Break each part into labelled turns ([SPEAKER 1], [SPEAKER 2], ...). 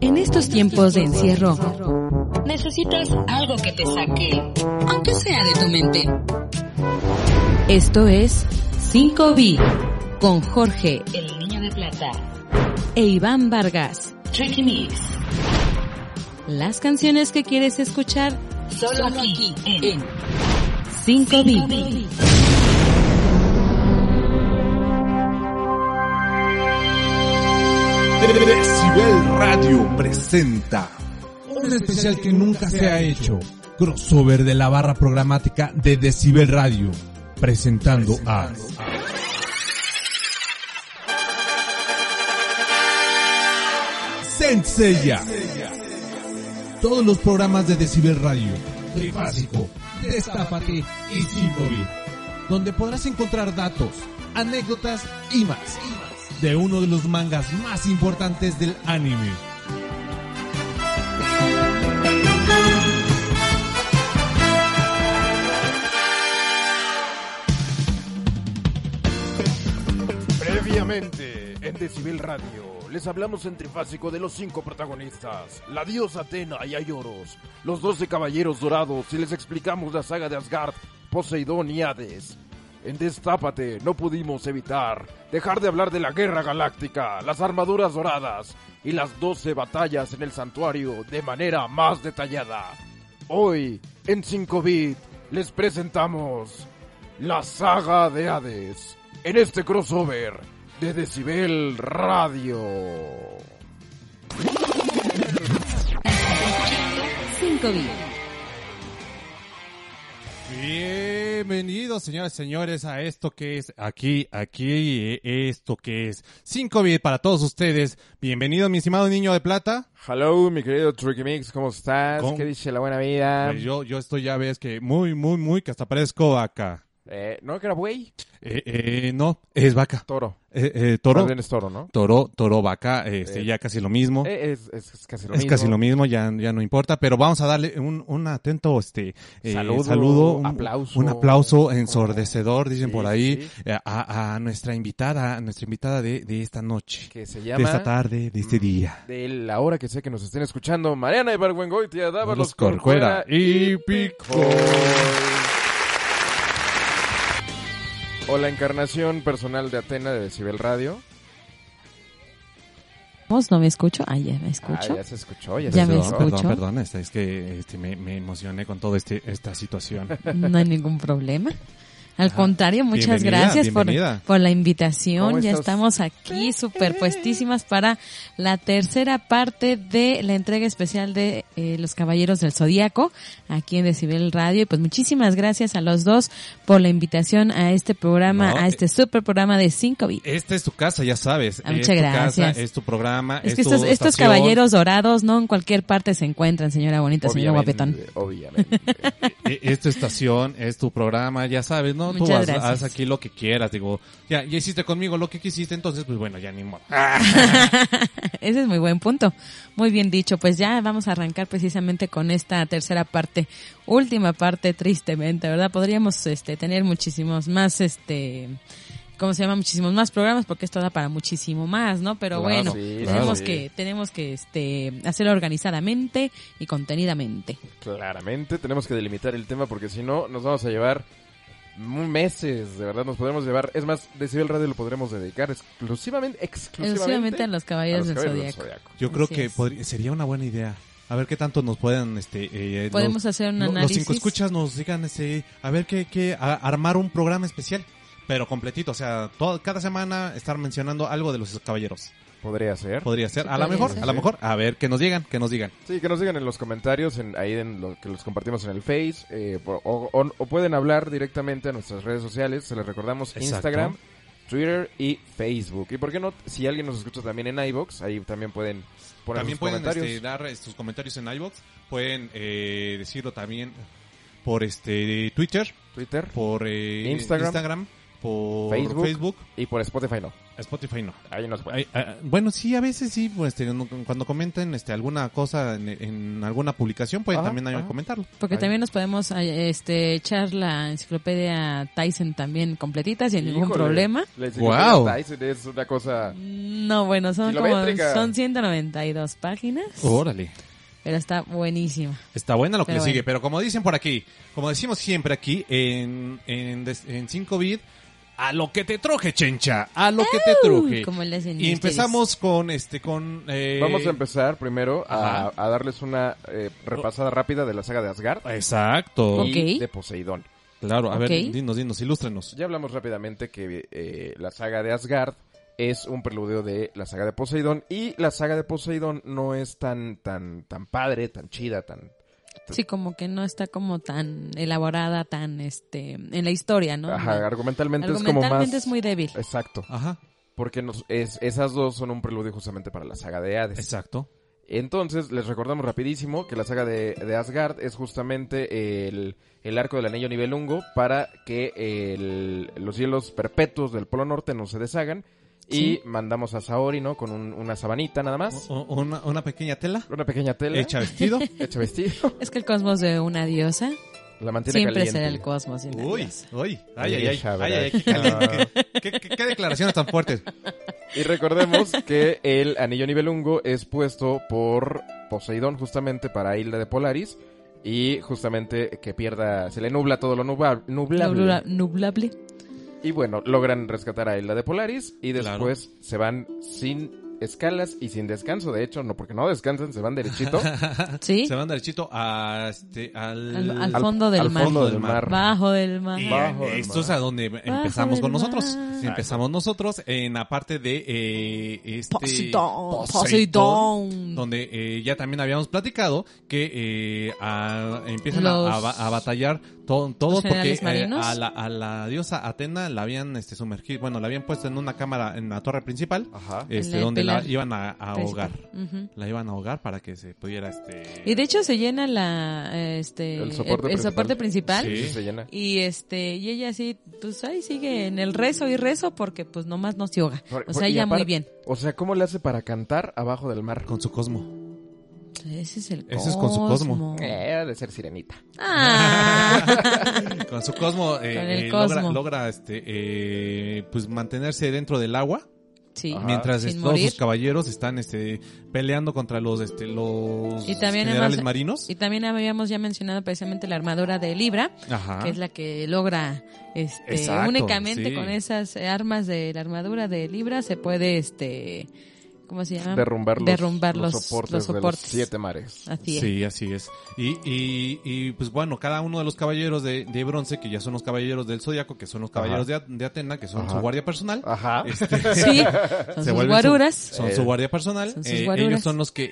[SPEAKER 1] En estos tiempos de encierro,
[SPEAKER 2] necesitas algo que te saque, aunque sea de tu mente.
[SPEAKER 1] Esto es 5B con Jorge
[SPEAKER 2] El Niño de Plata
[SPEAKER 1] e Iván Vargas.
[SPEAKER 2] Tricky Mix.
[SPEAKER 1] Las canciones que quieres escuchar
[SPEAKER 2] Solo, aquí, en,
[SPEAKER 1] 5B.
[SPEAKER 3] Decibel Radio presenta
[SPEAKER 4] Un especial que nunca se ha hecho. Crossover de la barra programática de Decibel Radio. Presentando a Senseiya. Todos los programas de Decibel Radio. Trifásico, Destápate y Symbobi. Donde podrás encontrar datos, anécdotas y más. De uno de los mangas más importantes del anime.
[SPEAKER 5] Previamente, en Decibel Radio, les hablamos en trifásico de los cinco protagonistas, la diosa Atena y Aioros, los doce caballeros dorados y les explicamos la saga de Asgard, Poseidón y Hades. En Destápate no pudimos evitar dejar de hablar de la guerra galáctica, las armaduras doradas y las doce batallas en el santuario de manera más detallada. Hoy, en 5-Bit, les presentamos la saga de Hades en este crossover de Decibel Radio.
[SPEAKER 1] 5B.
[SPEAKER 4] Bienvenidos, señoras y señores, a esto que es aquí, aquí, eh, esto que es 5B para todos ustedes. Bienvenido, mi estimado niño de plata.
[SPEAKER 6] Hello, mi querido Tricky Mix, ¿cómo estás?
[SPEAKER 4] ¿Cómo?
[SPEAKER 6] ¿Qué dice la buena vida?
[SPEAKER 4] Pues yo, yo estoy ya ves que muy, muy, muy que hasta parezco acá.
[SPEAKER 6] Eh, ¿No que era buey?
[SPEAKER 4] Eh, eh, no, es vaca.
[SPEAKER 6] Toro.
[SPEAKER 4] Eh, eh,
[SPEAKER 6] Más
[SPEAKER 4] toro,
[SPEAKER 6] bien es toro, ¿no?
[SPEAKER 4] toro, toro, vaca, este,
[SPEAKER 6] Eh,
[SPEAKER 4] ya casi lo mismo.
[SPEAKER 6] Eh, es, es- es casi lo
[SPEAKER 4] es
[SPEAKER 6] mismo.
[SPEAKER 4] casi lo mismo, ya, ya no importa, pero vamos a darle un, un atento este, eh,
[SPEAKER 6] Saludo,
[SPEAKER 4] un
[SPEAKER 6] aplauso.
[SPEAKER 4] un aplauso ensordecedor, dicen
[SPEAKER 6] Sí,
[SPEAKER 4] por ahí,
[SPEAKER 6] sí, sí.
[SPEAKER 4] eh, a, a nuestra invitada, a nuestra invitada de, de esta noche,
[SPEAKER 6] Que se
[SPEAKER 4] de
[SPEAKER 6] llama...
[SPEAKER 4] esta tarde, de este
[SPEAKER 6] Mm,
[SPEAKER 4] día.
[SPEAKER 6] De la hora que sé que nos estén escuchando, Mariana Ibargüengoitia, Dávalos
[SPEAKER 4] Los Corcuera y Pico.
[SPEAKER 6] O la encarnación personal de Atena de Decibel Radio.
[SPEAKER 7] Vamos, ¿No me escucho? Ah, ya me escucho.
[SPEAKER 6] Ah, ya se escuchó, ya,
[SPEAKER 7] Ya
[SPEAKER 6] se
[SPEAKER 7] me
[SPEAKER 6] escuchó.
[SPEAKER 7] escucho.
[SPEAKER 4] Perdón, perdón, este, es que este, me, me emocioné con toda este, esta situación.
[SPEAKER 7] No hay ningún problema. Al
[SPEAKER 4] Ajá.
[SPEAKER 7] contrario, muchas
[SPEAKER 4] Bienvenida,
[SPEAKER 7] gracias por,
[SPEAKER 4] bienvenida.
[SPEAKER 7] por la
[SPEAKER 6] ¿Cómo
[SPEAKER 7] invitación. Ya
[SPEAKER 6] estás?
[SPEAKER 7] estamos aquí superpuestísimas para la tercera parte de la entrega especial de eh, Los Caballeros del Zodíaco aquí en Decibel Radio. Y pues muchísimas gracias a los dos por la invitación a este programa,
[SPEAKER 4] No, eh,
[SPEAKER 7] a este super programa de 5 bits.
[SPEAKER 4] Esta es tu casa, ya sabes.
[SPEAKER 7] Ah,
[SPEAKER 4] es
[SPEAKER 7] muchas
[SPEAKER 4] tu
[SPEAKER 7] gracias.
[SPEAKER 4] Casa, es tu programa.
[SPEAKER 7] Es que
[SPEAKER 4] tu
[SPEAKER 7] estos, estos
[SPEAKER 4] estación.
[SPEAKER 7] caballeros dorados no en cualquier parte se encuentran, señora bonita, señora Este guapetón.
[SPEAKER 6] Obviamente, obviamente.
[SPEAKER 4] Eh, es tu estación, es tu programa, ya sabes, ¿no? Tú
[SPEAKER 7] Muchas
[SPEAKER 4] haz,
[SPEAKER 7] gracias.
[SPEAKER 4] haz aquí lo que quieras, digo, ya, ya hiciste conmigo lo que quisiste, entonces, pues bueno, ya ni modo.
[SPEAKER 7] Ese es muy buen punto. Muy bien dicho. Pues ya vamos a arrancar precisamente con esta tercera parte, última parte, tristemente, ¿verdad? Podríamos este, tener muchísimos más, este, ¿cómo se llama? Muchísimos más programas porque esto da para muchísimo más, ¿no? Pero bueno,
[SPEAKER 4] Claro,
[SPEAKER 6] sí,
[SPEAKER 7] tenemos
[SPEAKER 6] claro.
[SPEAKER 7] que, tenemos que, este, hacerlo organizadamente y contenidamente.
[SPEAKER 6] Claramente tenemos que delimitar el tema porque si no nos vamos a llevar mu- meses, de verdad nos podremos llevar, es más, Decibel Radio lo podremos dedicar exclusivamente, exclusivamente
[SPEAKER 7] Exclusivamente a los
[SPEAKER 6] a
[SPEAKER 7] caballeros
[SPEAKER 6] los
[SPEAKER 7] del
[SPEAKER 6] Caballeros del
[SPEAKER 7] Zodíaco.
[SPEAKER 6] Zodíaco.
[SPEAKER 4] Yo creo
[SPEAKER 7] Así
[SPEAKER 4] que
[SPEAKER 7] es.
[SPEAKER 4] podri- sería una buena idea. A ver qué tanto nos puedan, este, eh, los-
[SPEAKER 7] Podemos hacer un
[SPEAKER 4] lo- los,
[SPEAKER 7] análisis.
[SPEAKER 4] cinco escuchas nos digan, este, a ver qué, qué, a- armar un programa especial, pero completito, o sea, todo- cada semana estar mencionando algo de los caballeros.
[SPEAKER 5] Podría ser.
[SPEAKER 4] Podría ser. A lo
[SPEAKER 7] podría
[SPEAKER 4] mejor,
[SPEAKER 7] ser.
[SPEAKER 4] a lo mejor. A ver, que nos digan, que nos digan.
[SPEAKER 5] Sí, que nos digan en los comentarios, en, ahí en lo que los compartimos en el Face, eh, po- o, o- o pueden hablar directamente a nuestras redes sociales, se les recordamos
[SPEAKER 4] Exacto.
[SPEAKER 5] Instagram, Twitter y Facebook. Y por qué no, si alguien nos escucha también en iBox, ahí también pueden poner
[SPEAKER 4] también
[SPEAKER 5] sus
[SPEAKER 4] pueden
[SPEAKER 5] comentarios.
[SPEAKER 4] este, dar eh, sus comentarios en iVoox. Pueden eh, decirlo también por este Twitter,
[SPEAKER 5] Twitter
[SPEAKER 4] por eh,
[SPEAKER 5] Instagram.
[SPEAKER 4] por
[SPEAKER 5] Facebook.
[SPEAKER 4] Facebook.
[SPEAKER 5] y por Spotify no.
[SPEAKER 4] Spotify no.
[SPEAKER 5] Ahí nos pueden.
[SPEAKER 4] Ay, ah, bueno, sí, a veces sí, pues, este, no- cuando comenten este, alguna cosa en, en alguna publicación, pueden
[SPEAKER 5] Ajá,
[SPEAKER 4] también ahí
[SPEAKER 5] ajá.
[SPEAKER 4] comentarlo.
[SPEAKER 7] Porque
[SPEAKER 5] Ahí.
[SPEAKER 7] también nos podemos ay, este, echar la enciclopedia Tyson también completita sin ningún
[SPEAKER 5] Híjole,
[SPEAKER 7] problema.
[SPEAKER 5] la enciclopedia
[SPEAKER 4] Guau.
[SPEAKER 5] Tyson es una cosa...
[SPEAKER 7] No, bueno, son como
[SPEAKER 5] Kilométrica.
[SPEAKER 7] son 192 páginas,
[SPEAKER 4] Órale.
[SPEAKER 7] pero está buenísima.
[SPEAKER 4] Está buena lo que
[SPEAKER 7] Pero
[SPEAKER 4] le
[SPEAKER 7] bueno.
[SPEAKER 4] sigue, pero como dicen por aquí, como decimos siempre aquí en, en, des- en 5 bit, a lo que te troje, chencha, a lo que te
[SPEAKER 7] Uy,
[SPEAKER 4] troje.
[SPEAKER 7] como le hacen
[SPEAKER 4] Y
[SPEAKER 7] ustedes.
[SPEAKER 4] empezamos con este, con... eh,
[SPEAKER 5] Vamos a empezar primero a,
[SPEAKER 4] Ajá.
[SPEAKER 5] a darles una eh, repasada rápida de la saga de Asgard
[SPEAKER 4] Exacto.
[SPEAKER 7] Ok.
[SPEAKER 5] y de Poseidón.
[SPEAKER 4] Claro, a
[SPEAKER 7] Ok.
[SPEAKER 4] ver, dinos, dinos, ilústrenos.
[SPEAKER 5] Ya hablamos rápidamente que eh, la saga de Asgard es un preludio de la saga de Poseidón y la saga de Poseidón no es tan tan tan padre, tan chida, tan
[SPEAKER 7] Sí, como que no está como tan elaborada, tan este en la historia, ¿no?
[SPEAKER 5] Ajá, argumentalmente, es como más
[SPEAKER 7] Argumentalmente es muy débil.
[SPEAKER 5] exacto,
[SPEAKER 4] Ajá,
[SPEAKER 5] porque nos, es- esas dos son un preludio justamente para la saga de Hades.
[SPEAKER 4] exacto.
[SPEAKER 5] Entonces, les recordamos rapidísimo que la saga de, de Asgard es justamente el, el arco del anillo nivel hongo para que el- los hielos perpetuos del Polo Norte no se deshagan. Y mandamos a Saori, ¿no? Con un- una sabanita nada más.
[SPEAKER 7] Oh,
[SPEAKER 4] O- o- una, una pequeña tela
[SPEAKER 5] Una pequeña tela.
[SPEAKER 4] hecha vestido.
[SPEAKER 5] hecha vestido.
[SPEAKER 7] Es que el cosmos de una diosa
[SPEAKER 5] La mantiene
[SPEAKER 7] siempre
[SPEAKER 5] caliente.
[SPEAKER 7] será el cosmos de una
[SPEAKER 4] Uy,
[SPEAKER 7] diosa.
[SPEAKER 4] uy, ay, ay, ay,
[SPEAKER 5] Vieja,
[SPEAKER 4] ay, ay, qué,
[SPEAKER 5] ¿verdad?
[SPEAKER 4] caliente, qué- qué- qué- qué declaraciones tan fuertes.
[SPEAKER 5] Y recordemos que el anillo nivelungo es puesto por Poseidón justamente para Hilda de Polaris. Y justamente que pierda, se le nubla todo lo nubla, nublable.
[SPEAKER 7] Nubla- nublable.
[SPEAKER 5] Y bueno, logran rescatar a Hilda de Polaris y
[SPEAKER 4] Claro.
[SPEAKER 5] después se van sin escalas y sin descanso. De hecho, no porque no descansan, se van derechito
[SPEAKER 7] Sí.
[SPEAKER 4] Ah, Se van derechito a, este, al,
[SPEAKER 7] Al- al fondo del
[SPEAKER 5] al
[SPEAKER 7] mar.
[SPEAKER 5] fondo del mar.
[SPEAKER 7] Bajo del mar.
[SPEAKER 4] Eh,
[SPEAKER 5] Bajo el
[SPEAKER 4] esto es
[SPEAKER 5] mar.
[SPEAKER 4] a donde em-, empezamos
[SPEAKER 7] el
[SPEAKER 4] con nosotros.
[SPEAKER 7] mar.
[SPEAKER 4] Empezamos nosotros en la parte de eh, este,
[SPEAKER 7] Poseidón, Poseidón.
[SPEAKER 4] donde eh, ya también habíamos platicado que eh, a- empiezan
[SPEAKER 7] Los-
[SPEAKER 4] a, a ba- a batallar to- todos porque
[SPEAKER 7] generales
[SPEAKER 4] eh,
[SPEAKER 7] marinos.
[SPEAKER 4] a, la, a la diosa Atena la habían este, sumergido, bueno, la habían puesto en una cámara en la torre principal,
[SPEAKER 5] Ajá.
[SPEAKER 4] este,
[SPEAKER 7] En el
[SPEAKER 4] donde
[SPEAKER 7] pilar
[SPEAKER 4] la iban a, a ahogar.
[SPEAKER 7] Ujú.
[SPEAKER 4] La iban a ahogar para que se pudiera este
[SPEAKER 7] Y de hecho se llena la este
[SPEAKER 5] El soporte
[SPEAKER 7] el- el soporte principal.
[SPEAKER 4] Sí.
[SPEAKER 5] y se llena.
[SPEAKER 7] Y este, y ella sí, pues ahí sigue en el rezo y rezo porque pues nomás no se ahoga.
[SPEAKER 5] Por-
[SPEAKER 7] O
[SPEAKER 5] por-
[SPEAKER 7] sea,
[SPEAKER 5] y
[SPEAKER 7] ella
[SPEAKER 5] aparte-
[SPEAKER 7] muy bien.
[SPEAKER 5] O sea, ¿cómo le hace para cantar abajo del mar?
[SPEAKER 4] con su cosmo.
[SPEAKER 7] Ese es el
[SPEAKER 4] Ese es con su cosmo.
[SPEAKER 5] Eh, ha de ser sirenita.
[SPEAKER 7] Ah.
[SPEAKER 4] Con su cosmo, eh,
[SPEAKER 7] Con el
[SPEAKER 4] eh,
[SPEAKER 7] cosmo.
[SPEAKER 4] logra, logra, este, eh, pues mantenerse dentro del agua
[SPEAKER 7] sí.
[SPEAKER 5] Ajá.
[SPEAKER 4] mientras
[SPEAKER 7] Sin
[SPEAKER 4] todos
[SPEAKER 7] morir.
[SPEAKER 4] sus caballeros están este, peleando contra los, este, los
[SPEAKER 7] Y también
[SPEAKER 4] generales
[SPEAKER 7] además-
[SPEAKER 4] marinos.
[SPEAKER 7] Y también habíamos ya mencionado precisamente la armadura de Libra,
[SPEAKER 4] Ajá.
[SPEAKER 7] que es la que logra este
[SPEAKER 4] Exacto,
[SPEAKER 7] únicamente
[SPEAKER 4] sí.
[SPEAKER 7] con esas armas de la armadura de Libra se puede este ¿cómo se llama?
[SPEAKER 5] Derrumbar los,
[SPEAKER 7] Ah. derrumbar
[SPEAKER 5] los
[SPEAKER 7] los-
[SPEAKER 5] soportes,
[SPEAKER 7] los soportes. Ah.
[SPEAKER 5] de los siete mares.
[SPEAKER 7] Así es.
[SPEAKER 4] Sí, así es. Y, y, y pues bueno, cada uno de los caballeros de, de bronce, que ya son los caballeros del zodiaco, que son los caballeros de, A- de Atena, que son
[SPEAKER 5] Ajá.
[SPEAKER 4] su guardia personal, este,
[SPEAKER 5] Ajá.
[SPEAKER 7] Sí, son
[SPEAKER 4] Se
[SPEAKER 7] sus
[SPEAKER 4] vuelven
[SPEAKER 7] guaruras.
[SPEAKER 4] su- son
[SPEAKER 5] Eh,
[SPEAKER 4] su guardia personal.
[SPEAKER 7] son sus
[SPEAKER 4] Eh,
[SPEAKER 7] guaruras.
[SPEAKER 4] ellos son los que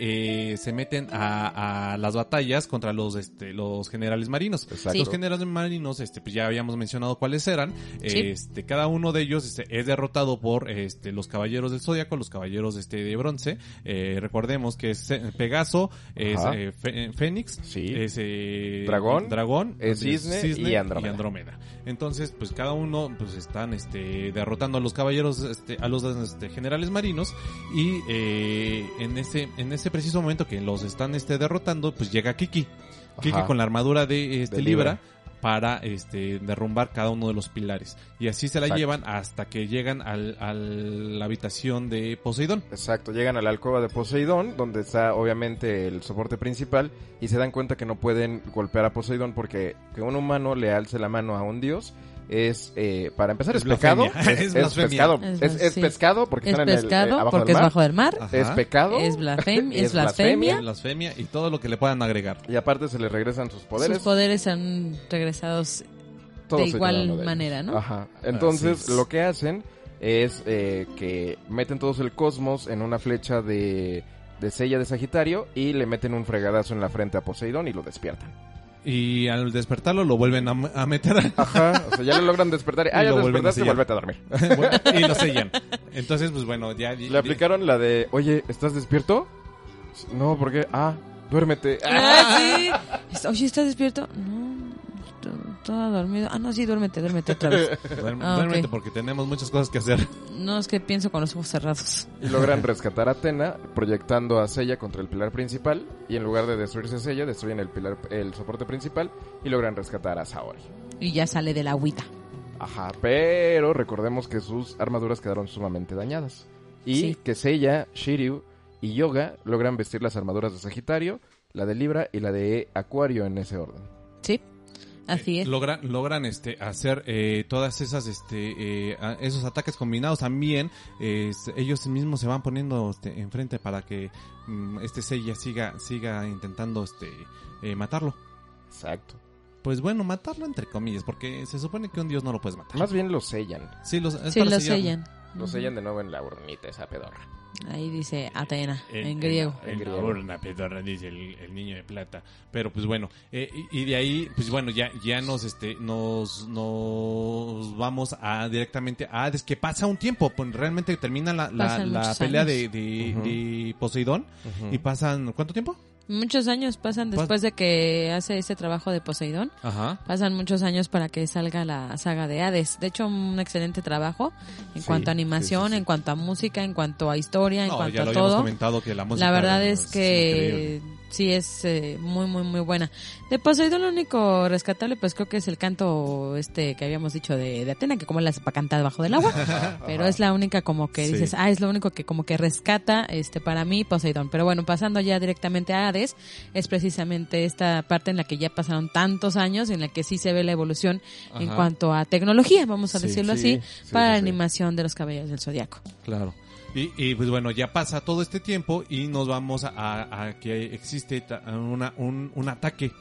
[SPEAKER 4] eh, se meten a, a las batallas contra los este, los generales marinos.
[SPEAKER 5] Exacto.
[SPEAKER 4] Los generales marinos, este, pues ya habíamos mencionado cuáles eran.
[SPEAKER 7] Sí.
[SPEAKER 4] Este, cada uno de ellos este, es derrotado por este, los caballeros del zodiaco, los caballeros este, de bronce. Eh, recordemos que es eh, Pegaso, es
[SPEAKER 5] Ajá.
[SPEAKER 4] eh, Fe- eh, Fénix,
[SPEAKER 5] Sí.
[SPEAKER 4] es eh,
[SPEAKER 5] Dragón,
[SPEAKER 4] Dragón,
[SPEAKER 5] es Cisne y Andrómeda.
[SPEAKER 4] Andrómeda. Entonces, pues cada uno pues están este derrotando a los caballeros este a los este, generales marinos y eh, en ese en ese preciso momento que los están este derrotando, pues llega Kiki. Kiki
[SPEAKER 5] Ajá.
[SPEAKER 4] con la armadura de este
[SPEAKER 5] De Libra.
[SPEAKER 4] Libra para este derrumbar cada uno de los pilares y así se la
[SPEAKER 5] Exacto.
[SPEAKER 4] llevan hasta que llegan al, a la habitación de Poseidón.
[SPEAKER 5] Exacto, llegan a la alcoba de Poseidón, donde está obviamente el soporte principal, y se dan cuenta que no pueden golpear a Poseidón porque que un humano le alce la mano a un dios es, eh, para empezar, es,
[SPEAKER 4] Es
[SPEAKER 5] pecado.
[SPEAKER 4] blasfemia.
[SPEAKER 5] Es,
[SPEAKER 4] Es
[SPEAKER 5] es
[SPEAKER 4] blasfemia.
[SPEAKER 5] pescado.
[SPEAKER 7] Es
[SPEAKER 5] Es,
[SPEAKER 7] blas-
[SPEAKER 5] es
[SPEAKER 7] sí.
[SPEAKER 5] pescado porque
[SPEAKER 7] es
[SPEAKER 5] están en el, eh,
[SPEAKER 7] pescado
[SPEAKER 5] abajo
[SPEAKER 7] porque
[SPEAKER 5] del
[SPEAKER 7] es
[SPEAKER 5] mar.
[SPEAKER 7] bajo del mar.
[SPEAKER 4] Ajá.
[SPEAKER 5] Es pecado.
[SPEAKER 7] Es blasfemia, es
[SPEAKER 5] Es
[SPEAKER 7] blasfemia.
[SPEAKER 5] blasfemia.
[SPEAKER 4] blasfemia y todo lo que le puedan agregar.
[SPEAKER 5] Y aparte se les regresan sus poderes.
[SPEAKER 7] Sus poderes han regresados
[SPEAKER 5] todos
[SPEAKER 7] de
[SPEAKER 5] se
[SPEAKER 7] igual
[SPEAKER 5] llevan lo ellos.
[SPEAKER 7] manera, ¿no?
[SPEAKER 5] Ajá. Entonces,
[SPEAKER 4] Así es.
[SPEAKER 5] lo que hacen es eh, que meten todos el cosmos en una flecha de, de sella de Sagitario y le meten un fregadazo en la frente a Poseidón y lo despiertan.
[SPEAKER 4] Y al despertarlo lo vuelven a, a meter. a-
[SPEAKER 5] Ajá, o sea, ya lo logran despertar. y, Ah,
[SPEAKER 4] Y
[SPEAKER 5] ya
[SPEAKER 4] lo
[SPEAKER 5] lo
[SPEAKER 4] vuelven a
[SPEAKER 5] despertaste,
[SPEAKER 4] sellar.
[SPEAKER 5] vuélvete a dormir.
[SPEAKER 4] y lo sellan. Entonces, pues bueno, ya.
[SPEAKER 5] Le aplicaron la de, oye, ¿estás despierto? No, porque, ah, duérmete.
[SPEAKER 7] Ah, sí. Es- Oye, ¿estás despierto? No, to- todo dormido. Ah, no, sí, duérmete, duérmete otra vez.
[SPEAKER 4] Duerm-
[SPEAKER 7] Ah, ok.
[SPEAKER 4] duérmete porque tenemos muchas cosas que hacer.
[SPEAKER 7] No, es que pienso con los ojos cerrados.
[SPEAKER 5] Y logran rescatar a Atena proyectando a Sella contra el pilar principal y en lugar de destruirse Sella destruyen el pilar el soporte principal y logran rescatar a Saori.
[SPEAKER 1] Y ya sale de la agüita.
[SPEAKER 5] Ajá, pero recordemos que sus armaduras quedaron sumamente dañadas y
[SPEAKER 1] Sí.
[SPEAKER 5] que Seiya, Shiryu y Yoga logran vestir las armaduras de Sagitario, la de Libra y la de Acuario en ese orden.
[SPEAKER 1] Sí,
[SPEAKER 5] Eh,
[SPEAKER 1] así es.
[SPEAKER 4] Logran, logran este, hacer eh, todas esas, este, eh, a- esos ataques combinados también. eh, s- ellos mismos se van poniendo este, enfrente para que mm, este Seiya siga, siga intentando este, eh, matarlo.
[SPEAKER 5] Exacto.
[SPEAKER 4] Pues bueno, matarlo entre comillas, porque se supone que un dios no lo puedes matar.
[SPEAKER 5] Más bien lo sellan.
[SPEAKER 4] Sí, los, es
[SPEAKER 7] Sí,
[SPEAKER 4] para
[SPEAKER 7] lo
[SPEAKER 4] sellarlo.
[SPEAKER 7] sellan.
[SPEAKER 5] Lo sellan de nuevo en la urnita esa pedorra.
[SPEAKER 7] Ahí dice Atena, en griego.
[SPEAKER 5] en
[SPEAKER 4] En, la
[SPEAKER 5] griego.
[SPEAKER 4] urna pedorra, dice el, el niño de plata. Pero pues bueno, eh, y, y de ahí, pues bueno, ya, ya nos, este, nos, nos vamos a directamente a, es que pasa un tiempo, pues realmente termina la, la,
[SPEAKER 7] Pasan
[SPEAKER 4] la
[SPEAKER 7] muchos
[SPEAKER 4] pelea
[SPEAKER 7] años.
[SPEAKER 4] de, de,
[SPEAKER 5] Ujú.
[SPEAKER 4] de Poseidón y pasan, ¿cuánto tiempo?
[SPEAKER 7] Muchos años pasan
[SPEAKER 5] Pues
[SPEAKER 7] después de que hace ese trabajo de Poseidón.
[SPEAKER 4] Ajá.
[SPEAKER 7] Pasan muchos años para que salga la saga de Hades. De hecho, un excelente trabajo en
[SPEAKER 5] Sí,
[SPEAKER 7] cuanto a animación,
[SPEAKER 5] sí, sí, sí.
[SPEAKER 7] en cuanto a música, en cuanto a historia, en
[SPEAKER 4] No,
[SPEAKER 7] cuanto
[SPEAKER 4] ya
[SPEAKER 7] a
[SPEAKER 4] lo habíamos
[SPEAKER 7] todo.
[SPEAKER 4] comentado que la música
[SPEAKER 7] La verdad es
[SPEAKER 4] increíble.
[SPEAKER 7] que sí es eh, muy, muy, muy buena. De Poseidón lo único rescatable pues creo que es el canto este que habíamos dicho de, de Atena, que como la sepa cantar bajo del agua. Pero es la única como que
[SPEAKER 4] Sí.
[SPEAKER 7] dices, ah, es lo único que como que rescata este para mí Poseidón. Pero bueno, pasando ya directamente a Hades, es precisamente esta parte en la que ya pasaron tantos años, en la que sí se ve la evolución en
[SPEAKER 4] Ajá.
[SPEAKER 7] cuanto a tecnología, vamos a
[SPEAKER 4] Sí,
[SPEAKER 7] decirlo
[SPEAKER 5] sí,
[SPEAKER 7] así,
[SPEAKER 5] sí,
[SPEAKER 7] para
[SPEAKER 5] sí,
[SPEAKER 7] la
[SPEAKER 5] sí.
[SPEAKER 7] animación de los Caballeros del Zodiaco.
[SPEAKER 4] Claro. Y, y, pues bueno, ya pasa todo este tiempo y nos vamos a, a que existe ta- una, un, un ataque.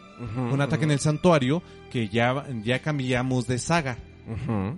[SPEAKER 4] Un ataque en el santuario que ya, ya cambiamos de saga.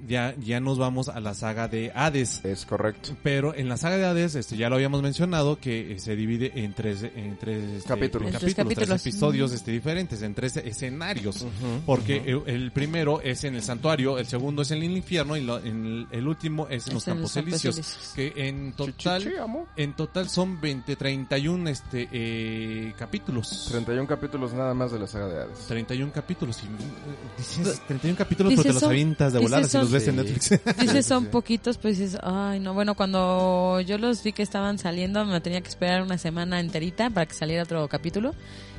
[SPEAKER 4] Ya, ya nos vamos a la saga de Hades.
[SPEAKER 5] Es correcto.
[SPEAKER 4] Pero en la saga de Hades, este, ya lo habíamos mencionado, que eh, se divide en tres, en tres este,
[SPEAKER 5] Capítulos.
[SPEAKER 4] en
[SPEAKER 7] En tres
[SPEAKER 4] tres
[SPEAKER 7] capítulos.
[SPEAKER 4] episodios este, diferentes, en tres escenarios. Porque eh, el primero es en el santuario, el segundo es en el infierno y lo- en el, el último es en los
[SPEAKER 7] Es en
[SPEAKER 4] campos
[SPEAKER 7] los campos
[SPEAKER 4] elíseos.
[SPEAKER 7] elíseos.
[SPEAKER 4] Que en
[SPEAKER 5] Chi, chi,
[SPEAKER 4] total,
[SPEAKER 5] chi, amo.
[SPEAKER 4] en total son 20, 31 este, eh, capítulos.
[SPEAKER 5] 31 capítulos nada más de la saga de Hades.
[SPEAKER 4] 31 capítulos. Y, eh, dices 31 capítulos,
[SPEAKER 7] Pues, Dices
[SPEAKER 4] pero te los
[SPEAKER 7] son-
[SPEAKER 4] avientas de
[SPEAKER 7] dices
[SPEAKER 4] volada si
[SPEAKER 7] son-
[SPEAKER 4] los ves en
[SPEAKER 5] Sí.
[SPEAKER 4] Netflix.
[SPEAKER 7] Dices
[SPEAKER 5] sí,
[SPEAKER 7] son
[SPEAKER 5] sí.
[SPEAKER 7] poquitos, pues dices, ay, no, bueno, cuando yo los vi que estaban saliendo, me tenía que esperar una semana enterita para que saliera otro capítulo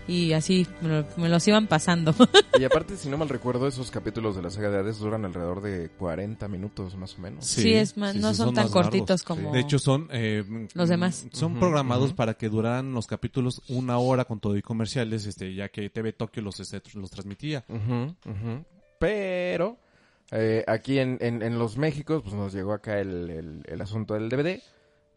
[SPEAKER 7] y así me, lo- me los iban pasando.
[SPEAKER 5] Y aparte, si no mal recuerdo, esos capítulos de la saga de Hades duran alrededor de 40 minutos más o menos.
[SPEAKER 7] Sí, es más,
[SPEAKER 4] sí,
[SPEAKER 7] no
[SPEAKER 4] sí,
[SPEAKER 7] son, tan
[SPEAKER 4] más
[SPEAKER 7] cortitos
[SPEAKER 4] largos.
[SPEAKER 7] como
[SPEAKER 4] De hecho, son. eh,
[SPEAKER 7] Los demás.
[SPEAKER 4] Son
[SPEAKER 5] Ujú,
[SPEAKER 4] programados
[SPEAKER 5] ujú.
[SPEAKER 4] para que duraran los capítulos una hora con todo y comerciales, este ya que TV Tokio los, este, los transmitía.
[SPEAKER 5] Ujú, ujú. Pero eh, aquí en, en, en los Méxicos, pues nos llegó acá el, el, el asunto del DVD.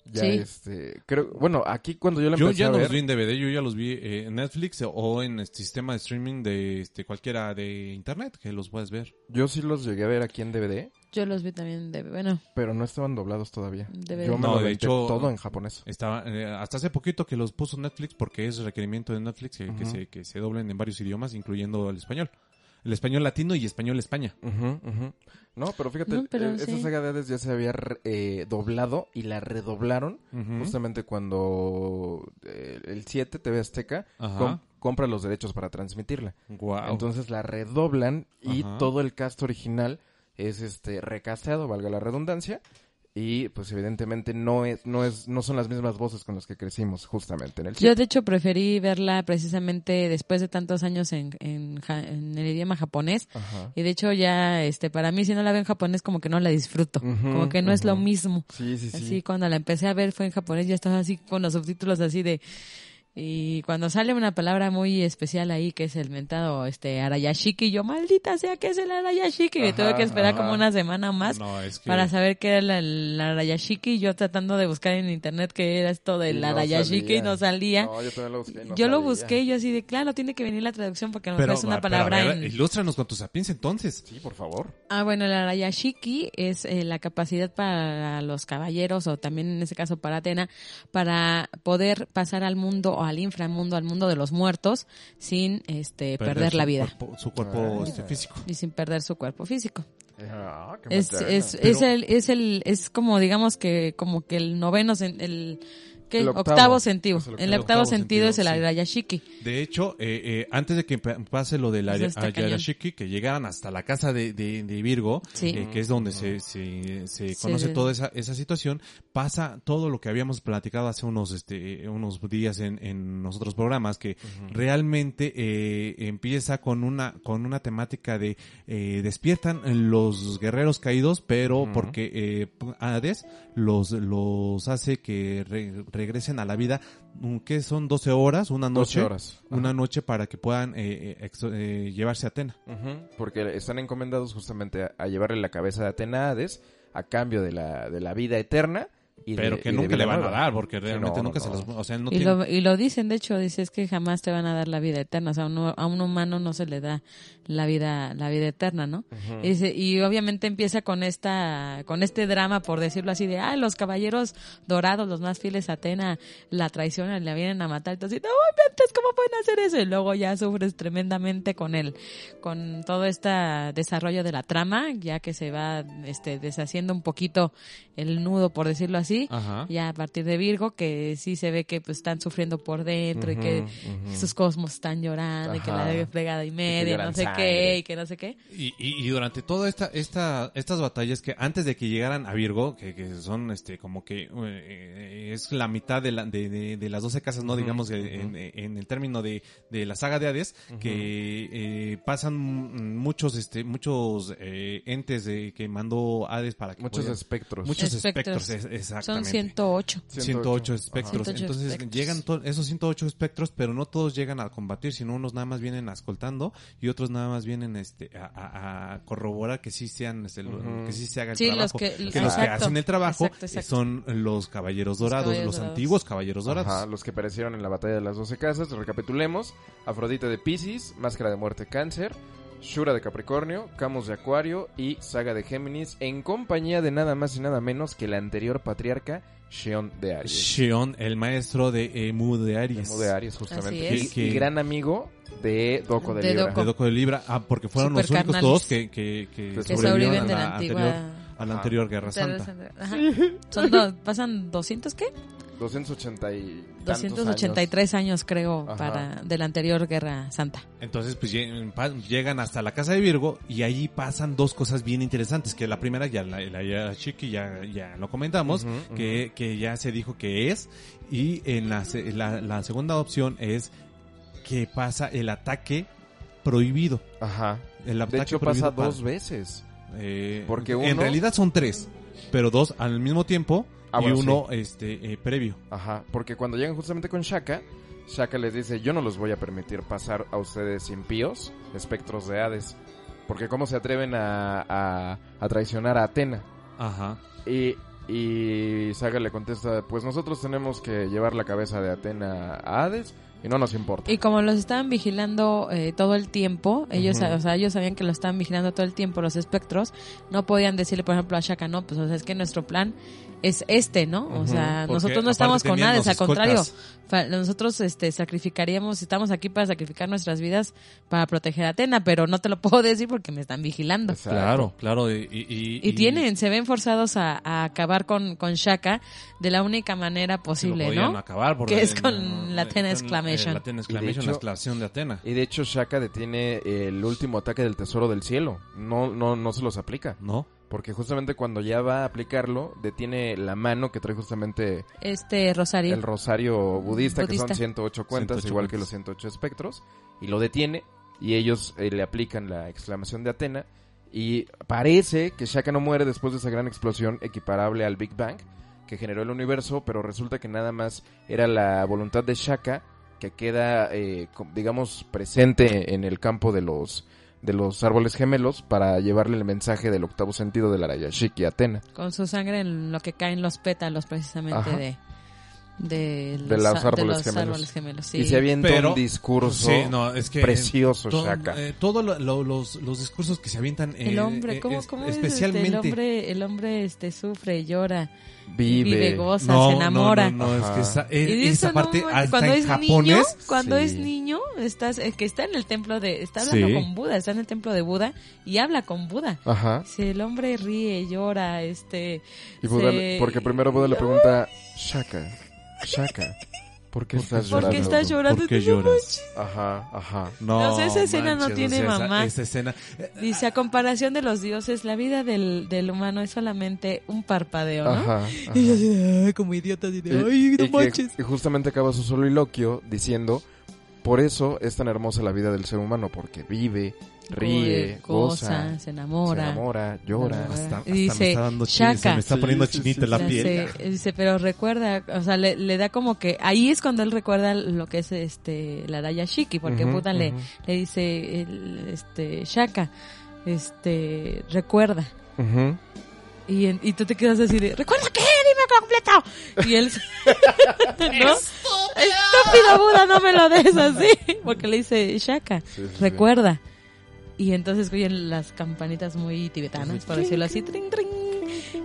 [SPEAKER 5] Ya
[SPEAKER 7] Sí.
[SPEAKER 5] este, creo, bueno, aquí cuando yo lo
[SPEAKER 4] Yo
[SPEAKER 5] empecé
[SPEAKER 4] ya
[SPEAKER 5] a
[SPEAKER 4] no los
[SPEAKER 5] ver,
[SPEAKER 4] vi en DVD, yo ya los vi eh, en Netflix o en el sistema de streaming de este, cualquiera de internet que los puedes ver.
[SPEAKER 5] yo sí los llegué a ver aquí en DVD,
[SPEAKER 7] yo los vi también de, bueno,
[SPEAKER 5] pero no estaban doblados todavía.
[SPEAKER 7] DVD.
[SPEAKER 5] Yo me
[SPEAKER 4] No,
[SPEAKER 5] lo
[SPEAKER 4] de
[SPEAKER 5] aventé
[SPEAKER 4] hecho-
[SPEAKER 5] todo en japonés.
[SPEAKER 4] Estaba, eh, hasta hace poquito que los puso Netflix porque es requerimiento de Netflix que, que
[SPEAKER 5] Ujú.
[SPEAKER 4] se, que se doblen en varios idiomas, incluyendo el español. El español latino y español España.
[SPEAKER 5] Ujú, ujú. No, pero fíjate,
[SPEAKER 7] No, pero
[SPEAKER 5] eh, esa
[SPEAKER 7] sí.
[SPEAKER 5] saga de Hades ya se había re- eh, doblado y la redoblaron
[SPEAKER 4] Ujú.
[SPEAKER 5] justamente cuando eh, el 7 TV Azteca
[SPEAKER 4] Ajá.
[SPEAKER 5] com- compra los derechos para transmitirla.
[SPEAKER 4] Guau.
[SPEAKER 5] Entonces la redoblan y
[SPEAKER 4] Ajá.
[SPEAKER 5] todo el cast original es este recasteado, valga la redundancia. Y pues evidentemente no es, no es, no son las mismas voces con las que crecimos justamente en el
[SPEAKER 7] Yo
[SPEAKER 5] cine.
[SPEAKER 7] de hecho preferí verla precisamente después de tantos años en, en, ja- en el idioma japonés
[SPEAKER 5] Ajá.
[SPEAKER 7] y de hecho ya, este, para mí si no la veo en japonés como que no la disfruto,
[SPEAKER 5] Ujú,
[SPEAKER 7] como que no es lo
[SPEAKER 5] ujú.
[SPEAKER 7] mismo.
[SPEAKER 5] Sí, sí, sí.
[SPEAKER 7] Así cuando la empecé a ver fue en japonés, ya estaba así con los subtítulos así de Y cuando sale una palabra muy especial ahí, que es el mentado este Arayashiki, yo, maldita sea, que es el Arayashiki? Me
[SPEAKER 4] Ajá,
[SPEAKER 7] tuve que esperar
[SPEAKER 4] ajá.
[SPEAKER 7] como una semana más
[SPEAKER 4] No, es que-
[SPEAKER 7] para saber qué era el, el Arayashiki. Yo tratando de buscar en internet qué era esto del
[SPEAKER 5] no
[SPEAKER 7] Arayashiki y no salía.
[SPEAKER 5] No, yo también lo busqué. y no
[SPEAKER 7] yo lo
[SPEAKER 5] salía.
[SPEAKER 7] busqué y yo así de, claro, tiene que venir la traducción porque no es una
[SPEAKER 4] ah, pero a
[SPEAKER 7] palabra en...
[SPEAKER 4] ver, Ilústranos con tus sapiens entonces.
[SPEAKER 5] Sí, por favor.
[SPEAKER 7] Ah, bueno, el arayashiki es eh, la capacidad para los caballeros, o también en este caso para Atena, para poder pasar al mundo o al inframundo, al mundo de los muertos, sin este perder,
[SPEAKER 4] su
[SPEAKER 7] la vida
[SPEAKER 4] cuerpo- su cuerpo este, físico.
[SPEAKER 7] y sin perder su cuerpo físico.
[SPEAKER 5] Ah, qué
[SPEAKER 7] Es,
[SPEAKER 5] moderno.
[SPEAKER 7] es, es el, es el, es como digamos que, como que el noveno, sen- el, ¿qué?
[SPEAKER 5] El
[SPEAKER 7] octavo,
[SPEAKER 5] octavo.
[SPEAKER 7] sentido.
[SPEAKER 4] Es el
[SPEAKER 7] el,
[SPEAKER 4] octavo.
[SPEAKER 7] octavo,
[SPEAKER 4] Octavo
[SPEAKER 7] sentido, es el
[SPEAKER 4] sentido, sí.
[SPEAKER 7] arayashiki.
[SPEAKER 4] De hecho, eh, eh, antes de que pa- pase lo del
[SPEAKER 7] Eso Pues está
[SPEAKER 4] Aya-
[SPEAKER 7] cañón.
[SPEAKER 4] Ayarashiki, que llegaran hasta la casa de, de- de Virgo,
[SPEAKER 7] Sí.
[SPEAKER 4] eh, que es donde se, se, se
[SPEAKER 7] Se
[SPEAKER 4] conoce
[SPEAKER 7] ve.
[SPEAKER 4] toda esa, esa situación, pasa todo lo que habíamos platicado hace unos, este, eh, unos días en, en nosotros programas, que realmente eh, empieza con una, con una temática de eh, despiertan los guerreros caídos, pero porque eh, Hades los, los hace que re- regresen a la vida, mm, que son 12 horas, una noche
[SPEAKER 5] 12 horas.
[SPEAKER 4] una noche para que puedan eh, eh, exo- eh, llevarse a Atena.
[SPEAKER 5] Ujú, Porque están encomendados justamente a, a llevarle la cabeza de Atena a Hades a cambio de la, de la vida eterna. Y
[SPEAKER 4] Pero
[SPEAKER 5] de-
[SPEAKER 4] que
[SPEAKER 5] y de
[SPEAKER 4] nunca
[SPEAKER 5] vida
[SPEAKER 4] le van a
[SPEAKER 5] nueva.
[SPEAKER 4] dar, porque
[SPEAKER 5] Sí,
[SPEAKER 4] realmente
[SPEAKER 5] no,
[SPEAKER 4] nunca
[SPEAKER 5] no,
[SPEAKER 4] se
[SPEAKER 5] no.
[SPEAKER 4] los... O sea, no
[SPEAKER 7] y,
[SPEAKER 4] tienen-
[SPEAKER 7] lo, y lo dicen, de hecho, dices que jamás te van a dar la vida eterna. O sea, a un- a un humano no se le da la vida, la vida eterna, ¿no? Y dice- y, obviamente empieza con esta, con este drama, por decirlo así, de, ah, los caballeros dorados, los más fieles a Atena, la traicionan, la vienen a matar. Entonces, no, inventes, ¿cómo pueden hacer eso? Y luego ya sufres tremendamente con él, con todo este desarrollo de la trama, ya que se va, este, deshaciendo un poquito el nudo, por decirlo así
[SPEAKER 4] Ajá.
[SPEAKER 7] ya a partir de Virgo, que sí se ve que pues están sufriendo por dentro y que sus cosmos están llorando y que
[SPEAKER 5] Ajá.
[SPEAKER 7] la de fregada y
[SPEAKER 5] que
[SPEAKER 7] media,
[SPEAKER 5] lloran
[SPEAKER 7] no sé
[SPEAKER 5] sangre.
[SPEAKER 7] qué, y que no sé qué.
[SPEAKER 4] Y, y- y durante todas esta, esta, estas batallas que antes de que llegaran a Virgo, que, que son este como que eh, es la mitad de, la, de, de- de las 12 casas, no digamos eh, en, en el término de, de la saga de Hades, que eh, pasan mm, muchos este muchos eh, entes de- que mandó Hades para que
[SPEAKER 5] Muchos
[SPEAKER 4] pudieran-
[SPEAKER 5] espectros.
[SPEAKER 4] muchos espectros,
[SPEAKER 7] Espectros.
[SPEAKER 4] es- exactamente.
[SPEAKER 7] Son 108.
[SPEAKER 4] 108 espectros.
[SPEAKER 7] 108
[SPEAKER 4] Entonces
[SPEAKER 7] espectros.
[SPEAKER 4] llegan to- esos 108 espectros, pero no todos llegan a combatir, sino unos nada más vienen ascoltando y otros nada más vienen este a, a- a corroborar que sí sean este, lo-
[SPEAKER 5] Ujú.
[SPEAKER 4] que sí se haga el
[SPEAKER 7] Sí, los
[SPEAKER 4] trabajo,
[SPEAKER 7] que-
[SPEAKER 4] los que
[SPEAKER 7] exacto,
[SPEAKER 4] hacen el trabajo
[SPEAKER 7] exacto, exacto.
[SPEAKER 4] eh, son los caballeros dorados, los,
[SPEAKER 7] caballeros dorados.
[SPEAKER 4] antiguos caballeros dorados.
[SPEAKER 5] Ajá, los que perecieron en la batalla de las 12 casas. Recapitulemos. Afrodita de Pisces, Máscara de Muerte Cáncer, Shura de Capricornio, Camus de Acuario y Saga de Géminis en compañía de nada más y nada menos que la anterior patriarca Sheon de Aries.
[SPEAKER 4] Sheon, el maestro de Emu de Aries.
[SPEAKER 5] Demo de Aries justamente.
[SPEAKER 7] Así es.
[SPEAKER 5] Y, y gran amigo de Doco de,
[SPEAKER 7] De
[SPEAKER 5] Libra.
[SPEAKER 7] Doko.
[SPEAKER 4] De Doco de Libra, ah, porque fueron los únicos
[SPEAKER 7] Supercarnales.
[SPEAKER 4] todos que, que, que
[SPEAKER 5] Que
[SPEAKER 4] sobrevivieron
[SPEAKER 7] sobreviven de
[SPEAKER 4] a
[SPEAKER 7] la
[SPEAKER 4] la
[SPEAKER 7] antigua-
[SPEAKER 4] anterior, a la
[SPEAKER 5] Ajá.
[SPEAKER 4] anterior Guerra Santa.
[SPEAKER 7] Ajá. Son dos- pasan 200 qué?
[SPEAKER 5] 280 y tantos
[SPEAKER 7] 283 años, creo,
[SPEAKER 5] Ajá.
[SPEAKER 7] para de la anterior Guerra Santa.
[SPEAKER 4] Entonces, pues lleg- pa- llegan hasta la casa de Virgo y allí pasan dos cosas bien interesantes. Que la primera, ya la, la- ya la Chiqui, ya, ya lo comentamos,
[SPEAKER 5] Ujú,
[SPEAKER 4] que, que ya se dijo que es. Y en la, se- la, la segunda opción es que pasa el ataque prohibido.
[SPEAKER 5] años. Ajá.
[SPEAKER 4] El ataque
[SPEAKER 5] De hecho
[SPEAKER 4] prohibido
[SPEAKER 5] pasa
[SPEAKER 4] para-
[SPEAKER 5] dos veces.
[SPEAKER 4] eh,
[SPEAKER 5] porque
[SPEAKER 4] En
[SPEAKER 5] uno-
[SPEAKER 4] realidad son tres, pero dos al mismo tiempo
[SPEAKER 5] Ah,
[SPEAKER 4] y
[SPEAKER 5] bueno,
[SPEAKER 4] uno este eh, previo.
[SPEAKER 5] Ajá, porque cuando llegan justamente con Shaka, Shaka les dice, yo no los voy a permitir pasar a ustedes impíos, espectros de Hades, porque cómo se atreven a, a- a traicionar a Atena.
[SPEAKER 4] Ajá.
[SPEAKER 5] Y, y Saga le contesta, pues nosotros tenemos que llevar la cabeza de Atena a Hades y no nos importa.
[SPEAKER 7] Y como los estaban vigilando eh, todo el tiempo, ellos, o sea, ellos sabían que lo estaban vigilando todo el tiempo los espectros, no podían decirle, por ejemplo, a Shaka, no, pues o sea, es que nuestro plan es este, ¿no? O sea,
[SPEAKER 4] Porque
[SPEAKER 7] nosotros
[SPEAKER 4] aparte
[SPEAKER 7] no estamos con
[SPEAKER 4] tenían
[SPEAKER 7] nada,
[SPEAKER 4] los
[SPEAKER 7] al contrario,
[SPEAKER 4] escoltas.
[SPEAKER 7] fa- nosotros este sacrificaríamos, estamos aquí para sacrificar nuestras vidas para proteger a Atena, pero no te lo puedo decir porque me están vigilando.
[SPEAKER 5] Exacto.
[SPEAKER 4] claro. Y, Pues, y-
[SPEAKER 7] Y, tienen, se ven forzados a, a acabar con, con Shaka de la única manera
[SPEAKER 4] que lo
[SPEAKER 7] posible,
[SPEAKER 4] podían
[SPEAKER 7] ¿no?
[SPEAKER 4] acabar porque
[SPEAKER 7] Que es
[SPEAKER 4] no-
[SPEAKER 7] con la Atena
[SPEAKER 4] eh,
[SPEAKER 7] Exclamation.
[SPEAKER 4] La Atena
[SPEAKER 5] de
[SPEAKER 4] Exclamation,
[SPEAKER 5] hecho- eh,
[SPEAKER 4] la exclamación de Atena.
[SPEAKER 5] Y de hecho Shaka detiene el último ataque del tesoro del cielo, no, no, no se los aplica,
[SPEAKER 4] ¿No?
[SPEAKER 5] porque justamente cuando ya va a aplicarlo, detiene la mano que trae justamente...
[SPEAKER 7] Este Rosario.
[SPEAKER 5] el rosario budista, que
[SPEAKER 7] Budista.
[SPEAKER 5] son 108 cuentas,
[SPEAKER 4] 108
[SPEAKER 5] igual que
[SPEAKER 4] cuentas.
[SPEAKER 5] los 108 espectros, y lo detiene, y ellos eh, le aplican la exclamación de Atena, y parece que Shaka no muere después de esa gran explosión equiparable al Big Bang, que generó el universo, pero resulta que nada más era la voluntad de Shaka que queda, eh, co- digamos, presente en el campo de los de los árboles gemelos para llevarle el mensaje del octavo sentido de la Arayashiki a Atena.
[SPEAKER 7] Con su sangre en lo que caen los pétalos precisamente
[SPEAKER 5] Ajá.
[SPEAKER 7] de, de los,
[SPEAKER 5] De los
[SPEAKER 7] a-
[SPEAKER 5] árboles
[SPEAKER 7] los
[SPEAKER 5] gemelos.
[SPEAKER 7] árboles gemelos, sí.
[SPEAKER 5] Y se avienta
[SPEAKER 4] Pero-
[SPEAKER 5] un discurso
[SPEAKER 4] Sí, no, es que
[SPEAKER 5] precioso,
[SPEAKER 4] todo-
[SPEAKER 5] Shaka.
[SPEAKER 4] eh, Todos lo- lo- los, los discursos que se avientan. eh,
[SPEAKER 7] El hombre,
[SPEAKER 4] eh,
[SPEAKER 7] ¿cómo,
[SPEAKER 4] es-
[SPEAKER 7] cómo es, este,
[SPEAKER 4] especialmente.
[SPEAKER 7] el hombre, el hombre este, sufre, llora,
[SPEAKER 5] vive.
[SPEAKER 7] vive, goza,
[SPEAKER 4] No,
[SPEAKER 7] se enamora.
[SPEAKER 4] No, no, no, es que esa, eh,
[SPEAKER 7] Y dices,
[SPEAKER 4] esa
[SPEAKER 7] no,
[SPEAKER 4] parte
[SPEAKER 7] manches,
[SPEAKER 4] hasta
[SPEAKER 7] cuando
[SPEAKER 4] en
[SPEAKER 7] es niño,
[SPEAKER 4] japonés.
[SPEAKER 7] cuando
[SPEAKER 5] Sí.
[SPEAKER 7] es niño, estás, es que está en el templo de, está hablando
[SPEAKER 4] Sí.
[SPEAKER 7] con Buda, está en el templo de Buda y habla con Buda.
[SPEAKER 5] Ajá.
[SPEAKER 7] Si el hombre ríe, llora, este,
[SPEAKER 5] Y Buda le-
[SPEAKER 7] se-
[SPEAKER 5] porque primero Buda le pregunta, Shaka, Shaka, ¿por qué estás
[SPEAKER 7] ¿por
[SPEAKER 5] llorando?
[SPEAKER 7] qué estás llorando?
[SPEAKER 4] ¿Por qué
[SPEAKER 7] Dice, "No
[SPEAKER 4] lloras?
[SPEAKER 5] Ajá, ajá.
[SPEAKER 4] No,
[SPEAKER 7] O sea, esa escena no tiene
[SPEAKER 4] esa-
[SPEAKER 7] mamá.
[SPEAKER 4] Esa, escena. eh,
[SPEAKER 7] Dice, a comparación de los dioses, la vida del, del humano es solamente un parpadeo, ¿no?
[SPEAKER 5] Ajá, ajá.
[SPEAKER 7] Y yo así de, "Ay, como idiotas, y de, ay, no
[SPEAKER 5] que-
[SPEAKER 7] manches.
[SPEAKER 5] y justamente acaba su soliloquio diciendo, por eso es tan hermosa la vida del ser humano, porque vive, ríe, goza,
[SPEAKER 7] se
[SPEAKER 5] se
[SPEAKER 7] enamora.
[SPEAKER 5] enamora, llora.
[SPEAKER 7] Ajá.
[SPEAKER 4] hasta- hasta
[SPEAKER 7] Dice,
[SPEAKER 4] me está dando chin- se
[SPEAKER 7] "Shaka".
[SPEAKER 4] me está poniendo
[SPEAKER 5] Sí, sí,
[SPEAKER 4] chinita
[SPEAKER 5] sí,
[SPEAKER 4] la
[SPEAKER 7] Ya
[SPEAKER 4] piel.
[SPEAKER 7] sé, dice, pero recuerda, o sea, le, le da como que ahí es cuando él recuerda lo que es este la Raya Shiki, porque
[SPEAKER 5] Ujú,
[SPEAKER 7] Buda le,
[SPEAKER 5] ujú.
[SPEAKER 7] le dice el, este Shaka, este recuerda.
[SPEAKER 5] Ujú.
[SPEAKER 7] Y, en- y tú te quedas así de, ¿recuerda qué? Dime completo. Y él, ¿no? Estúpido Buda, no me lo des así. Porque le dice, Shaka,
[SPEAKER 5] Sí, sí, sí.
[SPEAKER 7] recuerda. Y entonces oyen las campanitas muy tibetanas, por decirlo así, tring, tring.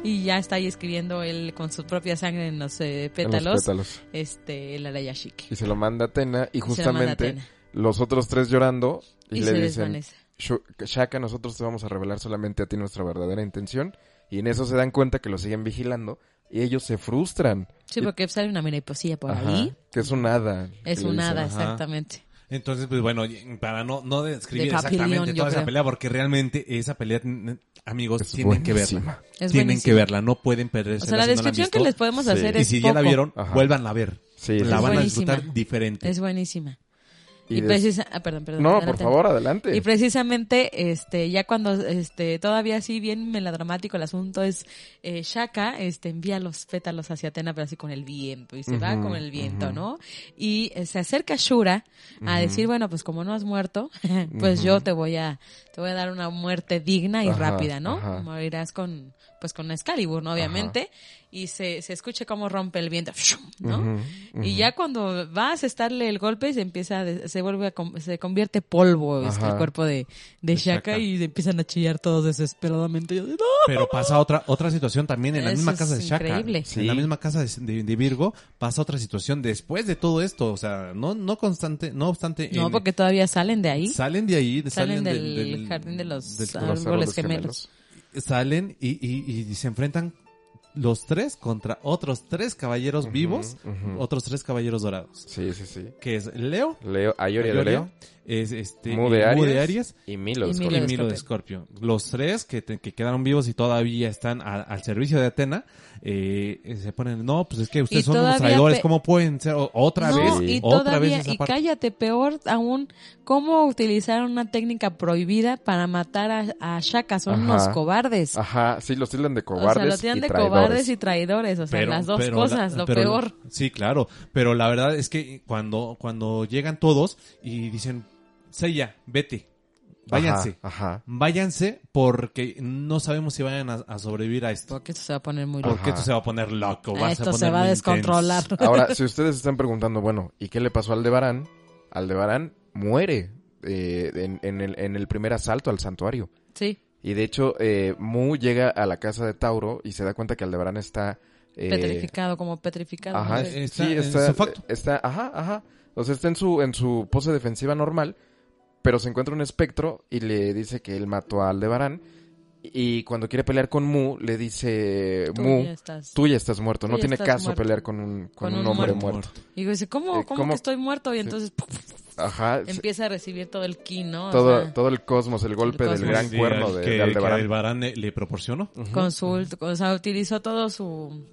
[SPEAKER 7] Y ya está ahí escribiendo él con su propia sangre en los eh,
[SPEAKER 5] En los
[SPEAKER 7] pétalos,
[SPEAKER 5] pétalos.
[SPEAKER 7] este, el Arayashiki.
[SPEAKER 5] Y se lo manda a Atena
[SPEAKER 7] Se la manda
[SPEAKER 5] y
[SPEAKER 7] a
[SPEAKER 5] justamente
[SPEAKER 7] Atena.
[SPEAKER 5] los otros tres llorando y,
[SPEAKER 7] Y
[SPEAKER 5] le
[SPEAKER 7] se
[SPEAKER 5] dicen,
[SPEAKER 7] desvanece.
[SPEAKER 5] "Shu- Shaka, nosotros te vamos a revelar solamente a ti nuestra verdadera intención. Y en eso se dan cuenta que lo siguen vigilando y ellos se frustran.
[SPEAKER 7] Sí, porque sale una miniposilla por
[SPEAKER 5] Ajá,
[SPEAKER 7] ahí.
[SPEAKER 5] Que es un hada. que
[SPEAKER 7] Es
[SPEAKER 5] le
[SPEAKER 7] un
[SPEAKER 5] dicen.
[SPEAKER 7] hada,
[SPEAKER 4] Ajá.
[SPEAKER 7] exactamente.
[SPEAKER 4] Entonces, pues bueno, y- para no, no describir
[SPEAKER 7] De Papilión,
[SPEAKER 4] exactamente
[SPEAKER 7] yo
[SPEAKER 4] toda esa
[SPEAKER 7] creo.
[SPEAKER 4] pelea, porque realmente esa pelea, n- amigos,
[SPEAKER 5] Es
[SPEAKER 4] tienen que
[SPEAKER 5] buenísima.
[SPEAKER 4] verla.
[SPEAKER 7] Es
[SPEAKER 4] tienen
[SPEAKER 7] buenísima.
[SPEAKER 4] que verla, no pueden perderse.
[SPEAKER 7] O sea, la descripción que les podemos hacer
[SPEAKER 4] Y
[SPEAKER 7] es
[SPEAKER 4] si ya la
[SPEAKER 7] poco.
[SPEAKER 4] vieron,
[SPEAKER 5] Ajá.
[SPEAKER 4] vuelvan a ver.
[SPEAKER 5] Sí, sí, sí.
[SPEAKER 4] la van a
[SPEAKER 7] Buenísima.
[SPEAKER 4] disfrutar diferente.
[SPEAKER 7] Es buenísima.
[SPEAKER 5] Y
[SPEAKER 7] Y,
[SPEAKER 5] des-
[SPEAKER 7] precisa... ah, perdón, perdón.
[SPEAKER 5] No, por
[SPEAKER 7] adelante.
[SPEAKER 5] favor, adelante.
[SPEAKER 7] Y precisamente, este, ya cuando, este, todavía así bien melodramático el asunto es, eh, Shaka, este, envía los pétalos hacia Atena, pero así con el viento, y se va
[SPEAKER 5] Ujú,
[SPEAKER 7] con el viento,
[SPEAKER 5] ujú.
[SPEAKER 7] ¿no? Y eh, se acerca Shura a decir, bueno, pues como no has muerto, pues yo te voy a, te voy a dar una muerte digna y
[SPEAKER 5] Ajá,
[SPEAKER 7] rápida, ¿no?
[SPEAKER 5] ajá.
[SPEAKER 7] Morirás con, pues con Excalibur, ¿no? Obviamente. Y se, se escucha cómo rompe el viento, ¿no?
[SPEAKER 5] Ujú,
[SPEAKER 7] Y
[SPEAKER 5] ujú.
[SPEAKER 7] ya cuando va a asestarle el golpe, se empieza, a des- se vuelve, a com- se convierte polvo este,
[SPEAKER 5] Ajá.
[SPEAKER 7] el cuerpo de, de Shaka y empiezan a chillar todos desesperadamente. Yo de, "No".
[SPEAKER 4] Pero pasa otra otra situación también en la
[SPEAKER 7] Eso
[SPEAKER 4] misma
[SPEAKER 7] es
[SPEAKER 4] casa de Shaka.
[SPEAKER 7] increíble.
[SPEAKER 5] Sí.
[SPEAKER 4] En la misma casa de, de- de Virgo pasa otra situación después de todo esto. O sea, no, no constante, no obstante.
[SPEAKER 7] No,
[SPEAKER 4] en-
[SPEAKER 7] porque todavía salen de ahí.
[SPEAKER 4] Salen de ahí, de-
[SPEAKER 7] Salen
[SPEAKER 4] salen,
[SPEAKER 7] del,
[SPEAKER 4] del, del-
[SPEAKER 7] jardín de los
[SPEAKER 4] del-
[SPEAKER 7] árboles
[SPEAKER 5] árboles
[SPEAKER 7] gemelos.
[SPEAKER 4] salen y, y- y se enfrentan los tres contra otros tres caballeros vivos,
[SPEAKER 5] ujú.
[SPEAKER 4] otros tres caballeros dorados.
[SPEAKER 5] Sí, sí, sí.
[SPEAKER 4] Que es Leo,
[SPEAKER 5] Leo, Ayoria de
[SPEAKER 4] Ayoria,
[SPEAKER 5] Leo,
[SPEAKER 4] es este
[SPEAKER 5] Mu de
[SPEAKER 4] eh,
[SPEAKER 5] Aries,
[SPEAKER 4] Mu de Aries
[SPEAKER 5] y Milo de
[SPEAKER 7] Y
[SPEAKER 5] Escorpio.
[SPEAKER 4] y
[SPEAKER 7] Milo de
[SPEAKER 4] Milo de Escorpio. Los tres que, te- que quedaron vivos y todavía están a- al servicio de Atena, eh, eh, se ponen, no, pues es que ustedes
[SPEAKER 7] Y
[SPEAKER 4] son unos
[SPEAKER 7] todavía
[SPEAKER 4] traidores,
[SPEAKER 7] pe-
[SPEAKER 4] ¿cómo pueden ser o- otra
[SPEAKER 7] No,
[SPEAKER 4] vez?
[SPEAKER 7] y
[SPEAKER 4] otra
[SPEAKER 7] todavía,
[SPEAKER 4] vez esa
[SPEAKER 7] y
[SPEAKER 4] parte.
[SPEAKER 7] cállate, peor aún, cómo utilizaron una técnica prohibida para matar a, a Shaka. Son
[SPEAKER 5] Ajá.
[SPEAKER 7] unos cobardes.
[SPEAKER 5] Ajá, sí, los tildan de
[SPEAKER 7] o
[SPEAKER 5] cobardes
[SPEAKER 7] sea, lo tienen
[SPEAKER 5] y
[SPEAKER 7] de
[SPEAKER 5] traidores.
[SPEAKER 7] cobardes y traidores. O sea, las dos
[SPEAKER 4] pero
[SPEAKER 7] cosas,
[SPEAKER 4] la-
[SPEAKER 7] lo
[SPEAKER 4] pero-
[SPEAKER 7] peor.
[SPEAKER 4] Sí, claro, pero la verdad es que cuando, cuando llegan todos y dicen, Seiya, vete, váyanse,
[SPEAKER 5] Ajá,
[SPEAKER 4] váyanse porque no sabemos si vayan a, a sobrevivir a esto.
[SPEAKER 7] Porque esto se va a poner muy loco.
[SPEAKER 5] Ajá.
[SPEAKER 4] Porque esto se va a poner loco.
[SPEAKER 7] Ah,
[SPEAKER 4] vas
[SPEAKER 7] esto
[SPEAKER 4] a
[SPEAKER 7] se
[SPEAKER 4] poner
[SPEAKER 7] va a
[SPEAKER 4] muy
[SPEAKER 7] descontrolar.
[SPEAKER 4] intenso.
[SPEAKER 5] ajá. Ahora, si ustedes están preguntando, bueno, ¿y qué le pasó al Aldebarán? Aldebarán muere eh, en, en el, en el primer asalto al santuario.
[SPEAKER 7] Sí.
[SPEAKER 5] Y de hecho, eh, Mu llega a la casa de Tauro y se da cuenta que Aldebarán está... eh,
[SPEAKER 7] petrificado, como petrificado.
[SPEAKER 5] Ajá,
[SPEAKER 7] no sé.
[SPEAKER 4] Eh, Está
[SPEAKER 5] sí,
[SPEAKER 4] en
[SPEAKER 5] está,
[SPEAKER 4] su facto.
[SPEAKER 5] está, ajá, ajá. O sea, está en su, en su pose defensiva normal, pero se encuentra un espectro y le dice que él mató a Aldebarán. Y cuando quiere pelear con Mu, le dice,
[SPEAKER 7] Tú
[SPEAKER 5] Mu,
[SPEAKER 7] ya estás.
[SPEAKER 5] tú ya estás muerto,
[SPEAKER 7] Tú
[SPEAKER 5] no
[SPEAKER 7] ya
[SPEAKER 5] tiene
[SPEAKER 7] estás
[SPEAKER 5] caso
[SPEAKER 7] muerto.
[SPEAKER 5] pelear con un, con
[SPEAKER 7] Con
[SPEAKER 5] un,
[SPEAKER 7] un
[SPEAKER 5] hombre muerto.
[SPEAKER 4] muerto.
[SPEAKER 7] Y dice, ¿cómo,
[SPEAKER 5] Eh,
[SPEAKER 7] cómo,
[SPEAKER 5] ¿cómo?
[SPEAKER 7] que estoy muerto? Y entonces puf,
[SPEAKER 5] Ajá, se-
[SPEAKER 7] empieza a recibir todo el ki, ¿no? O
[SPEAKER 5] todo,
[SPEAKER 7] sea,
[SPEAKER 5] todo el cosmos, el golpe
[SPEAKER 7] el
[SPEAKER 5] del
[SPEAKER 7] cosmos.
[SPEAKER 5] gran
[SPEAKER 4] Sí,
[SPEAKER 5] cuerno
[SPEAKER 4] al
[SPEAKER 5] de,
[SPEAKER 4] que,
[SPEAKER 5] de Aldebarán.
[SPEAKER 4] que Aldebarán le, le proporcionó.
[SPEAKER 7] con su ult- o sea, utilizó todo su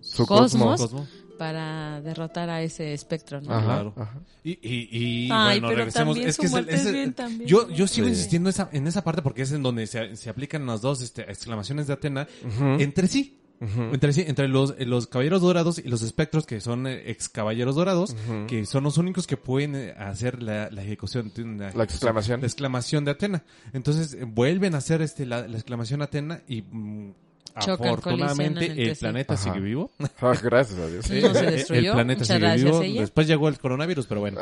[SPEAKER 5] Su
[SPEAKER 7] cosmos,
[SPEAKER 4] Cosmo.
[SPEAKER 7] para derrotar a ese espectro, ¿no?
[SPEAKER 5] Ajá,
[SPEAKER 4] Claro.
[SPEAKER 5] ajá.
[SPEAKER 4] Y, y, y
[SPEAKER 7] Ay,
[SPEAKER 4] bueno,
[SPEAKER 7] pero
[SPEAKER 4] regresemos.
[SPEAKER 7] también
[SPEAKER 4] Es
[SPEAKER 7] su
[SPEAKER 4] que es el-
[SPEAKER 7] muerte
[SPEAKER 4] es
[SPEAKER 7] es
[SPEAKER 4] el-
[SPEAKER 7] bien también.
[SPEAKER 4] yo, yo sigo
[SPEAKER 5] Sí.
[SPEAKER 4] insistiendo esa, en esa parte porque es en donde se, se aplican las dos este, exclamaciones de Atena
[SPEAKER 5] Ujú.
[SPEAKER 4] entre sí. Entre, sí, entre los, eh, los caballeros dorados y los espectros, que son eh, ex caballeros dorados, que son los únicos que pueden eh, hacer la, la ejecución. La, ejecución,
[SPEAKER 5] exclamación.
[SPEAKER 4] La exclamación de Atena. Entonces, eh, vuelven a hacer este, la, la exclamación Atena y mm,
[SPEAKER 7] Chocan,
[SPEAKER 4] afortunadamente
[SPEAKER 7] colisionan entre
[SPEAKER 4] el
[SPEAKER 7] sí.
[SPEAKER 4] planeta
[SPEAKER 5] Ajá.
[SPEAKER 4] sigue vivo.
[SPEAKER 5] Ah, gracias a Dios.
[SPEAKER 7] Sí.
[SPEAKER 4] Eh,
[SPEAKER 7] No se
[SPEAKER 4] eh,
[SPEAKER 7] destruyó.
[SPEAKER 4] El planeta
[SPEAKER 7] Muchas
[SPEAKER 4] sigue
[SPEAKER 7] gracias
[SPEAKER 4] vivo.
[SPEAKER 7] a ella.
[SPEAKER 4] Después llegó el coronavirus, pero bueno.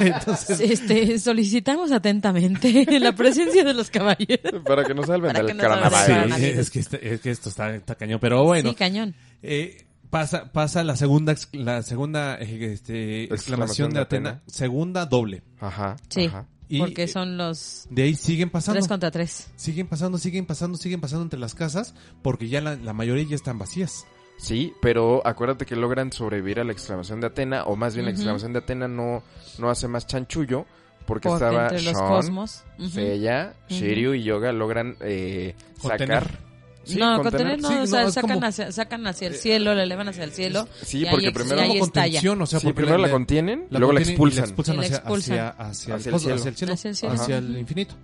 [SPEAKER 4] Entonces,
[SPEAKER 7] Este, solicitamos atentamente la presencia de los caballeros.
[SPEAKER 5] Para que nos salven
[SPEAKER 7] Para que nos salven del
[SPEAKER 5] del
[SPEAKER 4] Ah, Sí,
[SPEAKER 5] coronavirus.
[SPEAKER 7] coronavirus.
[SPEAKER 4] es que, este- es que esto está, está cañón, pero bueno.
[SPEAKER 7] Sí, cañón.
[SPEAKER 4] Eh, pasa, pasa la segunda, ex- la segunda eh, este, exclamación,
[SPEAKER 5] Exclamación
[SPEAKER 4] de,
[SPEAKER 5] de
[SPEAKER 4] Atena.
[SPEAKER 5] Atena.
[SPEAKER 4] segunda doble.
[SPEAKER 5] Ajá.
[SPEAKER 7] Sí,
[SPEAKER 5] ajá.
[SPEAKER 4] Y-
[SPEAKER 7] porque son los
[SPEAKER 4] De ahí siguen pasando.
[SPEAKER 7] tres contra tres.
[SPEAKER 4] Siguen pasando, siguen pasando, siguen pasando entre las casas, porque ya la, la mayoría ya están vacías.
[SPEAKER 5] Sí, pero acuérdate que logran sobrevivir a la exclamación de Atena, o más bien la
[SPEAKER 7] Ujú.
[SPEAKER 5] exclamación de Atena no, no hace más chanchullo, porque
[SPEAKER 7] Porque
[SPEAKER 5] estaba
[SPEAKER 7] entre los
[SPEAKER 5] Sean,
[SPEAKER 7] cosmos. Ujú.
[SPEAKER 5] Seiya,
[SPEAKER 7] Ujú.
[SPEAKER 5] Shiryu y Yoga logran eh,
[SPEAKER 4] Contener.
[SPEAKER 5] sacar. Sí,
[SPEAKER 7] no, contener no,
[SPEAKER 4] Sí,
[SPEAKER 7] o
[SPEAKER 4] no,
[SPEAKER 7] sea,
[SPEAKER 4] es
[SPEAKER 7] sacan,
[SPEAKER 4] como-
[SPEAKER 7] hacia, sacan hacia el cielo, la elevan hacia el cielo.
[SPEAKER 5] Sí,
[SPEAKER 7] y ahí
[SPEAKER 5] porque
[SPEAKER 7] ex-
[SPEAKER 5] primero-
[SPEAKER 7] y ahí
[SPEAKER 4] Como
[SPEAKER 7] estalla.
[SPEAKER 4] contención, o sea,
[SPEAKER 5] Sí,
[SPEAKER 4] porque
[SPEAKER 5] primero
[SPEAKER 4] la-
[SPEAKER 5] la, contienen,
[SPEAKER 4] la
[SPEAKER 5] luego la
[SPEAKER 4] contienen y
[SPEAKER 5] expulsan.
[SPEAKER 7] Y la
[SPEAKER 4] hacia,
[SPEAKER 7] expulsan.
[SPEAKER 4] hacia- hacia
[SPEAKER 5] Hacia
[SPEAKER 4] el,
[SPEAKER 5] el
[SPEAKER 4] cosmos,
[SPEAKER 5] cielo.
[SPEAKER 4] hacia el cielo,
[SPEAKER 7] Hacia el cielo.
[SPEAKER 4] hacia
[SPEAKER 7] Ujú.
[SPEAKER 4] el infinito.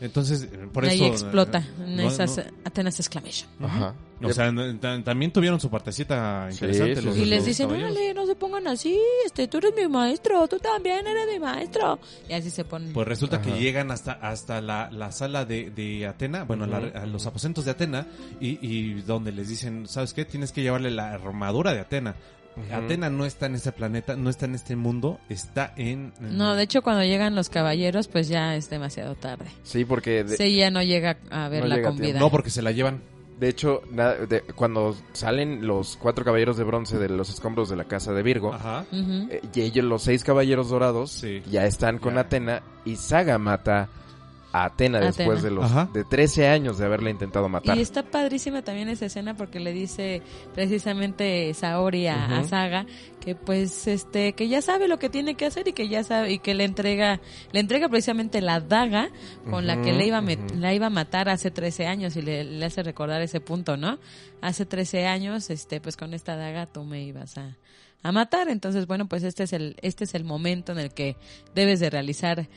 [SPEAKER 4] Entonces, eh, por
[SPEAKER 7] Ahí
[SPEAKER 4] eso... eh,
[SPEAKER 7] explota. en
[SPEAKER 4] no-
[SPEAKER 7] esas
[SPEAKER 4] no-
[SPEAKER 7] Atenas Exclamation.
[SPEAKER 5] Ajá.
[SPEAKER 4] o sea, no- tan- también tuvieron su partecita
[SPEAKER 5] Sí,
[SPEAKER 4] interesante.
[SPEAKER 5] sí,
[SPEAKER 4] los-
[SPEAKER 5] sí.
[SPEAKER 7] Y
[SPEAKER 4] los
[SPEAKER 7] les dicen,
[SPEAKER 4] caballeros.
[SPEAKER 7] órale, no se pongan así, este, tú eres mi maestro, tú también eres mi maestro. Y así se ponen.
[SPEAKER 4] Pues resulta que
[SPEAKER 5] Ajá.
[SPEAKER 4] llegan hasta, hasta la, la sala de, de Atena, bueno, la-
[SPEAKER 5] Ujú.
[SPEAKER 4] a los aposentos de Atena, y, y donde les dicen, ¿sabes qué? Tienes que llevarle la armadura de Atena.
[SPEAKER 5] Ujú.
[SPEAKER 4] Atena no está en ese planeta, no está en este mundo, está en... en-
[SPEAKER 7] No, de hecho, cuando llegan los caballeros, pues ya es demasiado tarde.
[SPEAKER 5] Sí, porque de,
[SPEAKER 7] Sí, ya no llega a verla
[SPEAKER 5] llega a
[SPEAKER 7] con
[SPEAKER 5] tiempo.
[SPEAKER 7] vida.
[SPEAKER 4] No, porque se la llevan.
[SPEAKER 5] de hecho, na- de- cuando salen los cuatro caballeros de bronce de los escombros de la casa de Virgo,
[SPEAKER 4] Ajá.
[SPEAKER 7] Ujú.
[SPEAKER 5] eh, y ellos, los seis caballeros dorados,
[SPEAKER 4] Sí.
[SPEAKER 5] ya están con
[SPEAKER 4] Ya.
[SPEAKER 5] Atena y Saga mata a Atena, después
[SPEAKER 7] Atena.
[SPEAKER 5] de los
[SPEAKER 4] Ajá.
[SPEAKER 5] de 13 años de haberla intentado matar.
[SPEAKER 7] Y está padrísima también esa escena porque le dice precisamente Saori a, a
[SPEAKER 5] Ujú.
[SPEAKER 7] Saga que pues este que ya sabe lo que tiene que hacer y que ya sabe y que le entrega le entrega precisamente la daga con la que
[SPEAKER 5] Ujú,
[SPEAKER 7] le iba a met-
[SPEAKER 5] ujú.
[SPEAKER 7] la iba a matar hace 13 años y le, le hace recordar ese punto, ¿no? Hace 13 años este pues con esta daga tú me ibas a a matar, entonces bueno, pues este es el este es el momento en el que debes de realizar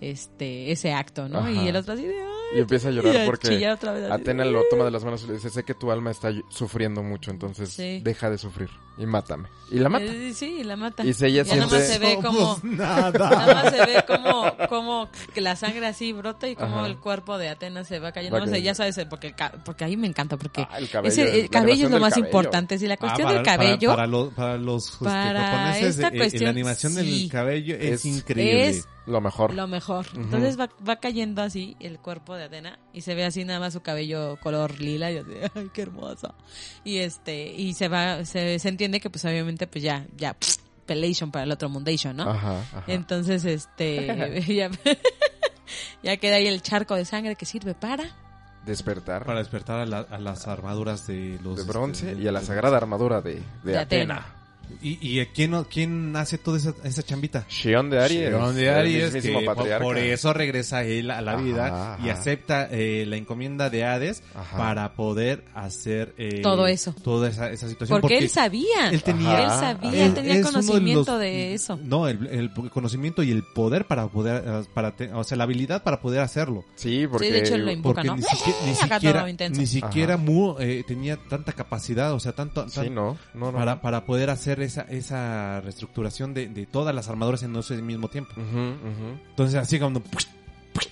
[SPEAKER 7] este ese acto, ¿no?
[SPEAKER 5] Ajá.
[SPEAKER 7] Y el otro así de "Ay,
[SPEAKER 5] Y empieza a
[SPEAKER 7] y
[SPEAKER 5] llorar
[SPEAKER 7] a
[SPEAKER 5] porque
[SPEAKER 7] chillar otra vez, así de,
[SPEAKER 5] Atena lo toma de las manos y le dice, sé que tu alma está ll- sufriendo mucho, entonces
[SPEAKER 7] Sí.
[SPEAKER 5] deja de sufrir y mátame. Y la mata.
[SPEAKER 7] Eh, sí, y la mata.
[SPEAKER 5] Y si ella
[SPEAKER 7] ya nada más
[SPEAKER 5] siente-
[SPEAKER 7] se ve como...
[SPEAKER 4] Somos pues, nada.
[SPEAKER 7] Nada más se ve como, como que la sangre así brota y como
[SPEAKER 5] Ajá.
[SPEAKER 7] el cuerpo de Atenas se va cayendo.
[SPEAKER 5] Va
[SPEAKER 7] No sé,
[SPEAKER 5] cayendo.
[SPEAKER 7] ya sabes, eh, porque, el ca- porque ahí me encanta, porque
[SPEAKER 5] Ah, el cabello,
[SPEAKER 7] ese- el cabello
[SPEAKER 5] la
[SPEAKER 7] es
[SPEAKER 5] animación
[SPEAKER 7] lo
[SPEAKER 5] del
[SPEAKER 7] más
[SPEAKER 5] cabello.
[SPEAKER 7] importante. Sí, la
[SPEAKER 4] Ah,
[SPEAKER 7] cuestión
[SPEAKER 4] para-
[SPEAKER 7] del cabello
[SPEAKER 4] Para, para los, para los este,
[SPEAKER 7] Para
[SPEAKER 4] japoneses,
[SPEAKER 7] esta
[SPEAKER 4] eh, eh,
[SPEAKER 7] cuestión,
[SPEAKER 4] la animación
[SPEAKER 7] sí.
[SPEAKER 4] del cabello es,
[SPEAKER 5] Es-
[SPEAKER 4] increíble.
[SPEAKER 7] es
[SPEAKER 5] Lo mejor.
[SPEAKER 7] lo mejor. Entonces va, va cayendo así el cuerpo de Atena y se ve así nada más su cabello color lila y yo así, ay, qué hermoso. Y este, y se va, se, se entiende que pues obviamente pues ya, ya, pelation para el otro mundation, ¿no?
[SPEAKER 5] Ajá, ajá.
[SPEAKER 7] Entonces, este, ya, ya queda ahí el charco de sangre que sirve para...
[SPEAKER 4] Pues
[SPEAKER 5] Despertar
[SPEAKER 4] Para despertar a, la- a las armaduras de los...
[SPEAKER 5] de
[SPEAKER 4] este,
[SPEAKER 5] bronce
[SPEAKER 4] de-
[SPEAKER 5] y a la
[SPEAKER 4] de-
[SPEAKER 5] sagrada armadura de, de
[SPEAKER 7] De Atena.
[SPEAKER 5] Atena.
[SPEAKER 4] ¿Y, y eh, quién, no- quién hace toda esa, esa chambita?
[SPEAKER 5] Shion de Aries.
[SPEAKER 4] León de
[SPEAKER 5] el
[SPEAKER 4] Aries,
[SPEAKER 5] mismísimo
[SPEAKER 4] que por,
[SPEAKER 5] patriarca.
[SPEAKER 4] por eso regresa él a la
[SPEAKER 5] Ajá,
[SPEAKER 4] vida y
[SPEAKER 5] ajá.
[SPEAKER 4] acepta eh, la encomienda de Hades
[SPEAKER 5] Ajá.
[SPEAKER 4] para poder hacer eh,
[SPEAKER 7] Todo eso.
[SPEAKER 4] Toda esa, esa situación.
[SPEAKER 7] Porque, él sabía.
[SPEAKER 4] él tenía-
[SPEAKER 7] Él sabía, él tenía
[SPEAKER 4] es uno de
[SPEAKER 7] conocimiento
[SPEAKER 4] los-
[SPEAKER 7] de, eso.
[SPEAKER 4] No, el, el conocimiento y el poder para poder, eh, para te- o sea, la habilidad para poder hacerlo.
[SPEAKER 5] Sí, porque...
[SPEAKER 7] Sí, de hecho, lo im- Invoca,
[SPEAKER 4] Porque
[SPEAKER 7] ¿no?
[SPEAKER 4] ni siquiera, ni
[SPEAKER 7] Acá
[SPEAKER 4] siquiera,
[SPEAKER 7] todo intenso.
[SPEAKER 4] ni siquiera
[SPEAKER 5] Ajá.
[SPEAKER 4] Mu eh, tenía tanta capacidad, o sea, tanto,
[SPEAKER 5] Sí,
[SPEAKER 4] tan-
[SPEAKER 5] no, no, no.
[SPEAKER 4] Para, para poder hacer esa, esa reestructuración de, de todas las armaduras en ese mismo tiempo.
[SPEAKER 5] Ujú, ujú.
[SPEAKER 4] Entonces, así como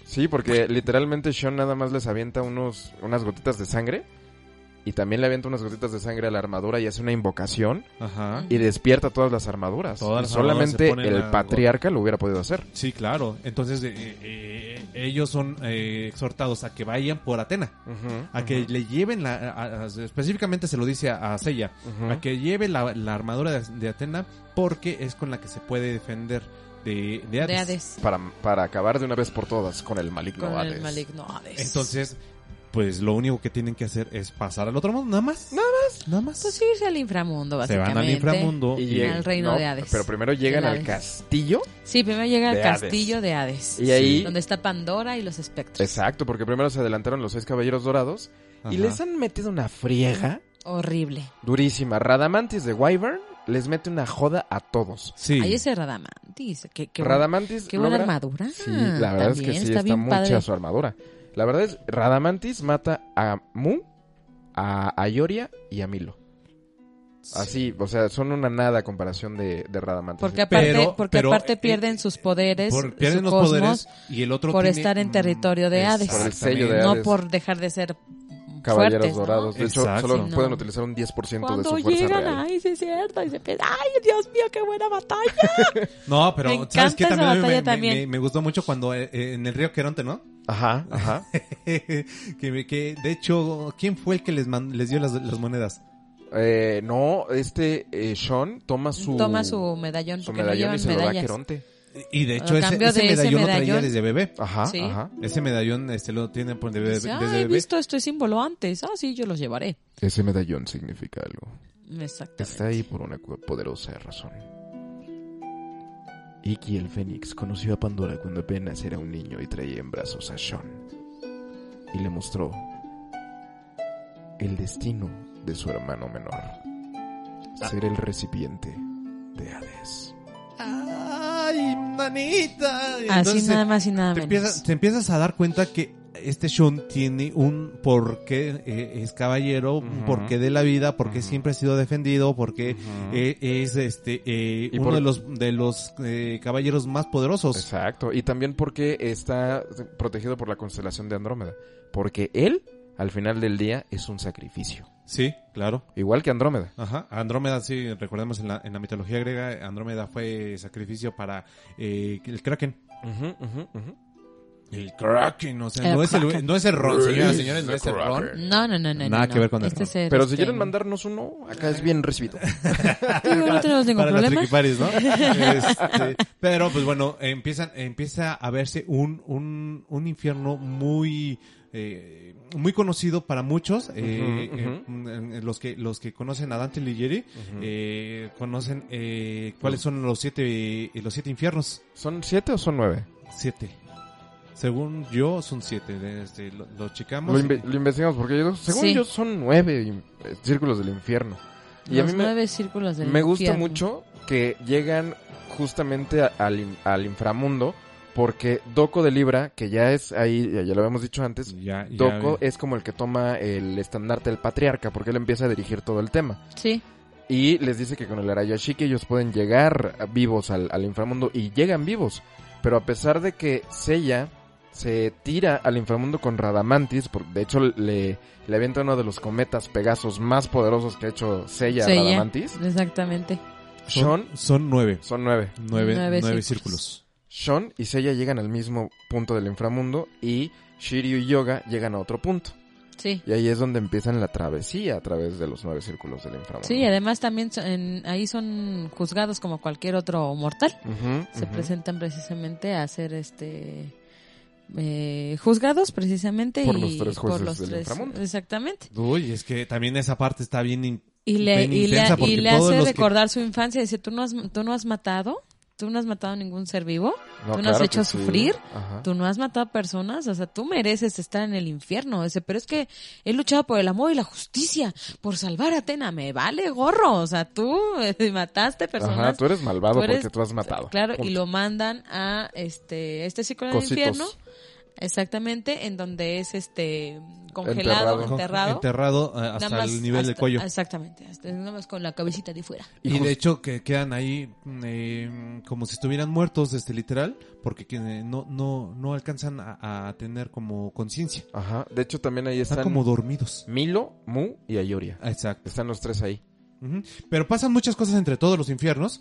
[SPEAKER 5] Sí, porque literalmente Sean nada más les avienta unos, unas gotitas de sangre. Y también le avienta unas gotitas de sangre a la armadura y hace una invocación.
[SPEAKER 4] Ajá.
[SPEAKER 5] Y despierta todas las armaduras.
[SPEAKER 4] Todas
[SPEAKER 5] Y
[SPEAKER 4] las armaduras
[SPEAKER 5] solamente
[SPEAKER 4] se ponen
[SPEAKER 5] el
[SPEAKER 4] a-
[SPEAKER 5] patriarca lo hubiera podido hacer.
[SPEAKER 4] Sí, claro. Entonces, eh, eh, eh, ellos son eh, exhortados a que vayan por Atena. A que le lleven la... a- a- específicamente se lo dice a, a Seiya.
[SPEAKER 5] Ujú.
[SPEAKER 4] A que lleve la, la armadura de, de Atena porque es con la que se puede defender de, de Hades.
[SPEAKER 7] De Hades.
[SPEAKER 5] Para, para acabar de una vez por todas con el maligno
[SPEAKER 7] Con
[SPEAKER 5] Hades.
[SPEAKER 7] el maligno Hades.
[SPEAKER 4] Entonces, pues lo único que tienen que hacer es pasar al otro mundo. Nada más. Nada más. Nada más.
[SPEAKER 7] Pues irse al inframundo,
[SPEAKER 4] se
[SPEAKER 7] básicamente.
[SPEAKER 4] van al inframundo.
[SPEAKER 5] Y
[SPEAKER 4] y-
[SPEAKER 5] lleg-
[SPEAKER 7] al reino de Hades.
[SPEAKER 5] Pero primero llegan
[SPEAKER 7] Del
[SPEAKER 5] al
[SPEAKER 7] Hades.
[SPEAKER 5] castillo.
[SPEAKER 7] Sí, primero llega al
[SPEAKER 5] De Hades.
[SPEAKER 7] castillo de Hades.
[SPEAKER 5] Y ahí-
[SPEAKER 7] Donde está Pandora y los espectros.
[SPEAKER 5] Exacto, porque primero se adelantaron los seis caballeros dorados. Y
[SPEAKER 4] Ajá.
[SPEAKER 5] les han metido una friega
[SPEAKER 7] Horrible.
[SPEAKER 5] durísima. Radamantis de Wyvern les mete una joda a todos.
[SPEAKER 4] Sí.
[SPEAKER 7] Ahí ese Radamantis. Qué, qué buen-
[SPEAKER 5] Radamantis.
[SPEAKER 7] qué buena
[SPEAKER 5] logra-
[SPEAKER 7] armadura.
[SPEAKER 5] Sí, la verdad es que
[SPEAKER 7] También
[SPEAKER 5] sí,
[SPEAKER 7] está
[SPEAKER 5] está,
[SPEAKER 7] bien
[SPEAKER 5] mucha
[SPEAKER 7] padre.
[SPEAKER 5] su armadura. La verdad es, Radamantis mata a Mu a, a Ioria y a Milo. Así, o sea, son una nada a comparación de, de Radamantes.
[SPEAKER 7] Porque aparte,
[SPEAKER 4] Pero-
[SPEAKER 7] porque
[SPEAKER 4] pero,
[SPEAKER 7] aparte
[SPEAKER 4] eh,
[SPEAKER 7] pierden sus poderes,
[SPEAKER 4] Por- pierden
[SPEAKER 7] su
[SPEAKER 4] los
[SPEAKER 7] cosmos,
[SPEAKER 4] poderes y el otro
[SPEAKER 7] por
[SPEAKER 4] tiene-
[SPEAKER 7] estar en territorio de Hades.
[SPEAKER 5] Por el sello de
[SPEAKER 7] no
[SPEAKER 5] Hades.
[SPEAKER 7] por dejar de ser
[SPEAKER 5] Caballeros
[SPEAKER 7] fuertes, ¿no?
[SPEAKER 5] Dorados. De hecho,
[SPEAKER 4] Exacto.
[SPEAKER 5] solo
[SPEAKER 7] Sí, no.
[SPEAKER 5] pueden utilizar un 10% de
[SPEAKER 7] Cuando
[SPEAKER 5] su fuerza
[SPEAKER 7] llegan,
[SPEAKER 5] real.
[SPEAKER 7] ay, sí es cierto, y se piensa, ay, Dios mío, qué buena batalla.
[SPEAKER 4] No, pero
[SPEAKER 7] Me encanta
[SPEAKER 4] ¿sabes qué?
[SPEAKER 7] esa
[SPEAKER 4] También, me-
[SPEAKER 7] batalla
[SPEAKER 4] me,
[SPEAKER 7] también.
[SPEAKER 4] me- me gustó mucho cuando eh, eh, en el río Queronte, ¿no?
[SPEAKER 5] Ajá, ajá.
[SPEAKER 4] que, me- que, de hecho, ¿quién fue el que les, man- les dio las, las monedas?
[SPEAKER 5] Eh, no, este eh, Sean toma su...
[SPEAKER 7] Toma su medallón,
[SPEAKER 5] su
[SPEAKER 7] porque
[SPEAKER 5] medallón
[SPEAKER 7] no
[SPEAKER 5] y se
[SPEAKER 7] llevan
[SPEAKER 5] lo da a
[SPEAKER 7] medallas.
[SPEAKER 5] Queronte.
[SPEAKER 4] Y de hecho,
[SPEAKER 7] A
[SPEAKER 4] ese,
[SPEAKER 7] cambio
[SPEAKER 4] ese
[SPEAKER 7] de ese
[SPEAKER 4] medallón lo traía
[SPEAKER 7] medallón.
[SPEAKER 4] desde bebé.
[SPEAKER 5] Ajá,
[SPEAKER 7] Sí.
[SPEAKER 5] ajá.
[SPEAKER 4] Ese medallón este lo tiene pues, de bebé-
[SPEAKER 7] Dice,
[SPEAKER 4] desde
[SPEAKER 7] "Ah, he
[SPEAKER 4] bebé.
[SPEAKER 7] visto este símbolo antes, ah, sí, yo los llevaré.
[SPEAKER 5] Ese medallón significa algo. Está
[SPEAKER 7] Exactamente.
[SPEAKER 5] ahí por una cu- poderosa razón. Iki el Fénix conoció a Pandora cuando apenas era un niño y traía en brazos a Sean. Y le mostró el destino de su hermano menor. Ser el recipiente de Hades.
[SPEAKER 4] ¡Ay, nanita! Y
[SPEAKER 7] Así
[SPEAKER 4] entonces,
[SPEAKER 7] nada más y nada
[SPEAKER 4] te
[SPEAKER 7] menos.
[SPEAKER 4] empiezas, te empiezas a dar cuenta que este Sean tiene un porqué eh, es caballero, un
[SPEAKER 5] Ujú.
[SPEAKER 4] porqué de la vida, porque siempre ha sido defendido, porque eh, es este eh,
[SPEAKER 5] Y
[SPEAKER 4] uno
[SPEAKER 5] por-
[SPEAKER 4] de los de los eh, caballeros más poderosos.
[SPEAKER 5] Exacto. Y también porque está protegido por la constelación de Andrómeda. Porque él, al final del día, es un sacrificio.
[SPEAKER 4] Sí, claro.
[SPEAKER 5] Igual que Andrómeda.
[SPEAKER 4] Ajá, Andrómeda, sí, recordemos en la, en la mitología griega, Andrómeda fue sacrificio para eh, el Kraken. El Kraken, o sea,
[SPEAKER 7] El
[SPEAKER 4] no es el,
[SPEAKER 7] Kraken.
[SPEAKER 4] no es el Ron, señoras y señores, no es el Ron.
[SPEAKER 7] No, no, no, no.
[SPEAKER 4] Nada
[SPEAKER 7] no,
[SPEAKER 4] que ver
[SPEAKER 7] no.
[SPEAKER 4] con el
[SPEAKER 7] Este
[SPEAKER 4] rock.
[SPEAKER 7] es el,
[SPEAKER 5] Pero si
[SPEAKER 7] este,
[SPEAKER 5] quieren mandarnos uno, acá es bien recibido.
[SPEAKER 7] digo, no tenemos ningún
[SPEAKER 4] para los
[SPEAKER 7] problema.
[SPEAKER 4] triquiparis, ¿no? Este, pero pues bueno, empiezan, empieza a verse un, un, un infierno muy eh, muy conocido para muchos. eh,
[SPEAKER 5] Ujú,
[SPEAKER 4] eh, mm, los que los que conocen a Dante Ligieri eh, conocen eh, cuáles son los siete eh, los siete infiernos.
[SPEAKER 5] ¿Son siete o son nueve?
[SPEAKER 4] Siete. Según yo son siete. de- Este, lo, lo checamos.
[SPEAKER 5] Lo, inve- lo investigamos porque yo, según
[SPEAKER 7] Sí.
[SPEAKER 5] yo son nueve in- eh, círculos del infierno. Y a
[SPEAKER 7] Los
[SPEAKER 5] mí me,
[SPEAKER 7] nueve círculos del
[SPEAKER 5] me gusta
[SPEAKER 7] infierno.
[SPEAKER 5] mucho que llegan justamente a- al, in- al inframundo porque Doco de Libra, que ya es ahí, ya, ya lo habíamos dicho antes,
[SPEAKER 4] Ya- ya-
[SPEAKER 5] Doco es como el que toma el estandarte del patriarca porque él empieza a dirigir todo el tema.
[SPEAKER 7] Sí,
[SPEAKER 5] Y les dice que con el Arayashiki ellos pueden llegar vivos al, al inframundo y llegan vivos. Pero a pesar de que Sella se tira al inframundo con Radamantis, por- de hecho le, le avienta uno de los cometas Pegasos más poderosos que ha hecho Sella a
[SPEAKER 7] Sella.
[SPEAKER 5] Radamantis,
[SPEAKER 7] exactamente.
[SPEAKER 5] Sean
[SPEAKER 4] son, son nueve.
[SPEAKER 5] son nueve.
[SPEAKER 4] Nueve,
[SPEAKER 7] Nueve
[SPEAKER 4] nueve
[SPEAKER 7] círculos.
[SPEAKER 4] círculos.
[SPEAKER 5] Sean y Sella llegan al mismo punto del inframundo y Shiryu y Yoga llegan a otro punto.
[SPEAKER 7] Sí.
[SPEAKER 5] Y ahí es donde empiezan la travesía a través de los nueve círculos del inframundo.
[SPEAKER 7] Sí, además también son- en- ahí son juzgados como cualquier otro mortal.
[SPEAKER 5] Ujú,
[SPEAKER 7] Se
[SPEAKER 5] ujú.
[SPEAKER 7] presentan precisamente a ser este eh, juzgados precisamente
[SPEAKER 5] Por
[SPEAKER 7] y
[SPEAKER 5] los tres jueces
[SPEAKER 7] por los
[SPEAKER 5] del
[SPEAKER 7] tres-
[SPEAKER 5] inframundo.
[SPEAKER 7] exactamente.
[SPEAKER 4] Uy, es que también esa parte está bien in-
[SPEAKER 7] Y le,
[SPEAKER 4] bien
[SPEAKER 7] y le-
[SPEAKER 4] intensa
[SPEAKER 7] y
[SPEAKER 4] porque
[SPEAKER 7] le
[SPEAKER 4] todos
[SPEAKER 7] hace
[SPEAKER 4] los que-
[SPEAKER 7] recordar su infancia. Dice, ¿tú no, has, tú no has matado, tú no has matado a ningún ser vivo,
[SPEAKER 5] No,
[SPEAKER 7] tú no has
[SPEAKER 5] claro
[SPEAKER 7] hecho
[SPEAKER 5] que sí.
[SPEAKER 7] sufrir,
[SPEAKER 5] Ajá.
[SPEAKER 7] tú no has matado a personas, o sea, tú mereces estar en el infierno. Dice, pero es que he luchado por el amor y la justicia, por salvar a Atena, me vale gorro. O sea, tú eh, mataste personas.
[SPEAKER 5] Ajá, tú eres malvado
[SPEAKER 7] tú eres-
[SPEAKER 5] porque tú has matado.
[SPEAKER 7] Claro,
[SPEAKER 5] Punto.
[SPEAKER 7] y lo mandan a este, este círculo del
[SPEAKER 5] Cositos.
[SPEAKER 7] infierno. Exactamente, en donde es este congelado,
[SPEAKER 5] Enterrado.
[SPEAKER 7] enterrado.
[SPEAKER 4] enterrado eh,
[SPEAKER 7] nada
[SPEAKER 4] hasta
[SPEAKER 7] más
[SPEAKER 4] el nivel del
[SPEAKER 7] hasta-
[SPEAKER 4] cuello.
[SPEAKER 7] Exactamente, hasta, nada más con la cabecita de fuera.
[SPEAKER 5] Y
[SPEAKER 4] Y
[SPEAKER 5] just-
[SPEAKER 4] de hecho que quedan ahí eh, como si estuvieran muertos, este literal, porque que, eh, no no no alcanzan a, a tener como conciencia.
[SPEAKER 5] Ajá, de hecho también ahí
[SPEAKER 4] Están
[SPEAKER 5] están
[SPEAKER 4] como dormidos.
[SPEAKER 5] Milo, Mu y Ayoria.
[SPEAKER 4] Ah, Exacto.
[SPEAKER 5] Están los tres ahí.
[SPEAKER 4] Ujú. Pero pasan muchas cosas entre todos los infiernos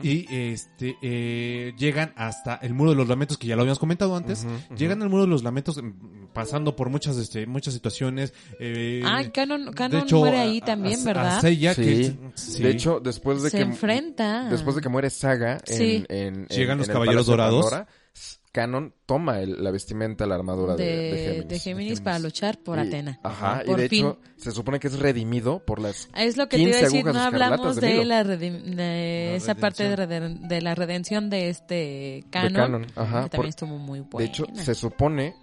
[SPEAKER 4] y este eh, llegan hasta el muro de los lamentos que ya lo habíamos comentado antes.
[SPEAKER 5] Ujú, ujú.
[SPEAKER 4] Llegan al muro de los lamentos mm, pasando por muchas este muchas situaciones. Eh,
[SPEAKER 7] Ah, Canon,
[SPEAKER 4] de
[SPEAKER 7] Canon
[SPEAKER 4] hecho,
[SPEAKER 7] muere
[SPEAKER 4] a-
[SPEAKER 7] ahí
[SPEAKER 4] a-
[SPEAKER 7] también,
[SPEAKER 4] a-
[SPEAKER 7] ¿verdad?
[SPEAKER 4] a Seiya,
[SPEAKER 5] Sí.
[SPEAKER 4] que- sí.
[SPEAKER 5] De hecho, después de
[SPEAKER 7] Se
[SPEAKER 5] que
[SPEAKER 7] enfrenta.
[SPEAKER 5] después de que muere Saga en,
[SPEAKER 7] Sí.
[SPEAKER 5] en- en-
[SPEAKER 4] Llegan
[SPEAKER 5] en
[SPEAKER 4] los
[SPEAKER 5] el
[SPEAKER 4] Caballeros
[SPEAKER 5] Palacio de
[SPEAKER 4] Dorados.
[SPEAKER 5] Pandora, s- Canon toma el- la vestimenta, la armadura de, de
[SPEAKER 7] de,
[SPEAKER 5] Géminis. Ah.
[SPEAKER 7] de Géminis para luchar por
[SPEAKER 5] Y-
[SPEAKER 7] Atena.
[SPEAKER 5] Ajá, y
[SPEAKER 7] Por
[SPEAKER 5] de
[SPEAKER 7] fin.
[SPEAKER 5] hecho se supone que es redimido por las
[SPEAKER 7] Es lo que te iba a
[SPEAKER 5] 15
[SPEAKER 7] decir,
[SPEAKER 5] agujas
[SPEAKER 7] no
[SPEAKER 5] escarlatas
[SPEAKER 7] hablamos
[SPEAKER 5] de
[SPEAKER 7] de,
[SPEAKER 5] Milo.
[SPEAKER 7] la redim- de
[SPEAKER 4] La
[SPEAKER 7] esa parte de,
[SPEAKER 4] redención.
[SPEAKER 7] reden- de la redención de este
[SPEAKER 5] de
[SPEAKER 7] Canon.
[SPEAKER 5] Canon. Ajá,
[SPEAKER 7] que también
[SPEAKER 5] por-
[SPEAKER 7] estuvo muy buena.
[SPEAKER 5] De hecho, se supone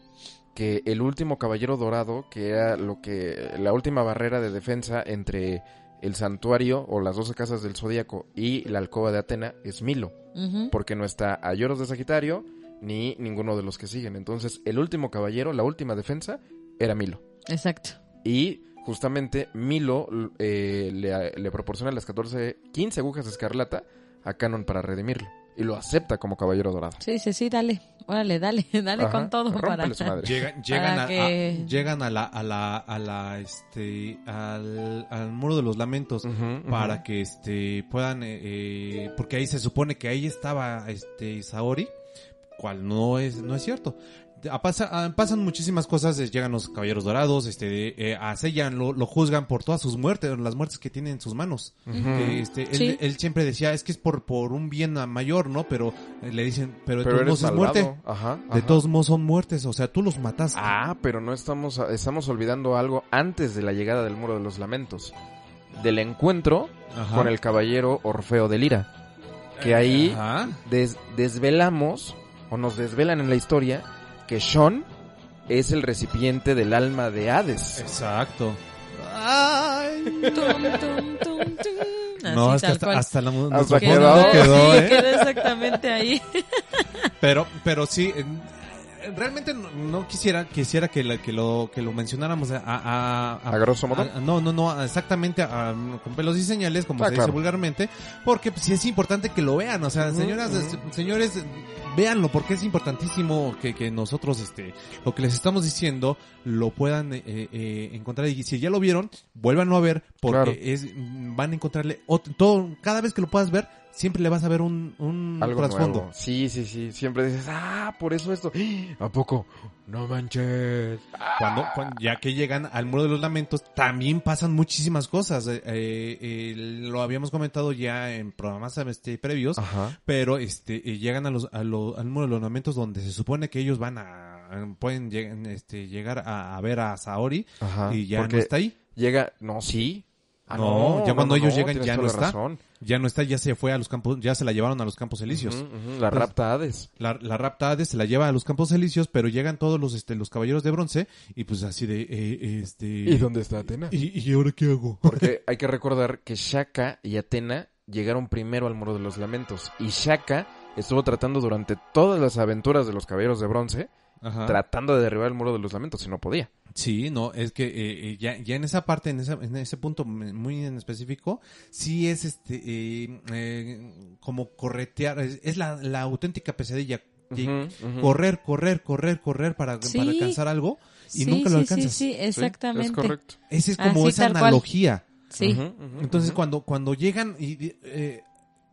[SPEAKER 5] que el último caballero dorado, que era lo que la última barrera de defensa entre el santuario o las 12 casas del zodíaco y la alcoba de Atena es Milo,
[SPEAKER 7] Ujú.
[SPEAKER 5] porque no está Ayoros de Sagitario ni ninguno de los que siguen. Entonces, el último caballero, la última defensa era Milo.
[SPEAKER 7] Exacto.
[SPEAKER 5] Y justamente Milo eh, le, le proporciona las 14, 15 agujas de escarlata a Canon para redimirlo. Y lo acepta como caballero dorado.
[SPEAKER 7] Sí, sí, sí, dale. Órale, dale, dale
[SPEAKER 5] Ajá,
[SPEAKER 7] con todo
[SPEAKER 5] rómpele
[SPEAKER 7] para.
[SPEAKER 5] su madre.
[SPEAKER 4] Llegan, llegan,
[SPEAKER 7] Para
[SPEAKER 4] a,
[SPEAKER 7] que-
[SPEAKER 4] a- llegan a la, a la, a la, este, al, al muro de los lamentos
[SPEAKER 5] Ujú,
[SPEAKER 4] para
[SPEAKER 5] ujú.
[SPEAKER 4] que, este, puedan, eh, eh, porque ahí se supone que ahí estaba, este, Saori, cual no es, no es cierto. Ah, pasa- ah, pasan muchísimas cosas, eh, llegan los caballeros dorados, este, eh, a Seiyan lo, lo juzgan por todas sus muertes, las muertes que tiene en sus manos. Eh, este, él,
[SPEAKER 7] Sí.
[SPEAKER 4] él siempre decía, es que es por, por un bien mayor, ¿no? Pero eh, le dicen, pero de
[SPEAKER 5] Pero
[SPEAKER 4] todos modos
[SPEAKER 5] eres
[SPEAKER 4] es
[SPEAKER 5] malvado.
[SPEAKER 4] muerte.
[SPEAKER 5] Ajá,
[SPEAKER 4] De
[SPEAKER 5] ajá.
[SPEAKER 4] todos modos son muertes, o sea, tú los mataste.
[SPEAKER 5] Ah, pero no estamos, estamos olvidando algo antes de la llegada del Muro de los Lamentos. Del encuentro
[SPEAKER 4] Ajá.
[SPEAKER 5] con el caballero Orfeo de Lira. Que ahí
[SPEAKER 4] Ajá.
[SPEAKER 5] des- desvelamos, o nos desvelan en la historia, que Sean es el recipiente del alma de Hades.
[SPEAKER 4] Exacto.
[SPEAKER 7] Tum, tum, tum, tum. Así,
[SPEAKER 4] no, es que
[SPEAKER 7] tal
[SPEAKER 4] hasta,
[SPEAKER 7] cual.
[SPEAKER 4] hasta la mu-
[SPEAKER 5] Hasta
[SPEAKER 4] nuestro
[SPEAKER 5] quedó,
[SPEAKER 4] programa quedó,
[SPEAKER 7] sí,
[SPEAKER 4] ¿eh?
[SPEAKER 7] quedó exactamente ahí.
[SPEAKER 4] Pero, pero sí, en- realmente no, no quisiera, quisiera que, la- que lo, que lo mencionáramos a, a, a-
[SPEAKER 5] A grosso modo.
[SPEAKER 4] a- no, no, no, a- exactamente a- a- con pelos y señales, como
[SPEAKER 5] Ah,
[SPEAKER 4] se
[SPEAKER 5] claro.
[SPEAKER 4] dice vulgarmente, porque pues, sí es importante que lo vean, o sea,
[SPEAKER 5] Ujú,
[SPEAKER 4] señoras,
[SPEAKER 5] ujú.
[SPEAKER 4] eh, señores, véanlo, porque es importantísimo que, que nosotros, este, lo que les estamos diciendo, lo puedan eh, eh, encontrar, y si ya lo vieron, vuélvanlo a ver, porque
[SPEAKER 5] Claro.
[SPEAKER 4] es, van a encontrarle, otro- todo, cada vez que lo puedas ver, siempre le vas a ver un, un
[SPEAKER 5] Algo
[SPEAKER 4] trasfondo.
[SPEAKER 5] nuevo. Sí, sí, sí. Siempre dices, ah, por eso esto. ¡Ah! ¿A poco? No manches.
[SPEAKER 4] cuando, cuan- ya que llegan al muro de los lamentos también pasan muchísimas cosas Eh, eh, eh, lo habíamos comentado ya en programas este, previos
[SPEAKER 5] Ajá.
[SPEAKER 4] pero este eh, llegan a los, a lo- al muro de los lamentos donde se supone que ellos van a pueden lleg- este, llegar a, a ver a Saori
[SPEAKER 5] Ajá.
[SPEAKER 4] y ya
[SPEAKER 5] Porque
[SPEAKER 4] no está ahí
[SPEAKER 5] Llega, no, sí. Ah,
[SPEAKER 4] No, ya cuando ellos llegan
[SPEAKER 5] tienes
[SPEAKER 4] ya
[SPEAKER 5] toda
[SPEAKER 4] no
[SPEAKER 5] la
[SPEAKER 4] está.
[SPEAKER 5] razón.
[SPEAKER 4] ya no está ya se fue a los campos ya se la llevaron a los campos elíseos
[SPEAKER 5] Ujú, Mm, ujú, La
[SPEAKER 4] Pues-
[SPEAKER 5] rapta Hades.
[SPEAKER 4] la, la rapta Hades se la lleva a los campos elíseos pero llegan todos los este los caballeros de bronce y pues así de eh, este
[SPEAKER 5] dónde está Atena?
[SPEAKER 4] ¿Y, y ahora qué hago
[SPEAKER 5] Porque hay que recordar que Shaka y Atena llegaron primero al Muro de los Lamentos. Y Shaka estuvo tratando durante todas las aventuras de los Caballeros de Bronce,
[SPEAKER 4] Ajá.
[SPEAKER 5] tratando de derribar el Muro de los Lamentos y no podía.
[SPEAKER 4] Sí, no, es que eh, eh, ya, ya en esa parte, en, esa- en ese punto m- muy en específico, sí es este eh, eh, como corretear, es, es la, la auténtica pesadilla. Y
[SPEAKER 5] Ujú, ujú.
[SPEAKER 4] Correr, correr, correr, correr para,
[SPEAKER 7] Sí.
[SPEAKER 4] para alcanzar algo y
[SPEAKER 7] Sí,
[SPEAKER 4] nunca lo
[SPEAKER 7] sí,
[SPEAKER 4] alcanzas.
[SPEAKER 7] Sí, sí,
[SPEAKER 5] Sí,
[SPEAKER 7] exactamente.
[SPEAKER 5] Es correcto.
[SPEAKER 4] Esa es como
[SPEAKER 7] Así,
[SPEAKER 4] esa
[SPEAKER 7] tal cual.
[SPEAKER 4] analogía.
[SPEAKER 7] Sí.
[SPEAKER 5] Ujú, ujú,
[SPEAKER 4] Entonces
[SPEAKER 5] ujú.
[SPEAKER 4] cuando, cuando llegan y, eh,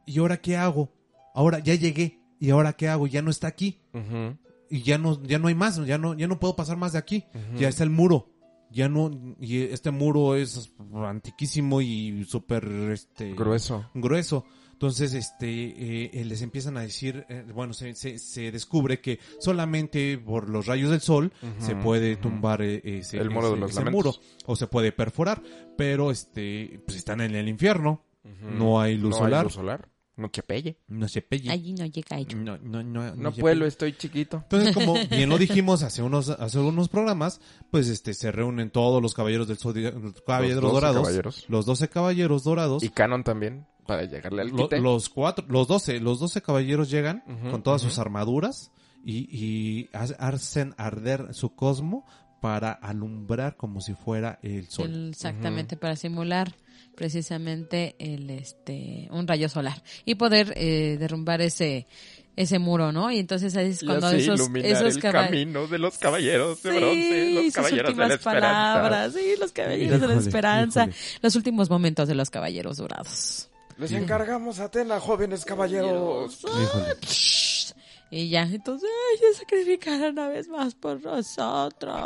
[SPEAKER 4] y ahora qué hago? Ahora ya llegué y ahora qué hago? Ya no está aquí
[SPEAKER 5] Ujú,
[SPEAKER 4] y ya no ya no hay más, ya no ya no puedo pasar más de aquí.
[SPEAKER 5] Ujú.
[SPEAKER 4] Ya está el muro. Ya no y este muro es antiquísimo y súper este
[SPEAKER 5] Grueso.
[SPEAKER 4] grueso. Entonces, este, eh, eh, les empiezan a decir, eh, bueno, se, se, se descubre que solamente por los rayos del sol
[SPEAKER 5] Ujú,
[SPEAKER 4] se puede
[SPEAKER 5] ujú.
[SPEAKER 4] tumbar eh, ese,
[SPEAKER 5] El muro de
[SPEAKER 4] ese-
[SPEAKER 5] los
[SPEAKER 4] ese
[SPEAKER 5] lamentos.
[SPEAKER 4] muro, o se puede perforar, pero este, pues están en el infierno,
[SPEAKER 5] Ujú.
[SPEAKER 4] no hay luz
[SPEAKER 5] No
[SPEAKER 4] solar,
[SPEAKER 5] luz solar. No chapelle.
[SPEAKER 4] no se pelle,
[SPEAKER 1] Allí no llega ello.
[SPEAKER 4] no, no, no,
[SPEAKER 5] No
[SPEAKER 4] se
[SPEAKER 5] puedo, estoy chiquito.
[SPEAKER 4] entonces, como bien lo dijimos hace unos, hace unos programas, pues este se reúnen todos los caballeros del Zodi- los caballeros
[SPEAKER 5] Los 12
[SPEAKER 4] dorados,
[SPEAKER 5] caballeros.
[SPEAKER 4] los 12 caballeros dorados,
[SPEAKER 5] Y Canon también, para llegarle al
[SPEAKER 4] lo-
[SPEAKER 5] quite.
[SPEAKER 4] los cuatro, los 12, los 12 caballeros llegan
[SPEAKER 5] Ujú,
[SPEAKER 4] con todas
[SPEAKER 5] ujú.
[SPEAKER 4] sus armaduras y, y ha- hacen arder su cosmo para alumbrar como si fuera el sol.
[SPEAKER 7] El- exactamente, para simular precisamente el este un rayo solar y poder eh, derrumbar ese ese muro, ¿no? Y entonces ahí es cuando esos esos caba-
[SPEAKER 5] de los caballeros
[SPEAKER 7] Sí, sus últimas palabras, sí, los caballeros de la
[SPEAKER 4] Híjole,
[SPEAKER 7] esperanza,
[SPEAKER 4] híjole.
[SPEAKER 7] los últimos momentos de los caballeros dorados.
[SPEAKER 8] Les encargamos a Atena, jóvenes caballeros.
[SPEAKER 4] Híjole.
[SPEAKER 7] Y ya, entonces, ay, se sacrificaron una vez más por nosotros.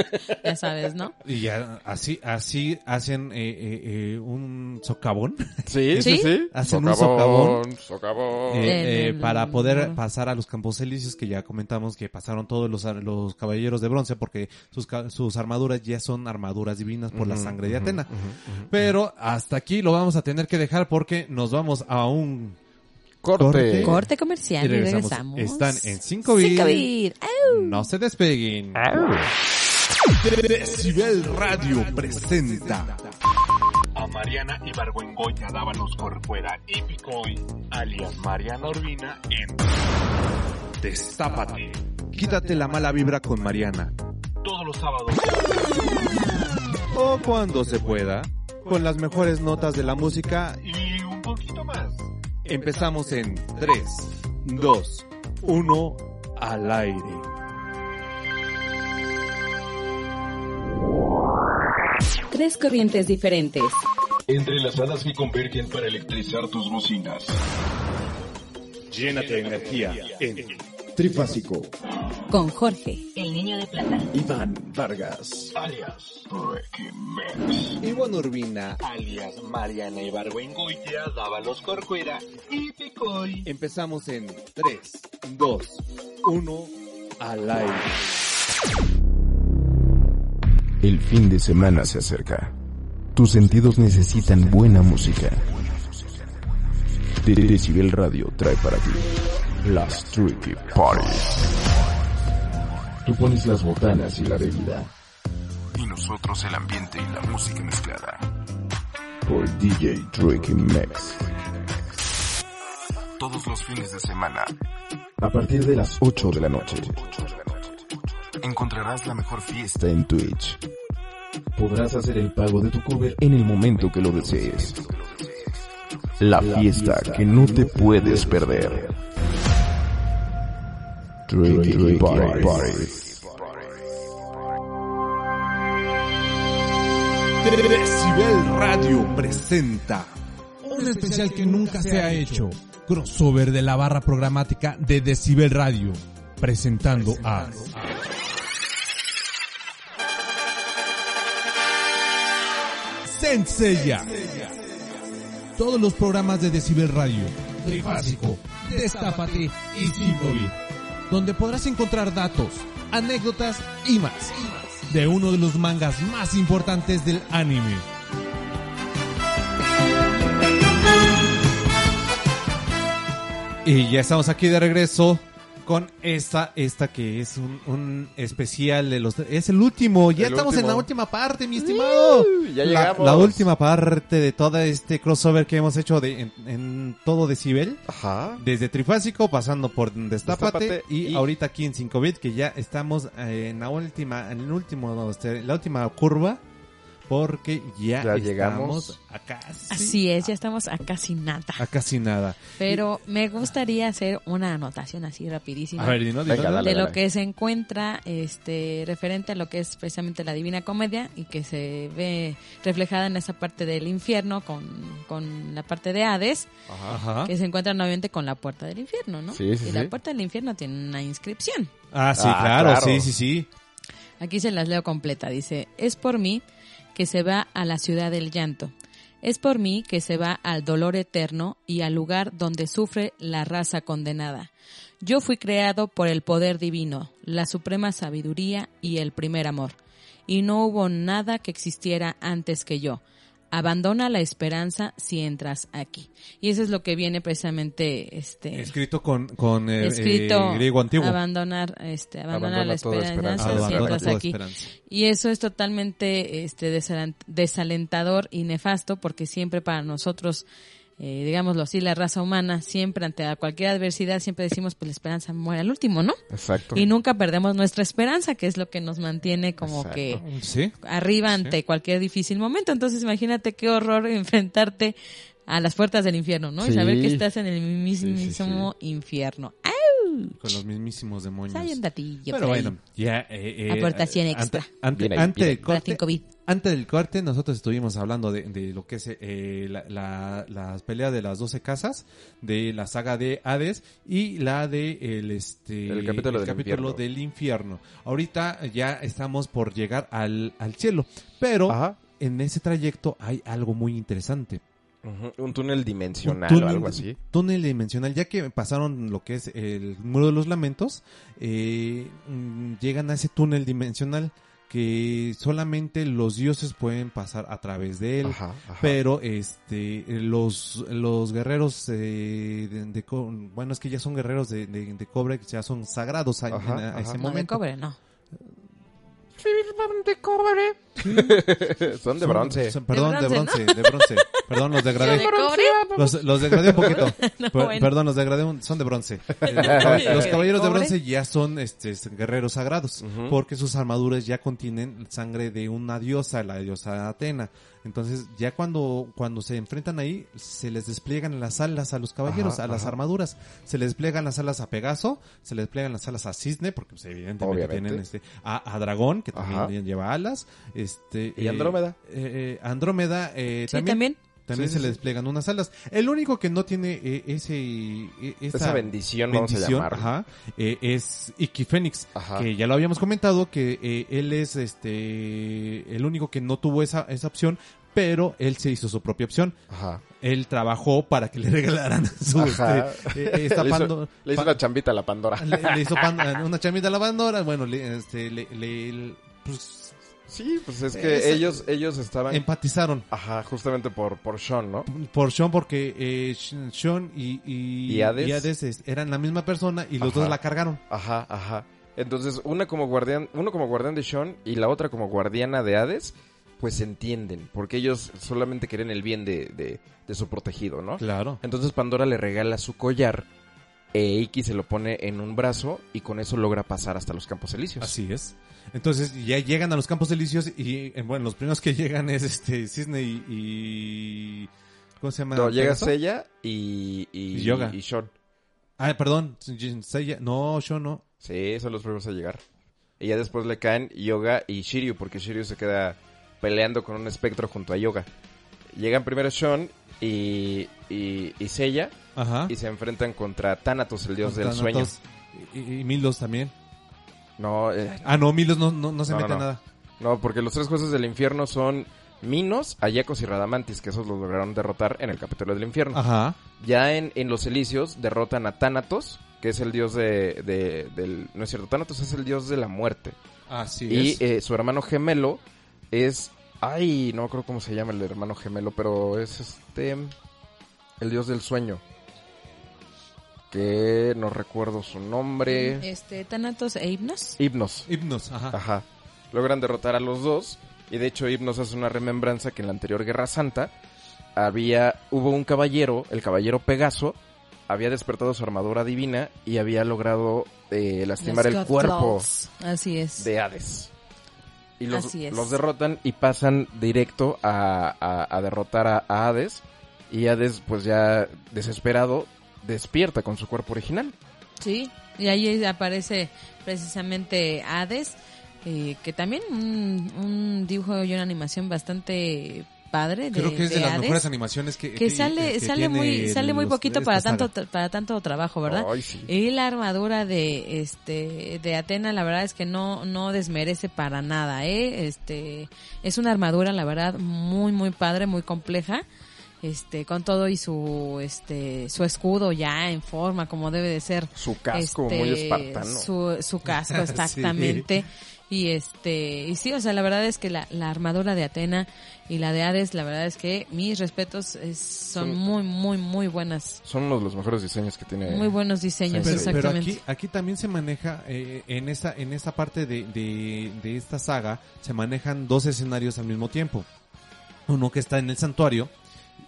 [SPEAKER 7] ya sabes, ¿no?
[SPEAKER 4] Y ya así, así hacen eh, eh, eh, un socavón.
[SPEAKER 5] Sí,
[SPEAKER 7] ¿Sí?
[SPEAKER 5] sí, sí.
[SPEAKER 4] Hacen un
[SPEAKER 5] Socavón. socavón.
[SPEAKER 4] Eh, eh,
[SPEAKER 7] En el-
[SPEAKER 4] para poder pasar a los campos elíseos que ya comentamos que pasaron todos los, ar- los caballeros de bronce porque sus, ca- sus armaduras ya son armaduras divinas por la
[SPEAKER 5] Ujú,
[SPEAKER 4] sangre de
[SPEAKER 5] ujú,
[SPEAKER 4] Atena.
[SPEAKER 5] ujú, ujú.
[SPEAKER 4] Pero hasta aquí lo vamos a tener que dejar porque nos vamos a un... Corte.
[SPEAKER 7] Corte comercial
[SPEAKER 4] Eh, Y
[SPEAKER 7] y
[SPEAKER 4] regresamos.
[SPEAKER 7] regresamos.
[SPEAKER 4] Están en Cinco Bit.
[SPEAKER 7] Cinco Ah. Bit.
[SPEAKER 4] No se despeguen.
[SPEAKER 9] Decibel Radio presenta
[SPEAKER 10] A Mariana Ibargüengoya Dávalos Corcuera y Picoy, alias Mariana Urbina en Destápate.
[SPEAKER 4] Quítate la mala vibra con Mariana.
[SPEAKER 10] Todos los sábados
[SPEAKER 4] o cuando se pueda, con las mejores notas de la música,
[SPEAKER 10] Y un poquito más.
[SPEAKER 4] empezamos en 3, 2, 1, al aire.
[SPEAKER 2] Tres corrientes diferentes.
[SPEAKER 10] Entrelazadas que convergen para electrizar tus bocinas. Llénate de energía en
[SPEAKER 9] Trifásico.
[SPEAKER 1] Con Jorge.
[SPEAKER 2] El niño de plata.
[SPEAKER 9] Iván Vargas.
[SPEAKER 10] alias Mix.
[SPEAKER 4] Iván Urbina,
[SPEAKER 10] Alias Mariana Ibargüengoitia, Dávalos Corcuera y Picoy.
[SPEAKER 4] empezamos en 3, 2, 1, al aire.
[SPEAKER 9] El fin de semana se acerca. Tus sentidos necesitan buena música. De- Decibel Radio trae para ti las Tricky Parties. Tú pones las botanas y la bebida. Y nosotros el ambiente y la música mezclada. Por DJ Tricky Max. Todos los fines de semana. A partir de las 8 de la noche. Encontrarás la mejor fiesta en Twitch. Podrás hacer el pago de tu cover en el momento que lo desees. La fiesta que no te puedes perder. Tricky Parties. Decibel Radio presenta.
[SPEAKER 3] Un especial que nunca se ha hecho. Crossover de la barra programática de Decibel Radio. Presentando a Senseiya. Todos los programas de Decibel Radio. Trifásico, Destápate y Symphony. Donde podrás encontrar datos, anécdotas y más. De uno de los mangas más importantes del anime.
[SPEAKER 4] Y ya estamos aquí de regreso con esta, esta que es un, un especial de los... Es el último, ya
[SPEAKER 5] El
[SPEAKER 4] estamos en la
[SPEAKER 5] último.
[SPEAKER 4] última parte, mi estimado.
[SPEAKER 5] Ya
[SPEAKER 4] Oh. La-
[SPEAKER 5] llegamos.
[SPEAKER 4] La, última parte de todo este crossover que hemos hecho de, en, en todo Decibel.
[SPEAKER 5] Ajá.
[SPEAKER 4] Desde Trifásico, pasando por Destápate,
[SPEAKER 5] Destápate
[SPEAKER 4] y,
[SPEAKER 5] y-
[SPEAKER 4] ahorita aquí en 5 bit que ya estamos eh, en la última, en el último, no, este, la última curva, porque ya,
[SPEAKER 5] Ya
[SPEAKER 4] estamos
[SPEAKER 5] llegamos.
[SPEAKER 4] a casi,
[SPEAKER 7] Así es, ya estamos a casi nada.
[SPEAKER 4] a casi nada.
[SPEAKER 7] Pero me gustaría hacer una anotación así rapidísima.
[SPEAKER 4] A ver, dino, dino,
[SPEAKER 5] Venga,
[SPEAKER 4] dino.
[SPEAKER 5] dale.
[SPEAKER 7] de lo que se encuentra este referente a lo que es precisamente la Divina Comedia y que se ve reflejada en esa parte del infierno con, con la parte de Hades,
[SPEAKER 4] Ajá.
[SPEAKER 7] que se encuentra nuevamente con la puerta del infierno, ¿no?
[SPEAKER 5] Ah. Sí, sí,
[SPEAKER 7] y
[SPEAKER 5] sí.
[SPEAKER 7] la puerta del infierno tiene una inscripción.
[SPEAKER 4] Ah, sí,
[SPEAKER 5] Ah,
[SPEAKER 4] claro,
[SPEAKER 5] claro.
[SPEAKER 4] sí, sí, sí.
[SPEAKER 7] Aquí se las leo completa. Dice, es por mí que se va a la ciudad del llanto. Es por mí que se va al dolor eterno y al lugar donde sufre la raza condenada. Yo fui creado por el poder divino, la suprema sabiduría y el primer amor. Y no hubo nada que existiera antes que yo. Abandona la esperanza si entras aquí. Y eso es lo que viene precisamente este
[SPEAKER 4] Escrito con, con eh,
[SPEAKER 7] escrito
[SPEAKER 4] eh, griego antiguo.
[SPEAKER 7] abandonar este abandonar
[SPEAKER 5] Abandona
[SPEAKER 7] la
[SPEAKER 5] toda
[SPEAKER 7] esperanza,
[SPEAKER 5] esperanza.
[SPEAKER 7] si
[SPEAKER 5] Abandona
[SPEAKER 7] entras
[SPEAKER 4] toda
[SPEAKER 7] aquí
[SPEAKER 4] esperanza.
[SPEAKER 7] y eso es totalmente este desalan- desalentador y nefasto porque siempre para nosotros eh, digámoslo así la raza humana siempre ante cualquier adversidad siempre decimos pues la esperanza muere al último no
[SPEAKER 5] Exacto.
[SPEAKER 7] y nunca perdemos nuestra esperanza que es lo que nos mantiene como
[SPEAKER 5] Exacto.
[SPEAKER 7] que
[SPEAKER 4] Sí.
[SPEAKER 7] arriba ante cualquier difícil momento. Entonces imagínate qué horror enfrentarte a las puertas del infierno, ¿no?
[SPEAKER 5] Sí.
[SPEAKER 7] Y saber que estás en el
[SPEAKER 5] sí,
[SPEAKER 7] mismísimo infierno. ¡Ay!
[SPEAKER 4] Con los mismísimos demonios.
[SPEAKER 7] Hay un datillo
[SPEAKER 4] Pero
[SPEAKER 7] por ahí.
[SPEAKER 4] bueno, ya. eh, eh,
[SPEAKER 7] Aportación extra.
[SPEAKER 4] Ante, ante-
[SPEAKER 5] Bien ahí,
[SPEAKER 4] ante
[SPEAKER 5] bien ahí.
[SPEAKER 4] el corte,
[SPEAKER 7] Para COVID.
[SPEAKER 4] antes del corte, nosotros estuvimos hablando de, de lo que es eh, la, la, las peleas de las 12 casas, de la saga de Hades y la de el, este,
[SPEAKER 5] El capítulo del
[SPEAKER 4] capítulo
[SPEAKER 5] infierno.
[SPEAKER 4] del infierno. Ahorita ya estamos por llegar al, al cielo, pero
[SPEAKER 5] Ajá.
[SPEAKER 4] en ese trayecto hay algo muy interesante.
[SPEAKER 5] Ujú, Un túnel dimensional
[SPEAKER 4] Un túnel-
[SPEAKER 5] o algo así.
[SPEAKER 4] Túnel dimensional, ya que pasaron lo que es el muro de los lamentos, eh, mm, llegan a ese túnel dimensional que solamente los dioses pueden pasar a través de él.
[SPEAKER 5] Ajá, ajá.
[SPEAKER 4] Pero este los los guerreros eh, de, de co- bueno es que ya son guerreros de, de, de cobre que ya son sagrados a,
[SPEAKER 5] Ajá,
[SPEAKER 4] en- a
[SPEAKER 5] ajá.
[SPEAKER 4] ese
[SPEAKER 7] No de
[SPEAKER 4] momento.
[SPEAKER 7] cobre, no.
[SPEAKER 5] van de cobre. Son de
[SPEAKER 4] Son-
[SPEAKER 5] bronce.
[SPEAKER 4] son- perdón,
[SPEAKER 7] De
[SPEAKER 4] de
[SPEAKER 7] bronce,
[SPEAKER 4] bronce, de bronce. Perdón, los degradé.
[SPEAKER 7] ¿De cobre?
[SPEAKER 4] Los, los degradé un poquito.
[SPEAKER 7] No,
[SPEAKER 4] Per-
[SPEAKER 7] bueno.
[SPEAKER 4] Perdón, los degradé un- son de bronce. Eh, los
[SPEAKER 7] ¿De
[SPEAKER 4] caballeros de
[SPEAKER 7] cobre?
[SPEAKER 4] bronce ya son este, guerreros sagrados, porque sus armaduras ya contienen sangre de una diosa, la diosa Atena. Entonces, ya cuando, cuando se enfrentan ahí, se les despliegan las alas a los caballeros,
[SPEAKER 5] Ajá,
[SPEAKER 4] a las
[SPEAKER 5] ajá.
[SPEAKER 4] armaduras. Se les despliegan las alas a Pegaso, se les despliegan las alas a Cisne, porque pues, evidentemente
[SPEAKER 5] Obviamente.
[SPEAKER 4] tienen este, a, a Dragón, que también
[SPEAKER 5] Ajá.
[SPEAKER 4] lleva alas. Este,
[SPEAKER 5] Y
[SPEAKER 4] eh,
[SPEAKER 5] Andrómeda.
[SPEAKER 4] eh, eh, Andrómeda eh,
[SPEAKER 7] Sí,
[SPEAKER 4] también
[SPEAKER 7] también.
[SPEAKER 4] también
[SPEAKER 5] Sí,
[SPEAKER 4] se
[SPEAKER 5] sí,
[SPEAKER 4] le
[SPEAKER 5] sí.
[SPEAKER 4] despliegan unas alas. El único que no tiene eh, ese eh, esa,
[SPEAKER 5] Esa bendición, vamos a
[SPEAKER 4] bendición,
[SPEAKER 5] llamar.
[SPEAKER 4] ajá, eh, es Iki Fénix,
[SPEAKER 5] Ajá.
[SPEAKER 4] que ya lo habíamos comentado que eh, él es este el único que no tuvo esa esa opción, pero él se hizo su propia opción.
[SPEAKER 5] Ajá.
[SPEAKER 4] Él trabajó para que le regalaran su
[SPEAKER 5] Ajá.
[SPEAKER 4] este, eh, esta
[SPEAKER 5] le hizo,
[SPEAKER 4] pando-
[SPEAKER 5] le hizo
[SPEAKER 4] pa-
[SPEAKER 5] una chambita a la Pandora.
[SPEAKER 4] le- le hizo pan- una chamita a la bandora, bueno, le, este, le- le- pues,
[SPEAKER 5] Sí, pues es que
[SPEAKER 4] Esa-
[SPEAKER 5] ellos, ellos estaban...
[SPEAKER 4] empatizaron
[SPEAKER 5] Ajá, justamente por, por Sean, ¿no?
[SPEAKER 4] por Sean porque eh, Sh- Sean y, y,
[SPEAKER 5] ¿Y Hades?
[SPEAKER 4] es- eran la misma persona y los
[SPEAKER 5] Ajá.
[SPEAKER 4] dos la cargaron.
[SPEAKER 5] Ajá, ajá. Entonces, una como guardián, uno como guardián de Sean y la otra como guardiana de Hades, pues se entienden, porque ellos solamente quieren el bien de, de, de su protegido, ¿no?
[SPEAKER 4] Claro.
[SPEAKER 5] Entonces Pandora le regala su collar e Iki se lo pone en un brazo y con eso logra pasar hasta los Campos Elíseos.
[SPEAKER 4] Así es. Entonces ya llegan a los campos elíseos y eh, bueno, los primeros que llegan es este Cisne y, y- ¿cómo se llama?
[SPEAKER 5] No, llega
[SPEAKER 4] ¿Pegaso?
[SPEAKER 5] Sella y, y,
[SPEAKER 4] Y Yoga.
[SPEAKER 5] y Sean.
[SPEAKER 4] Ah, perdón, Seiya. No, Sean no.
[SPEAKER 5] Sí, son los primeros a llegar. Y ya después le caen Yoga y Shiryu, porque Shiryu se queda peleando con un espectro junto a Yoga. Llegan primero Sean y, y, y Seiya
[SPEAKER 4] Ajá.
[SPEAKER 5] y se enfrentan contra Thanatos, el dios
[SPEAKER 4] Con
[SPEAKER 5] del sueño.
[SPEAKER 4] Thanatos. Y, y- y Milos también.
[SPEAKER 5] No, eh,
[SPEAKER 4] Ah, no, Milos no, no, no se
[SPEAKER 5] No,
[SPEAKER 4] mete
[SPEAKER 5] no,
[SPEAKER 4] a
[SPEAKER 5] no.
[SPEAKER 4] nada.
[SPEAKER 5] no, porque los tres jueces del infierno son Minos, Ayacos y Radamantis, que esos los lograron derrotar en el capítulo del infierno.
[SPEAKER 4] Ajá.
[SPEAKER 5] Ya en, en los Elíseos derrotan a Thanatos, que es el dios de, de- del... No es cierto, Thanatos es el dios de la muerte.
[SPEAKER 4] Así
[SPEAKER 5] Y
[SPEAKER 4] es.
[SPEAKER 5] eh, su hermano gemelo es. Ay, no creo cómo se llama el hermano gemelo, pero es este. El dios del sueño. Que no recuerdo su nombre.
[SPEAKER 7] Este, Thanatos e Hipnos.
[SPEAKER 5] Hipnos.
[SPEAKER 4] Hipnos, ajá.
[SPEAKER 5] Ajá. Logran derrotar a los dos. Y de hecho, Hipnos hace una remembranza que en la anterior Guerra Santa había. hubo un caballero, el caballero Pegaso. Había despertado su armadura divina y había logrado eh, lastimar
[SPEAKER 7] Los
[SPEAKER 5] el
[SPEAKER 7] God
[SPEAKER 5] cuerpo
[SPEAKER 7] Claws. Así es.
[SPEAKER 5] de Hades. Y los,
[SPEAKER 7] Así es.
[SPEAKER 5] los derrotan y pasan directo a, a- a derrotar a, a Hades. Y Hades, pues ya desesperado, despierta con su cuerpo original.
[SPEAKER 7] Sí, y ahí aparece precisamente Hades, eh, que también un, un dibujo y una animación bastante padre de,
[SPEAKER 4] Creo que es de,
[SPEAKER 7] de
[SPEAKER 4] las
[SPEAKER 7] Hades,
[SPEAKER 4] mejores animaciones que,
[SPEAKER 7] que sale
[SPEAKER 4] que
[SPEAKER 7] sale
[SPEAKER 4] tiene
[SPEAKER 7] muy sale muy
[SPEAKER 4] los-
[SPEAKER 7] poquito
[SPEAKER 4] esta
[SPEAKER 7] para
[SPEAKER 4] saga.
[SPEAKER 7] tanto tra- para tanto trabajo, ¿verdad? Eh,
[SPEAKER 5] Ay, sí.
[SPEAKER 7] Y la armadura de este de Atena, la verdad es que no no desmerece para nada, eh. Este es una armadura la verdad muy muy padre, muy compleja. Este con todo y su este su escudo ya en forma como debe de ser.
[SPEAKER 5] Su casco
[SPEAKER 7] Este,
[SPEAKER 5] muy espartano.
[SPEAKER 7] Su, su casco exactamente. Y este, y sí, o sea, la verdad es que la, la armadura de Atena y la de Hades, la verdad es que mis respetos es- son
[SPEAKER 5] Son-
[SPEAKER 7] muy, muy, muy buenas.
[SPEAKER 5] Son uno de los mejores diseños que tiene.
[SPEAKER 7] Muy buenos diseños,
[SPEAKER 5] Sí,
[SPEAKER 4] Pero,
[SPEAKER 5] sí.
[SPEAKER 4] pero
[SPEAKER 7] exactamente.
[SPEAKER 4] aquí, aquí también se maneja, eh, en esta, en esta parte de, de, de esta saga, se manejan dos escenarios al mismo tiempo. Uno que está en el santuario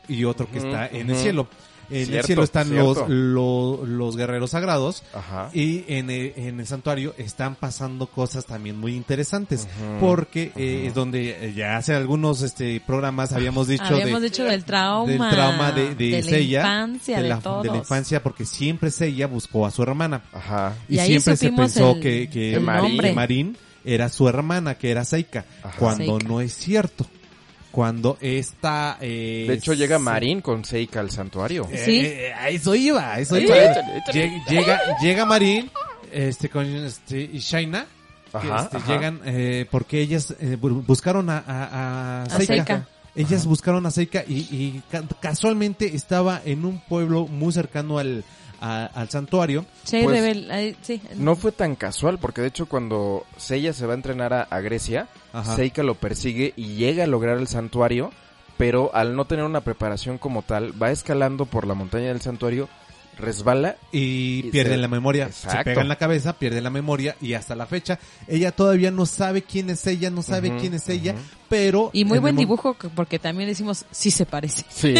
[SPEAKER 4] y otro que
[SPEAKER 5] Ujú,
[SPEAKER 4] está en el
[SPEAKER 5] ujú.
[SPEAKER 4] cielo. En el
[SPEAKER 5] Cierto,
[SPEAKER 4] cielo están
[SPEAKER 5] cierto.
[SPEAKER 4] los, lo- los guerreros sagrados
[SPEAKER 5] Ajá.
[SPEAKER 4] y en el, en el santuario están pasando cosas también muy interesantes.
[SPEAKER 5] Ujú,
[SPEAKER 4] Porque eh, es donde eh, ya hace algunos este programas habíamos dicho
[SPEAKER 7] Habíamos
[SPEAKER 4] de,
[SPEAKER 7] dicho del trauma.
[SPEAKER 4] del trauma de, de,
[SPEAKER 7] la
[SPEAKER 4] Seiya,
[SPEAKER 7] infancia, de,
[SPEAKER 4] de, la,
[SPEAKER 7] todos.
[SPEAKER 4] de la infancia, porque siempre Seiya buscó a su hermana.
[SPEAKER 5] Ajá.
[SPEAKER 4] Y,
[SPEAKER 7] Y ahí
[SPEAKER 4] siempre se
[SPEAKER 7] supimos
[SPEAKER 4] pensó
[SPEAKER 7] el-
[SPEAKER 4] que, que,
[SPEAKER 5] el
[SPEAKER 4] que
[SPEAKER 5] nombre.
[SPEAKER 4] Marín era su hermana, que era Seika,
[SPEAKER 5] Ajá.
[SPEAKER 4] cuando
[SPEAKER 7] Seika.
[SPEAKER 4] no es cierto. Cuando esta... eh,
[SPEAKER 5] De hecho, llega
[SPEAKER 4] se-
[SPEAKER 5] Marín con Seika al santuario.
[SPEAKER 4] Eh,
[SPEAKER 7] Sí.
[SPEAKER 4] eh, a eso iba, a eso iba. Llega, llega, llega Marín este, con este, y Shaina. que,
[SPEAKER 5] Ajá,
[SPEAKER 4] este,
[SPEAKER 5] ajá.
[SPEAKER 4] Llegan eh, porque ellas eh, bu- buscaron a, a, a
[SPEAKER 7] A
[SPEAKER 4] Seika.
[SPEAKER 7] Seika.
[SPEAKER 4] Ellas buscaron a Seika y, y ca- casualmente estaba en un pueblo muy cercano al, a- al santuario.
[SPEAKER 7] Che,
[SPEAKER 5] Pues,
[SPEAKER 7] rebel- ay, sí.
[SPEAKER 5] No fue tan casual, porque de hecho, cuando Seiya se va a entrenar a, a Grecia,
[SPEAKER 4] Ajá.
[SPEAKER 5] Seika lo persigue y llega a lograr el santuario, pero al no tener una preparación como tal, va escalando por la montaña del santuario, resbala
[SPEAKER 4] y,
[SPEAKER 5] Y
[SPEAKER 4] pierden
[SPEAKER 5] se-
[SPEAKER 4] la memoria. Se
[SPEAKER 5] Exacto.
[SPEAKER 4] pega en la cabeza, pierden la memoria y hasta la fecha ella todavía no sabe quién es ella, no sabe quién es ella, pero...
[SPEAKER 7] Y muy
[SPEAKER 4] en
[SPEAKER 7] buen
[SPEAKER 4] el mo-
[SPEAKER 7] dibujo, que- porque también decimos, sí se parece.
[SPEAKER 5] Sí.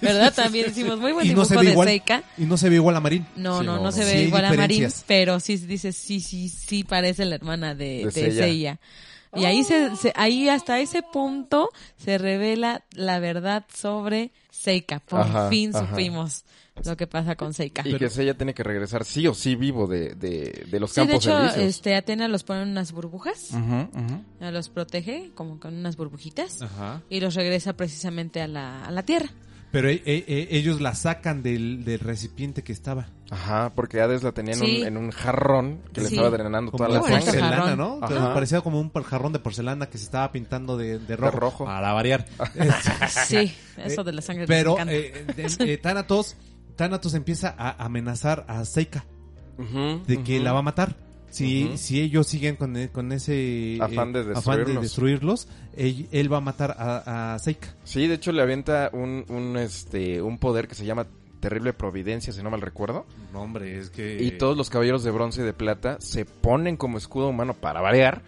[SPEAKER 7] ¿Verdad? También decimos, muy buen
[SPEAKER 4] Y no
[SPEAKER 7] dibujo
[SPEAKER 4] se ve
[SPEAKER 7] de
[SPEAKER 4] igual.
[SPEAKER 7] Seika.
[SPEAKER 4] Y no se ve igual a Marín.
[SPEAKER 7] No,
[SPEAKER 5] Sí,
[SPEAKER 7] no, no,
[SPEAKER 5] no,
[SPEAKER 7] se
[SPEAKER 4] no.
[SPEAKER 7] ve
[SPEAKER 4] Sí hay
[SPEAKER 7] igual a Marín,
[SPEAKER 4] diferencias.
[SPEAKER 7] pero sí dices, sí, sí, sí parece la hermana de,
[SPEAKER 5] De
[SPEAKER 7] de,
[SPEAKER 5] Seiya.
[SPEAKER 7] Seiya. Y ahí se, se- ahí hasta ese punto se revela la verdad sobre Seika. Por
[SPEAKER 5] Ajá,
[SPEAKER 7] fin
[SPEAKER 5] ajá.
[SPEAKER 7] supimos lo que pasa con Seika.
[SPEAKER 5] Y que ella tiene que regresar sí o sí vivo de, de, de los
[SPEAKER 7] Sí, de
[SPEAKER 5] campos
[SPEAKER 7] hecho,
[SPEAKER 5] elíseos.
[SPEAKER 7] este, Atena los pone en unas burbujas,
[SPEAKER 5] Ujú, ujú.
[SPEAKER 4] Mm.
[SPEAKER 7] los protege como con unas burbujitas
[SPEAKER 4] Ajá.
[SPEAKER 7] y los regresa precisamente a la, a la Tierra.
[SPEAKER 4] Pero eh, eh, eh, ellos la sacan del, del recipiente que estaba.
[SPEAKER 5] Ajá, porque Hades la tenía en,
[SPEAKER 7] Sí.
[SPEAKER 5] un, en un jarrón que le
[SPEAKER 7] Sí.
[SPEAKER 5] estaba drenando
[SPEAKER 4] Como
[SPEAKER 5] toda
[SPEAKER 4] la
[SPEAKER 5] la
[SPEAKER 7] Qué bonito
[SPEAKER 5] sangre.
[SPEAKER 4] porcelana,
[SPEAKER 7] jarrón.
[SPEAKER 4] ¿no?
[SPEAKER 5] Ajá.
[SPEAKER 4] Entonces, Parecía como un jarrón de porcelana que se estaba pintando de, de rojo. Ah.
[SPEAKER 5] rojo.
[SPEAKER 4] Para variar.
[SPEAKER 7] Sí, eso de la sangre. les
[SPEAKER 4] Pero
[SPEAKER 7] encanta.
[SPEAKER 4] eh, de- eh, Thanatos, Thanatos empieza a amenazar a Seika
[SPEAKER 5] Ujú,
[SPEAKER 4] de que
[SPEAKER 5] ujú.
[SPEAKER 4] la va a matar. Si,
[SPEAKER 5] Ujú.
[SPEAKER 4] si ellos siguen con, e- con ese eh,
[SPEAKER 5] Afán de destruirlos.
[SPEAKER 4] destruirlos, él, él va a matar a, a Seika.
[SPEAKER 5] Sí, de hecho le avienta un, un, este, un poder que se llama Terrible Providencia, si no mal recuerdo.
[SPEAKER 4] No, hombre, es que...
[SPEAKER 5] Y todos los caballeros de bronce y de plata se ponen como escudo humano para variar,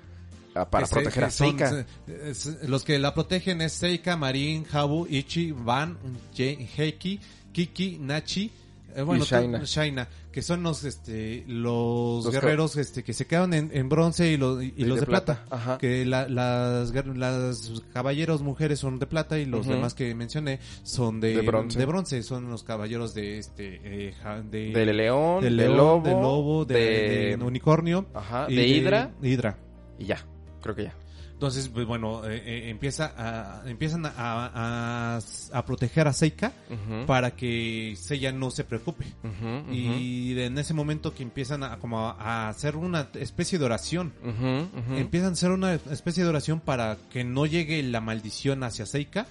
[SPEAKER 5] a- para
[SPEAKER 4] que se-
[SPEAKER 5] proteger
[SPEAKER 4] que
[SPEAKER 5] a
[SPEAKER 4] son-
[SPEAKER 5] Seika.
[SPEAKER 4] se- es- los que la protegen es Seika, Marin, Habu, Ichi, Van, Ye- Heiki, Kiki, Nachi. eh, bueno,
[SPEAKER 5] Y Shaina.
[SPEAKER 4] tú- Shaina, que son los este los,
[SPEAKER 5] Los
[SPEAKER 4] guerreros este que se quedan en, en bronce y los y, y
[SPEAKER 5] Y
[SPEAKER 4] los
[SPEAKER 5] de
[SPEAKER 4] de plata,
[SPEAKER 5] plata, ajá.
[SPEAKER 4] que la- las guer- las caballeros mujeres son de plata y los
[SPEAKER 5] Ujú.
[SPEAKER 4] demás que mencioné son de,
[SPEAKER 5] De bronce.
[SPEAKER 4] son los caballeros de este eh, ja- de,
[SPEAKER 5] Del león,
[SPEAKER 4] del
[SPEAKER 5] del
[SPEAKER 4] león,
[SPEAKER 5] lobo,
[SPEAKER 4] del lobo, de,
[SPEAKER 5] de-
[SPEAKER 4] de unicornio
[SPEAKER 5] Ajá,
[SPEAKER 4] y
[SPEAKER 5] de Hidra.
[SPEAKER 4] Hidra.
[SPEAKER 5] Y ya, creo que ya.
[SPEAKER 4] Entonces, pues bueno, eh, eh, empieza a, empiezan a, a, a- a proteger a Seika
[SPEAKER 5] Ujú,
[SPEAKER 4] para que Seiya no se preocupe.
[SPEAKER 5] ujú, ujú,
[SPEAKER 4] Y de- en ese momento que empiezan a, como a hacer una especie de oración.
[SPEAKER 5] ujú, ujú.
[SPEAKER 4] Empiezan a hacer una especie de oración para que no llegue la maldición hacia Seika.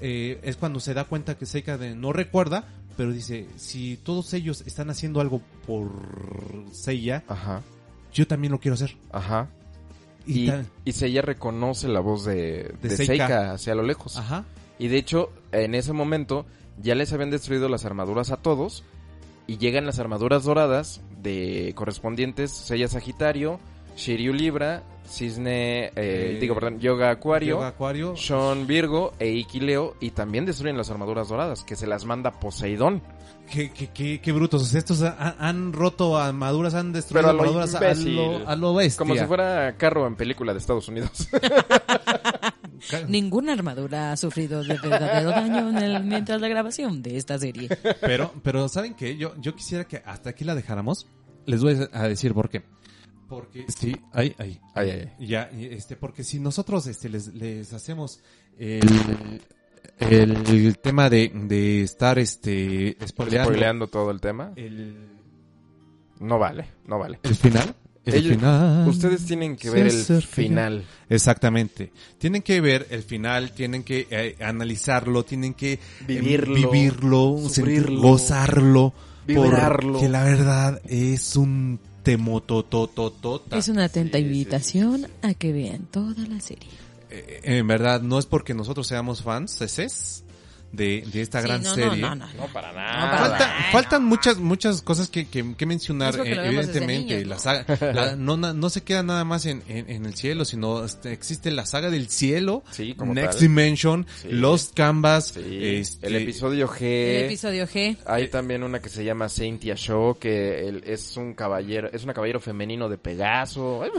[SPEAKER 4] Eh, es cuando se da cuenta que Seika de- no recuerda, pero dice, si todos ellos están haciendo algo por Seiya,
[SPEAKER 5] Ajá,
[SPEAKER 4] yo también lo quiero hacer.
[SPEAKER 5] ajá.
[SPEAKER 4] Y
[SPEAKER 5] Y,
[SPEAKER 4] ta-
[SPEAKER 5] y Seiya reconoce la voz de,
[SPEAKER 4] De
[SPEAKER 5] de
[SPEAKER 4] Seika.
[SPEAKER 5] Seika. hacia lo lejos.
[SPEAKER 4] Ajá.
[SPEAKER 5] Y de hecho, en ese momento ya les habían destruido las armaduras a todos. Y llegan las armaduras doradas de correspondientes Seiya Sagitario, Shiryu Libra, Cisne, eh,
[SPEAKER 4] Eh,
[SPEAKER 5] digo, perdón, Yoga Acuario,
[SPEAKER 4] Yoga Acuario.
[SPEAKER 5] Sean Virgo e Ikileo. Y también destruyen las armaduras doradas, que se las manda Poseidón.
[SPEAKER 4] Qué, qué, qué, qué brutos. O sea, Estos han, han roto armaduras, han destruido
[SPEAKER 5] Pero a lo
[SPEAKER 4] armaduras a
[SPEAKER 5] imbécil.
[SPEAKER 4] lo, a lo bestia.
[SPEAKER 5] Como si fuera carro en película de Estados Unidos.
[SPEAKER 4] Ca-
[SPEAKER 1] Ninguna armadura ha sufrido de verdadero daño en el- mientras la grabación de esta serie.
[SPEAKER 4] Pero, pero ¿saben qué? Yo, yo quisiera que hasta aquí la dejáramos. Les voy a decir por qué. Porque sí, ahí, ahí.
[SPEAKER 5] Ay, ay, ay.
[SPEAKER 4] Ya, y, este, porque si nosotros este, les, les hacemos el, el tema de, de estar este, spoileando,
[SPEAKER 5] Spoileando todo el tema.
[SPEAKER 4] El,
[SPEAKER 5] No vale, no vale.
[SPEAKER 4] el final. El
[SPEAKER 5] Ellos-
[SPEAKER 4] final.
[SPEAKER 5] Ustedes tienen que
[SPEAKER 4] se
[SPEAKER 5] ver el
[SPEAKER 4] acerca.
[SPEAKER 5] final.
[SPEAKER 4] Exactamente. Tienen que ver el final, tienen que eh, analizarlo, tienen que eh,
[SPEAKER 5] Vivirlo,
[SPEAKER 4] vivirlo,
[SPEAKER 5] sufrirlo,
[SPEAKER 4] sentir- gozarlo,
[SPEAKER 5] vibrarlo.
[SPEAKER 4] porque la verdad es un temotototota.
[SPEAKER 1] Es una atenta invitación a que vean toda la serie.
[SPEAKER 4] Eh, en verdad, no es porque nosotros seamos fans, es de, de esta
[SPEAKER 7] Sí,
[SPEAKER 4] gran
[SPEAKER 7] no, no,
[SPEAKER 4] serie.
[SPEAKER 7] no, no, no.
[SPEAKER 5] Para
[SPEAKER 4] Falta- faltan muchas muchas cosas que, que- que mencionar,
[SPEAKER 7] Es porque
[SPEAKER 4] eh,
[SPEAKER 7] lo vemos desde
[SPEAKER 4] evidentemente.
[SPEAKER 7] niños, ¿no?
[SPEAKER 4] La saga, la- no, na- no se queda nada más en, en- en el cielo, sino este, existe la saga del cielo,
[SPEAKER 5] Sí, como
[SPEAKER 4] Next
[SPEAKER 5] tal.
[SPEAKER 4] Dimension,
[SPEAKER 5] Sí.
[SPEAKER 4] Lost Canvas,
[SPEAKER 5] Sí,
[SPEAKER 4] este,
[SPEAKER 5] el episodio G.
[SPEAKER 7] El episodio G.
[SPEAKER 5] Hay también una que se llama Saintia Show, que él es un caballero, es una caballero femenino de Pegaso. Ay,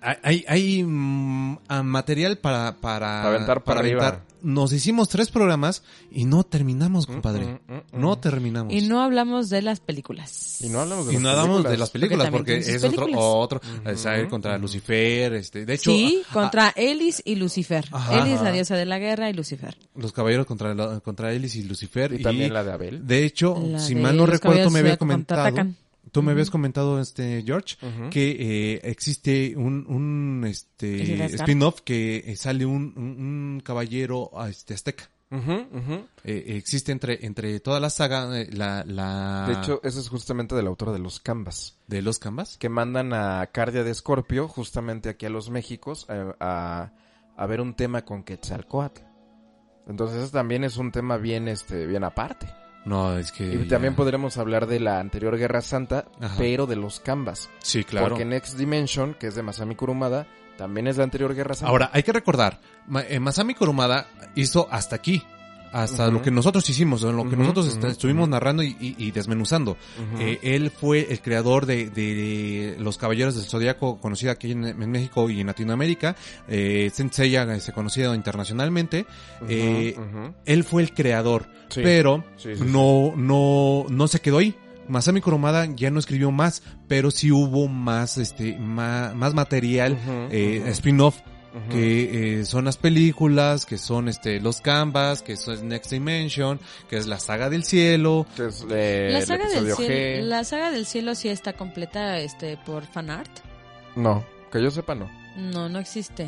[SPEAKER 4] hay, hay- hay, mm, ah, material para, para,
[SPEAKER 5] Para aventar para arriba.
[SPEAKER 4] Nos hicimos tres programas y no terminamos, compadre.
[SPEAKER 5] mm, mm, mm.
[SPEAKER 4] No terminamos.
[SPEAKER 7] Y no hablamos de las películas.
[SPEAKER 5] Y no hablamos de,
[SPEAKER 4] Y
[SPEAKER 5] las
[SPEAKER 4] no hablamos de
[SPEAKER 5] películas.
[SPEAKER 4] las películas
[SPEAKER 7] Porque
[SPEAKER 4] porque
[SPEAKER 7] también tienen
[SPEAKER 4] es
[SPEAKER 7] sus
[SPEAKER 4] otro,
[SPEAKER 7] películas.
[SPEAKER 4] otro eh, sabe, contra Lucifer, este, de hecho,
[SPEAKER 7] sí,
[SPEAKER 4] ah, ah,
[SPEAKER 7] contra Ellis y Lucifer.
[SPEAKER 4] Ajá.
[SPEAKER 7] Ellis, la diosa de la guerra, y Lucifer.
[SPEAKER 4] Los caballeros contra, la- contra Ellis y Lucifer.
[SPEAKER 5] Y también la de Abel.
[SPEAKER 4] De hecho,
[SPEAKER 7] La
[SPEAKER 4] si
[SPEAKER 7] de
[SPEAKER 4] mal no
[SPEAKER 7] los
[SPEAKER 4] recuerdo, tú
[SPEAKER 7] caballeros
[SPEAKER 4] me habías
[SPEAKER 7] de la-
[SPEAKER 4] comentado.
[SPEAKER 7] contraatacan.
[SPEAKER 4] Tú me habías comentado, este, George,
[SPEAKER 5] Ujú.
[SPEAKER 4] que eh, existe un, un
[SPEAKER 7] Es el
[SPEAKER 4] este,
[SPEAKER 7] Asgard.
[SPEAKER 4] spin-off que eh, sale un, un, un caballero ah, este, azteca.
[SPEAKER 5] Ujú, ujú.
[SPEAKER 4] Eh, existe entre, entre toda la saga eh, la, la
[SPEAKER 5] De hecho, esa es justamente de la autora de los Canvas,
[SPEAKER 4] de los canvas.
[SPEAKER 5] que mandan a Cardia de Escorpio, justamente aquí a los Méxicos, a, a- a ver un tema con Quetzalcoatl. Entonces, ese también es un tema bien, este, bien aparte.
[SPEAKER 4] No, es que...
[SPEAKER 5] Y
[SPEAKER 4] ya-
[SPEAKER 5] también podremos hablar de la anterior Guerra Santa,
[SPEAKER 4] Ajá.
[SPEAKER 5] pero de los Kambas.
[SPEAKER 4] Sí, claro.
[SPEAKER 5] Porque Next Dimension, que es de Masami Kurumada, también es la anterior Guerra Santa.
[SPEAKER 4] Ahora, hay que recordar, Ma- eh, Masami Kurumada hizo hasta aquí. Hasta lo que nosotros hicimos, en lo que
[SPEAKER 5] Ujú,
[SPEAKER 4] nosotros est-
[SPEAKER 5] ujú,
[SPEAKER 4] estuvimos narrando y, y- y desmenuzando. Eh, él fue el creador de, de los Caballeros del Zodíaco, conocida aquí en, en México y en Latinoamérica. Eh, Sensei se conocido internacionalmente.
[SPEAKER 5] Ujú,
[SPEAKER 4] eh,
[SPEAKER 5] ujú.
[SPEAKER 4] Él fue el creador,
[SPEAKER 5] Sí.
[SPEAKER 4] pero
[SPEAKER 5] Sí, sí, sí.
[SPEAKER 4] no, no, no se quedó ahí. Masami Kurumada ya no escribió más, pero sí hubo más, este, ma- más, material,
[SPEAKER 5] Ujú,
[SPEAKER 4] eh,
[SPEAKER 5] ujú.
[SPEAKER 4] spin-off,
[SPEAKER 5] Ujú.
[SPEAKER 4] que eh, son las películas, que son este los canvas, que son Next Dimension, que es la saga del cielo.
[SPEAKER 5] Que es, eh,
[SPEAKER 7] la,
[SPEAKER 5] el
[SPEAKER 7] saga del
[SPEAKER 5] episodio
[SPEAKER 7] cielo,
[SPEAKER 5] G.
[SPEAKER 7] la saga del cielo sí está completa este por fanart.
[SPEAKER 5] No, que yo sepa no.
[SPEAKER 7] No, no existe.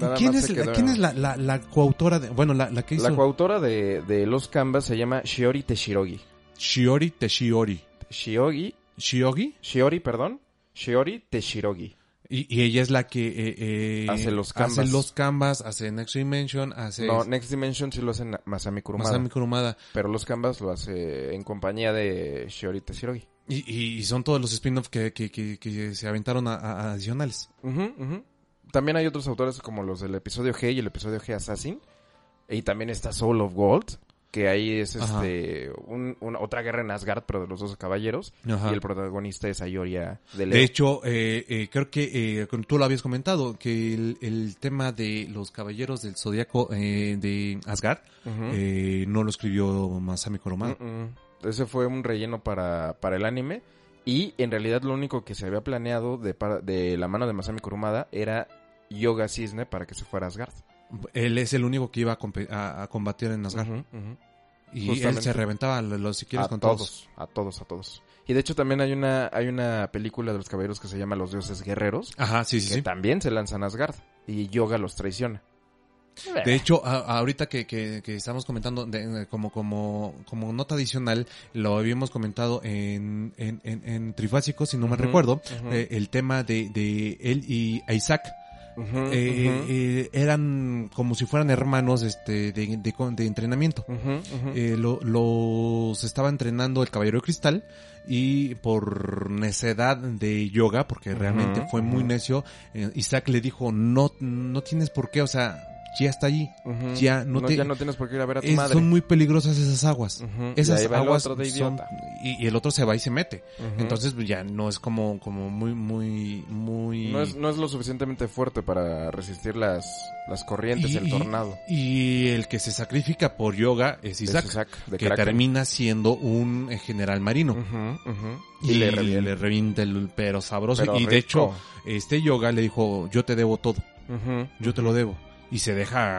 [SPEAKER 5] Nada
[SPEAKER 4] ¿Quién
[SPEAKER 5] más
[SPEAKER 4] es,
[SPEAKER 5] se
[SPEAKER 4] la,
[SPEAKER 5] quedó-
[SPEAKER 4] ¿quién es la, la, la coautora? De, bueno, la, la que hizo
[SPEAKER 5] La coautora de, de los Canvas se llama Shiori Teshirogi.
[SPEAKER 4] Shiori Teshiori.
[SPEAKER 5] Shiogi,
[SPEAKER 4] Shiogi.
[SPEAKER 5] Shiori, perdón. Shiori Teshirogi.
[SPEAKER 4] Y, y ella es la que eh, eh,
[SPEAKER 5] Hace los
[SPEAKER 4] hace
[SPEAKER 5] canvas.
[SPEAKER 4] los canvas, hace Next Dimension, hace
[SPEAKER 5] No, Next Dimension sí lo hace Na- Masami Kurumada.
[SPEAKER 4] Masami Kurumada.
[SPEAKER 5] Pero los Canvas lo hace en compañía de Shiori Teshirogi.
[SPEAKER 4] Y, y- y son todos los spin-off que, que, que, que se aventaron a- a- a adicionales.
[SPEAKER 5] Ujú, ujú. También hay otros autores como los del episodio G y el episodio G Assassin. Y también está Soul of Gold, que ahí es
[SPEAKER 4] Ajá.
[SPEAKER 5] este un- una- otra guerra en Asgard, pero de los dos caballeros.
[SPEAKER 4] Ajá.
[SPEAKER 5] Y el protagonista es Ayoria de Leo.
[SPEAKER 4] De hecho, eh, eh, creo que eh, tú lo habías comentado, que el, el tema de los caballeros del zodiaco eh, de Asgard
[SPEAKER 5] Ujú.
[SPEAKER 4] eh, no lo escribió Masami Kurumada.
[SPEAKER 5] Mm, mm. Ese fue un relleno para, para el anime. Y en realidad lo único que se había planeado de, par- de la mano de Masami Kurumada era Yoga Cisne para que se fuera a Asgard.
[SPEAKER 4] Él es el único que iba a, compe- a- a combatir en Asgard.
[SPEAKER 5] Ujú, ujú.
[SPEAKER 4] Y él
[SPEAKER 5] justamente.
[SPEAKER 4] se reventaba, lo, lo- si quieres,
[SPEAKER 5] a
[SPEAKER 4] con
[SPEAKER 5] todos,
[SPEAKER 4] todos.
[SPEAKER 5] a todos, a todos. Y de hecho también hay una, hay una película de los caballeros que se llama Los Dioses Guerreros,
[SPEAKER 4] Ajá, sí, sí,
[SPEAKER 5] que
[SPEAKER 4] sí.
[SPEAKER 5] también se lanzan a Asgard. Y Yoga los traiciona.
[SPEAKER 4] De hecho, a- ahorita que, que, que estamos comentando de- de- como, como, como nota adicional, lo habíamos comentado en, en, en, en Trifásico, si no me
[SPEAKER 5] Ujú,
[SPEAKER 4] recuerdo,
[SPEAKER 5] ujú.
[SPEAKER 4] eh, el tema de, de él y Isaac.
[SPEAKER 5] Ujú,
[SPEAKER 4] Eh,
[SPEAKER 5] ujú,
[SPEAKER 4] eh, eran como si fueran hermanos este de, de, con- de entrenamiento.
[SPEAKER 5] ujú, ujú.
[SPEAKER 4] Eh, lo- los estaba entrenando el Caballero de Cristal y por necedad de yoga, porque realmente
[SPEAKER 5] Ujú,
[SPEAKER 4] fue muy
[SPEAKER 5] ujú.
[SPEAKER 4] necio, eh, Isaac le dijo, no, no tienes por qué, o sea, ya está allí.
[SPEAKER 5] Ujú.
[SPEAKER 4] ya no te-
[SPEAKER 5] ya no tienes por qué ir a ver a tu
[SPEAKER 4] Es-
[SPEAKER 5] madre.
[SPEAKER 4] son muy peligrosas esas aguas.
[SPEAKER 5] Ujú, y
[SPEAKER 4] Esas
[SPEAKER 5] ahí va el
[SPEAKER 4] aguas
[SPEAKER 5] otro de
[SPEAKER 4] son-
[SPEAKER 5] idiota.
[SPEAKER 4] y, y el otro se va y se mete.
[SPEAKER 5] Ujú.
[SPEAKER 4] Entonces pues, ya no es como, como muy, muy, muy...
[SPEAKER 5] No es, no es lo suficientemente fuerte para resistir las, las corrientes del tornado.
[SPEAKER 4] y el que se sacrifica por yoga es
[SPEAKER 5] Es
[SPEAKER 4] Isaac,
[SPEAKER 5] Isaac, de
[SPEAKER 4] que
[SPEAKER 5] Kraken.
[SPEAKER 4] termina siendo un eh, general marino.
[SPEAKER 5] Ujú, ujú.
[SPEAKER 4] Y, le,
[SPEAKER 5] revienta.
[SPEAKER 4] revienta el pero sabroso.
[SPEAKER 5] Pero
[SPEAKER 4] y
[SPEAKER 5] rico.
[SPEAKER 4] de hecho, este yoga le dijo, yo te debo todo,
[SPEAKER 5] Ujú.
[SPEAKER 4] yo te lo debo. Y se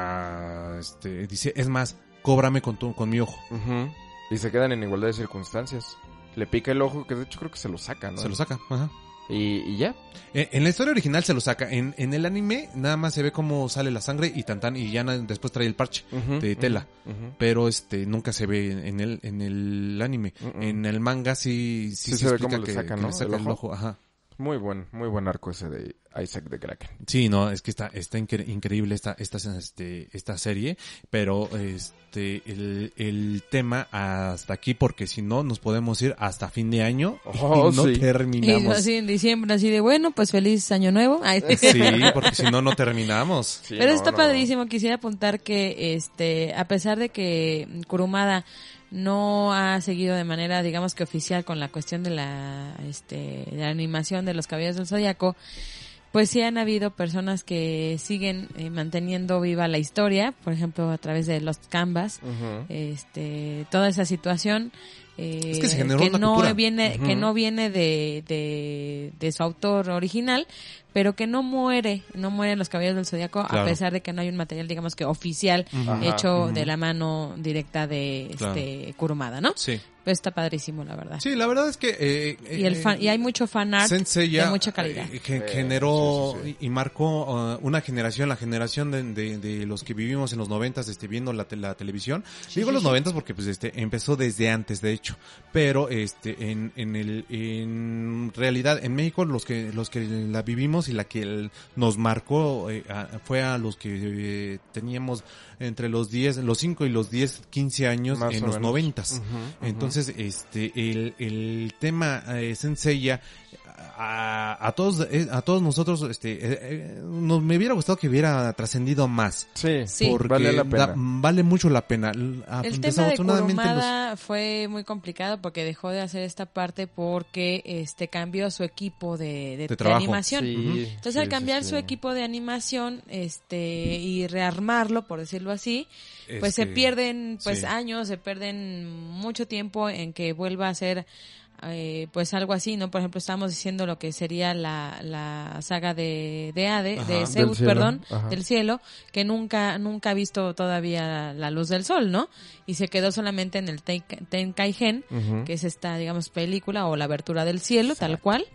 [SPEAKER 4] deja, este, dice, es más, cóbrame con, tu- con mi ojo.
[SPEAKER 5] Ujú. Y se quedan en igualdad de circunstancias. Le pica el ojo, que de hecho creo que se lo saca, ¿no?
[SPEAKER 4] Se lo saca. Ajá.
[SPEAKER 5] Y, y ya.
[SPEAKER 4] Eh, En la historia original se lo saca. En, en el anime nada más se ve cómo sale la sangre y tan, tan y ya na- después trae el parche
[SPEAKER 5] Ujú,
[SPEAKER 4] de
[SPEAKER 5] ujú,
[SPEAKER 4] tela.
[SPEAKER 5] ujú.
[SPEAKER 4] Pero este nunca se ve en- en el en el anime.
[SPEAKER 5] Mm, mm.
[SPEAKER 4] En el manga sí
[SPEAKER 5] Sí
[SPEAKER 4] sí, se,
[SPEAKER 5] se ve
[SPEAKER 4] explica
[SPEAKER 5] cómo le
[SPEAKER 4] que,
[SPEAKER 5] sacan,
[SPEAKER 4] que
[SPEAKER 5] ¿no?
[SPEAKER 4] le saca
[SPEAKER 5] el
[SPEAKER 4] el,
[SPEAKER 5] ojo.
[SPEAKER 4] ojo. Ajá.
[SPEAKER 5] Muy buen, muy buen arco ese de Isaac de Kraken.
[SPEAKER 4] Sí, no, es que está está incre- increíble esta esta este esta serie, pero este el, el tema hasta aquí porque si no nos podemos ir hasta fin de año
[SPEAKER 5] Oh,
[SPEAKER 4] y no
[SPEAKER 5] sí.
[SPEAKER 7] Y
[SPEAKER 4] terminamos.
[SPEAKER 7] así en diciembre, así de bueno, pues feliz año nuevo. Ay,
[SPEAKER 4] Sí, porque si no no terminamos.
[SPEAKER 5] Sí,
[SPEAKER 7] Pero
[SPEAKER 5] no,
[SPEAKER 7] está
[SPEAKER 5] no.
[SPEAKER 7] padrísimo. Quisiera apuntar que, este, a pesar de que Kurumada no ha seguido de manera, digamos que oficial con la cuestión de la, este, de la animación de los caballos del zodiaco, pues sí han habido personas que siguen eh, manteniendo viva la historia, por ejemplo a través de los canvas,
[SPEAKER 5] Ujú.
[SPEAKER 7] este, toda esa situación. eh,
[SPEAKER 4] Es que se generó una
[SPEAKER 7] no
[SPEAKER 4] cultura.
[SPEAKER 7] viene que
[SPEAKER 5] Ujú.
[SPEAKER 7] no viene de, de, de su autor original pero que no muere no mueren los caballeros del zodiaco
[SPEAKER 4] Claro.
[SPEAKER 7] a pesar de que no hay un material digamos que oficial
[SPEAKER 5] Ajá,
[SPEAKER 7] hecho
[SPEAKER 5] ujú.
[SPEAKER 7] de la mano directa de
[SPEAKER 4] Claro.
[SPEAKER 7] este Kurumada no
[SPEAKER 4] Sí.
[SPEAKER 7] pero está padrísimo la verdad
[SPEAKER 4] Sí, la verdad es que... eh, eh,
[SPEAKER 7] y el fan, y hay mucho fan art
[SPEAKER 4] Sensei ya,
[SPEAKER 7] de mucha calidad
[SPEAKER 4] eh, gen-
[SPEAKER 5] Eh,
[SPEAKER 4] generó
[SPEAKER 5] sí, sí,
[SPEAKER 4] y y marcó ah, una generación, la generación de, de- de los que vivimos en los noventas, este, viendo la, te- la televisión. Digo los noventas porque pues este empezó desde antes, de hecho. Pero este, en, en, el, en realidad, en México, los que, los que la vivimos y la que el- nos marcó eh, a- fue a los que eh, teníamos entre los 10, los 5 y los 10, 15 años
[SPEAKER 5] Más
[SPEAKER 4] en
[SPEAKER 5] o
[SPEAKER 4] los
[SPEAKER 5] menos.
[SPEAKER 4] 90. Entonces, este, el, el tema eh, Senseiya, a, a todos, eh, a todos nosotros, este, eh, eh, nos, me hubiera gustado que hubiera trascendido más.
[SPEAKER 5] Sí,
[SPEAKER 7] Sí.
[SPEAKER 4] Porque
[SPEAKER 5] vale la pena.
[SPEAKER 4] da- vale mucho la pena. L-
[SPEAKER 7] El tema
[SPEAKER 4] a-
[SPEAKER 7] de
[SPEAKER 4] eh, desafortunadamente los-
[SPEAKER 7] Kurumada fue muy complicado porque dejó de hacer esta parte porque este cambió su equipo de, de- de
[SPEAKER 4] trabajo.
[SPEAKER 7] animación.
[SPEAKER 5] Sí,
[SPEAKER 7] Entonces
[SPEAKER 5] sí,
[SPEAKER 7] al
[SPEAKER 5] sí,
[SPEAKER 7] cambiar
[SPEAKER 5] sí.
[SPEAKER 7] su equipo de animación este y rearmarlo, por decirlo así, pues se
[SPEAKER 4] este,
[SPEAKER 7] pierden pues
[SPEAKER 4] sí.
[SPEAKER 7] años, se pierden mucho tiempo en que vuelva a ser eh, pues algo así, ¿no? Por ejemplo, estábamos diciendo lo que sería la, la saga de, de Hades,
[SPEAKER 4] Ajá.
[SPEAKER 7] de
[SPEAKER 4] Del
[SPEAKER 7] Zeus,
[SPEAKER 5] cielo,
[SPEAKER 7] perdón,
[SPEAKER 5] ajá.
[SPEAKER 7] del cielo, que nunca, nunca ha visto todavía la luz del sol, ¿no? Y se quedó solamente en el Tenkai- Tenkaigen, que es esta, digamos, película o la abertura del cielo, tal cual.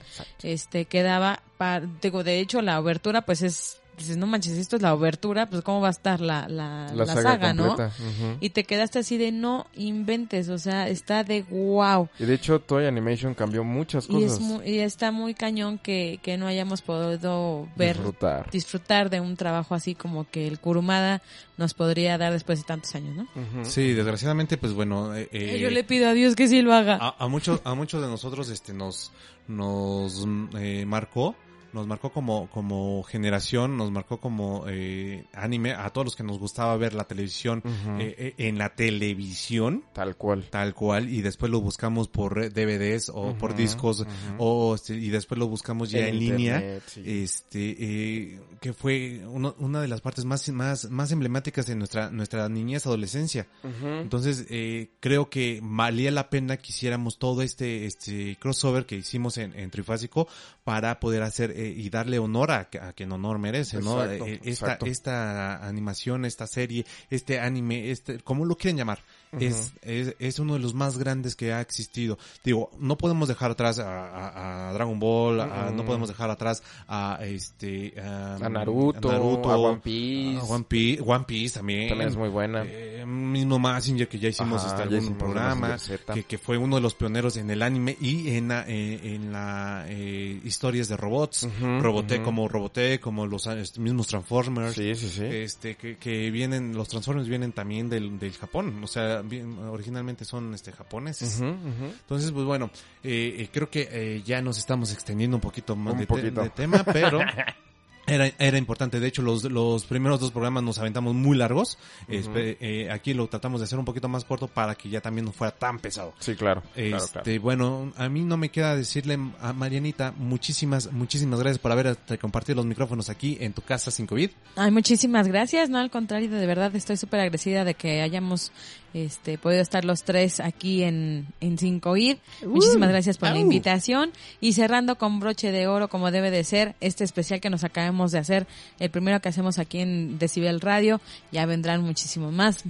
[SPEAKER 7] Este, quedaba, pa- digo, de hecho, la abertura, pues es, dices, no manches, esto es la abertura, pues cómo va a estar la, la,
[SPEAKER 5] La
[SPEAKER 7] la
[SPEAKER 5] saga
[SPEAKER 7] saga,
[SPEAKER 5] completa,
[SPEAKER 7] ¿no?
[SPEAKER 5] ujú.
[SPEAKER 7] Y te quedaste así de no inventes, o sea, está de wow.
[SPEAKER 5] Y de hecho, Toy Animation cambió muchas
[SPEAKER 7] Y,
[SPEAKER 5] cosas.
[SPEAKER 7] es mu- y está muy cañón que, que no hayamos podido ver,
[SPEAKER 5] Disfrutar.
[SPEAKER 7] disfrutar de un trabajo así como que el Kurumada nos podría dar después de tantos años, ¿no?
[SPEAKER 4] Sí, desgraciadamente, pues bueno. eh, eh, ah,
[SPEAKER 7] Yo le pido a Dios que sí lo haga.
[SPEAKER 4] a, a muchos a muchos de nosotros este nos nos mm, eh, marcó nos marcó como como generación nos marcó como eh, anime a todos los que nos gustaba ver la televisión
[SPEAKER 5] Ujú.
[SPEAKER 4] eh, eh, en la televisión
[SPEAKER 5] Tal cual.
[SPEAKER 4] tal cual y después lo buscamos por eh, DVDs o por
[SPEAKER 5] Ujú,
[SPEAKER 4] discos
[SPEAKER 5] ujú.
[SPEAKER 4] o este, y después lo
[SPEAKER 5] pues,
[SPEAKER 4] buscamos ya en, línea
[SPEAKER 5] internet, sí.
[SPEAKER 4] este eh, que fue uno- una de las partes más más más emblemáticas de nuestra nuestra niñez adolescencia
[SPEAKER 5] Ujú.
[SPEAKER 4] entonces, eh, creo que valía la pena que hiciéramos todo este, este crossover que hicimos en, en Trifásico para poder hacer eh, y darle honor a, que- a quien honor merece, ¿no?
[SPEAKER 5] Exacto,
[SPEAKER 4] Eh, esta,
[SPEAKER 5] exacto.
[SPEAKER 4] esta animación, esta serie, este anime, este, como lo quieren llamar. Es, es, es uno de los más grandes que ha existido. Digo, no podemos dejar atrás a, a- a Dragon Ball, a-
[SPEAKER 5] Mm.
[SPEAKER 4] no podemos dejar atrás a este a,
[SPEAKER 5] A Naruto, a One Piece.
[SPEAKER 4] a One Piece, One Piece también.
[SPEAKER 5] También es muy buena.
[SPEAKER 4] Eh, mismo Massinger que ya hicimos
[SPEAKER 5] Ajá,
[SPEAKER 4] este
[SPEAKER 5] ya
[SPEAKER 4] algún
[SPEAKER 5] hicimos
[SPEAKER 4] programa
[SPEAKER 5] Mazinger Z.
[SPEAKER 4] que, que fue uno de los pioneros en el anime y en la, eh, en la eh, historias de robots
[SPEAKER 5] Ujú,
[SPEAKER 4] Roboté
[SPEAKER 5] ujú.
[SPEAKER 4] como Roboté como los eh, este, mismos Transformers
[SPEAKER 5] Sí, sí, sí.
[SPEAKER 4] este que, que vienen los Transformers vienen también del, del Japón o sea bien- originalmente son este japoneses
[SPEAKER 5] Ujú, ujú.
[SPEAKER 4] entonces, pues bueno, eh, eh, creo que eh, ya nos estamos extendiendo un poquito más
[SPEAKER 5] Un
[SPEAKER 4] de, te-
[SPEAKER 5] poquito.
[SPEAKER 4] de tema, pero era, era importante. De hecho, los, los primeros dos programas nos aventamos muy largos. Espe- eh, aquí lo tratamos de hacer un poquito más corto para que ya también no fuera tan pesado.
[SPEAKER 5] Sí, claro. claro,
[SPEAKER 4] Este,
[SPEAKER 5] claro.
[SPEAKER 4] bueno, a mí no me queda decirle a Marianita muchísimas, muchísimas gracias por haber este, compartido los micrófonos aquí en tu casa sin COVID.
[SPEAKER 7] Ay, muchísimas gracias, no al contrario, de verdad estoy súper agradecida de que hayamos este, podido estar los tres aquí en, en Cinco Ir. Muchísimas gracias por la invitación y cerrando con broche de oro como debe de ser este especial que nos acabamos de hacer, el primero que hacemos aquí en Decibel Radio, ya vendrán muchísimos más,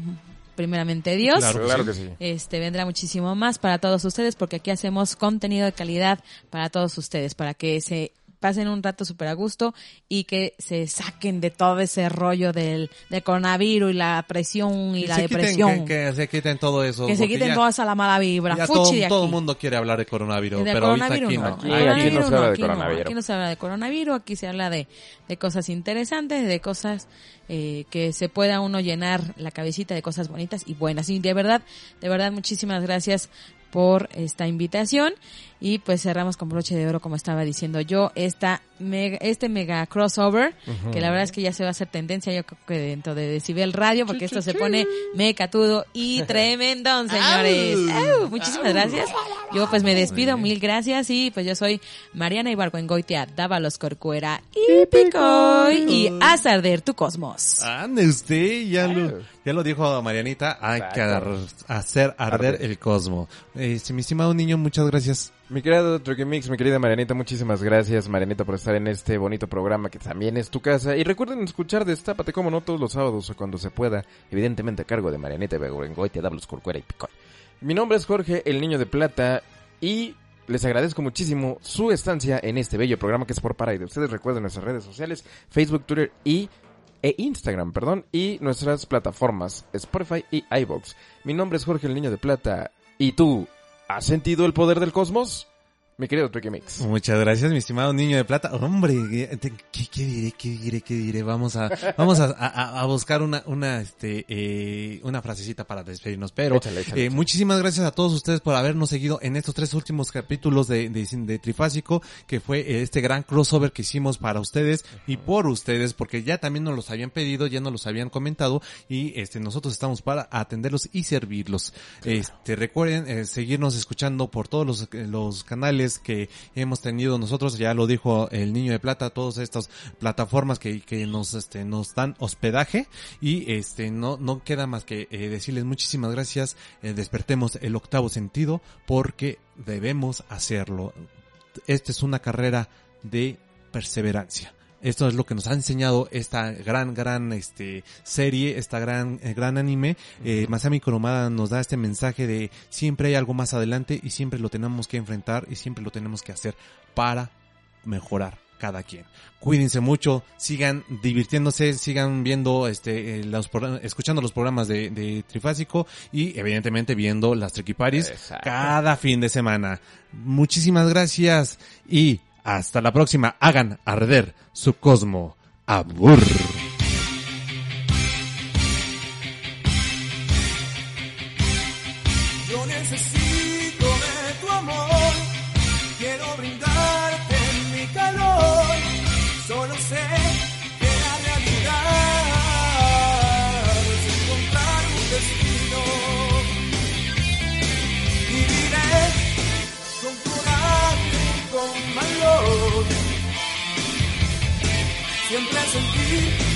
[SPEAKER 7] primeramente Dios.
[SPEAKER 4] Claro que
[SPEAKER 5] Claro
[SPEAKER 4] sí.
[SPEAKER 5] que sí.
[SPEAKER 7] Este vendrá muchísimo más para todos ustedes porque aquí hacemos contenido de calidad para todos ustedes, para que se pasen un rato súper a gusto y que se saquen de todo ese rollo del, del coronavirus y la presión y, la
[SPEAKER 4] se quiten,
[SPEAKER 7] depresión.
[SPEAKER 4] que, que se quiten todo eso.
[SPEAKER 7] Que se
[SPEAKER 4] porque
[SPEAKER 7] quiten
[SPEAKER 4] ya-
[SPEAKER 7] toda esa la mala vibra.
[SPEAKER 4] ya
[SPEAKER 7] Fuchi
[SPEAKER 4] todo,
[SPEAKER 7] de aquí.
[SPEAKER 4] todo el mundo quiere hablar de coronavirus,
[SPEAKER 7] Y del
[SPEAKER 4] pero ahorita
[SPEAKER 7] coronavirus
[SPEAKER 4] aquí
[SPEAKER 7] no.
[SPEAKER 4] no.
[SPEAKER 7] Del
[SPEAKER 5] Aquí- Ah, aquí no se
[SPEAKER 7] coronavirus
[SPEAKER 5] habla de
[SPEAKER 7] aquí no,
[SPEAKER 5] coronavirus.
[SPEAKER 7] Aquí no se habla de coronavirus, aquí se habla de, de cosas interesantes, de cosas eh, que se pueda uno llenar la cabecita de cosas bonitas y buenas. Y de verdad, de verdad, muchísimas gracias por esta invitación y pues cerramos con broche de oro como estaba diciendo yo esta mega- este mega crossover que la verdad es que ya se va a hacer tendencia yo creo que dentro de Decibel Radio porque esto se pone mecatudo y tremendo señores Au, muchísimas gracias yo pues me despido mil gracias y pues yo soy Mariana Ibargüengoitia Dávalos Corcuera y Picoy y Azarder tu cosmos
[SPEAKER 4] Ande usted, ya lo, ya lo dijo Marianita, hay que ar- hacer arder el cosmo. Este, mi estimado niño, muchas gracias.
[SPEAKER 5] Mi querido Tricky Mix, mi querida Marianita, muchísimas gracias, Marianita, por estar en este bonito programa que también es tu casa. Y recuerden escuchar Destápate, como no, todos los sábados o cuando se pueda, evidentemente a cargo de Marianita Begorengoy, te los Corcuera y Picón. Mi nombre es Jorge, el Niño de Plata, y les agradezco muchísimo su estancia en este bello programa que es por Paraide. Ustedes recuerden nuestras redes sociales, Facebook, Twitter y e Instagram, perdón, y nuestras plataformas Spotify y iBox. Mi nombre es Jorge el Niño de Plata, y tú, ¿Has sentido el poder del cosmos? Mi querido Tricky Mix.
[SPEAKER 4] Muchas gracias, mi estimado niño de plata. Hombre, ¿qué, qué diré? ¿Qué diré? ¿Qué diré? Vamos a, vamos a, a, a buscar una, una, este, eh, una frasecita para despedirnos. Pero
[SPEAKER 5] Échale, échale,
[SPEAKER 4] eh,
[SPEAKER 5] échale.
[SPEAKER 4] muchísimas gracias a todos ustedes por habernos seguido en estos tres últimos capítulos de, de, de Trifásico, que fue eh, este gran crossover que hicimos para ustedes y por ustedes, porque ya también nos los habían pedido, ya nos los habían comentado y este nosotros estamos para atenderlos y servirlos. Este recuerden eh, seguirnos escuchando por todos los, los canales que hemos tenido nosotros, ya lo dijo el niño de plata, todas estas plataformas que, que nos este nos dan hospedaje y este no no queda más que eh, decirles muchísimas gracias, eh, despertemos el octavo sentido porque debemos hacerlo. Esta es una carrera de perseverancia. Esto es lo que nos ha enseñado esta gran, gran, este, serie, esta gran, eh, gran anime. Eh, Masami Kuromada nos da este mensaje de siempre hay algo más adelante y siempre lo tenemos que enfrentar y siempre lo tenemos que hacer para mejorar cada quien. Cuídense mucho, sigan divirtiéndose, sigan viendo, este, eh, los program- escuchando los programas de, de Trifásico y evidentemente viendo las Triquiparis
[SPEAKER 5] Exacto.
[SPEAKER 4] cada fin de semana. Muchísimas gracias y hasta la próxima. Hagan arder su cosmo. Abur.
[SPEAKER 11] Yo necesito de tu amor, quiero brindarte mi calor, solo sé que la realidad es encontrar un destino. Viviré con coraje y con valor, siempre sentir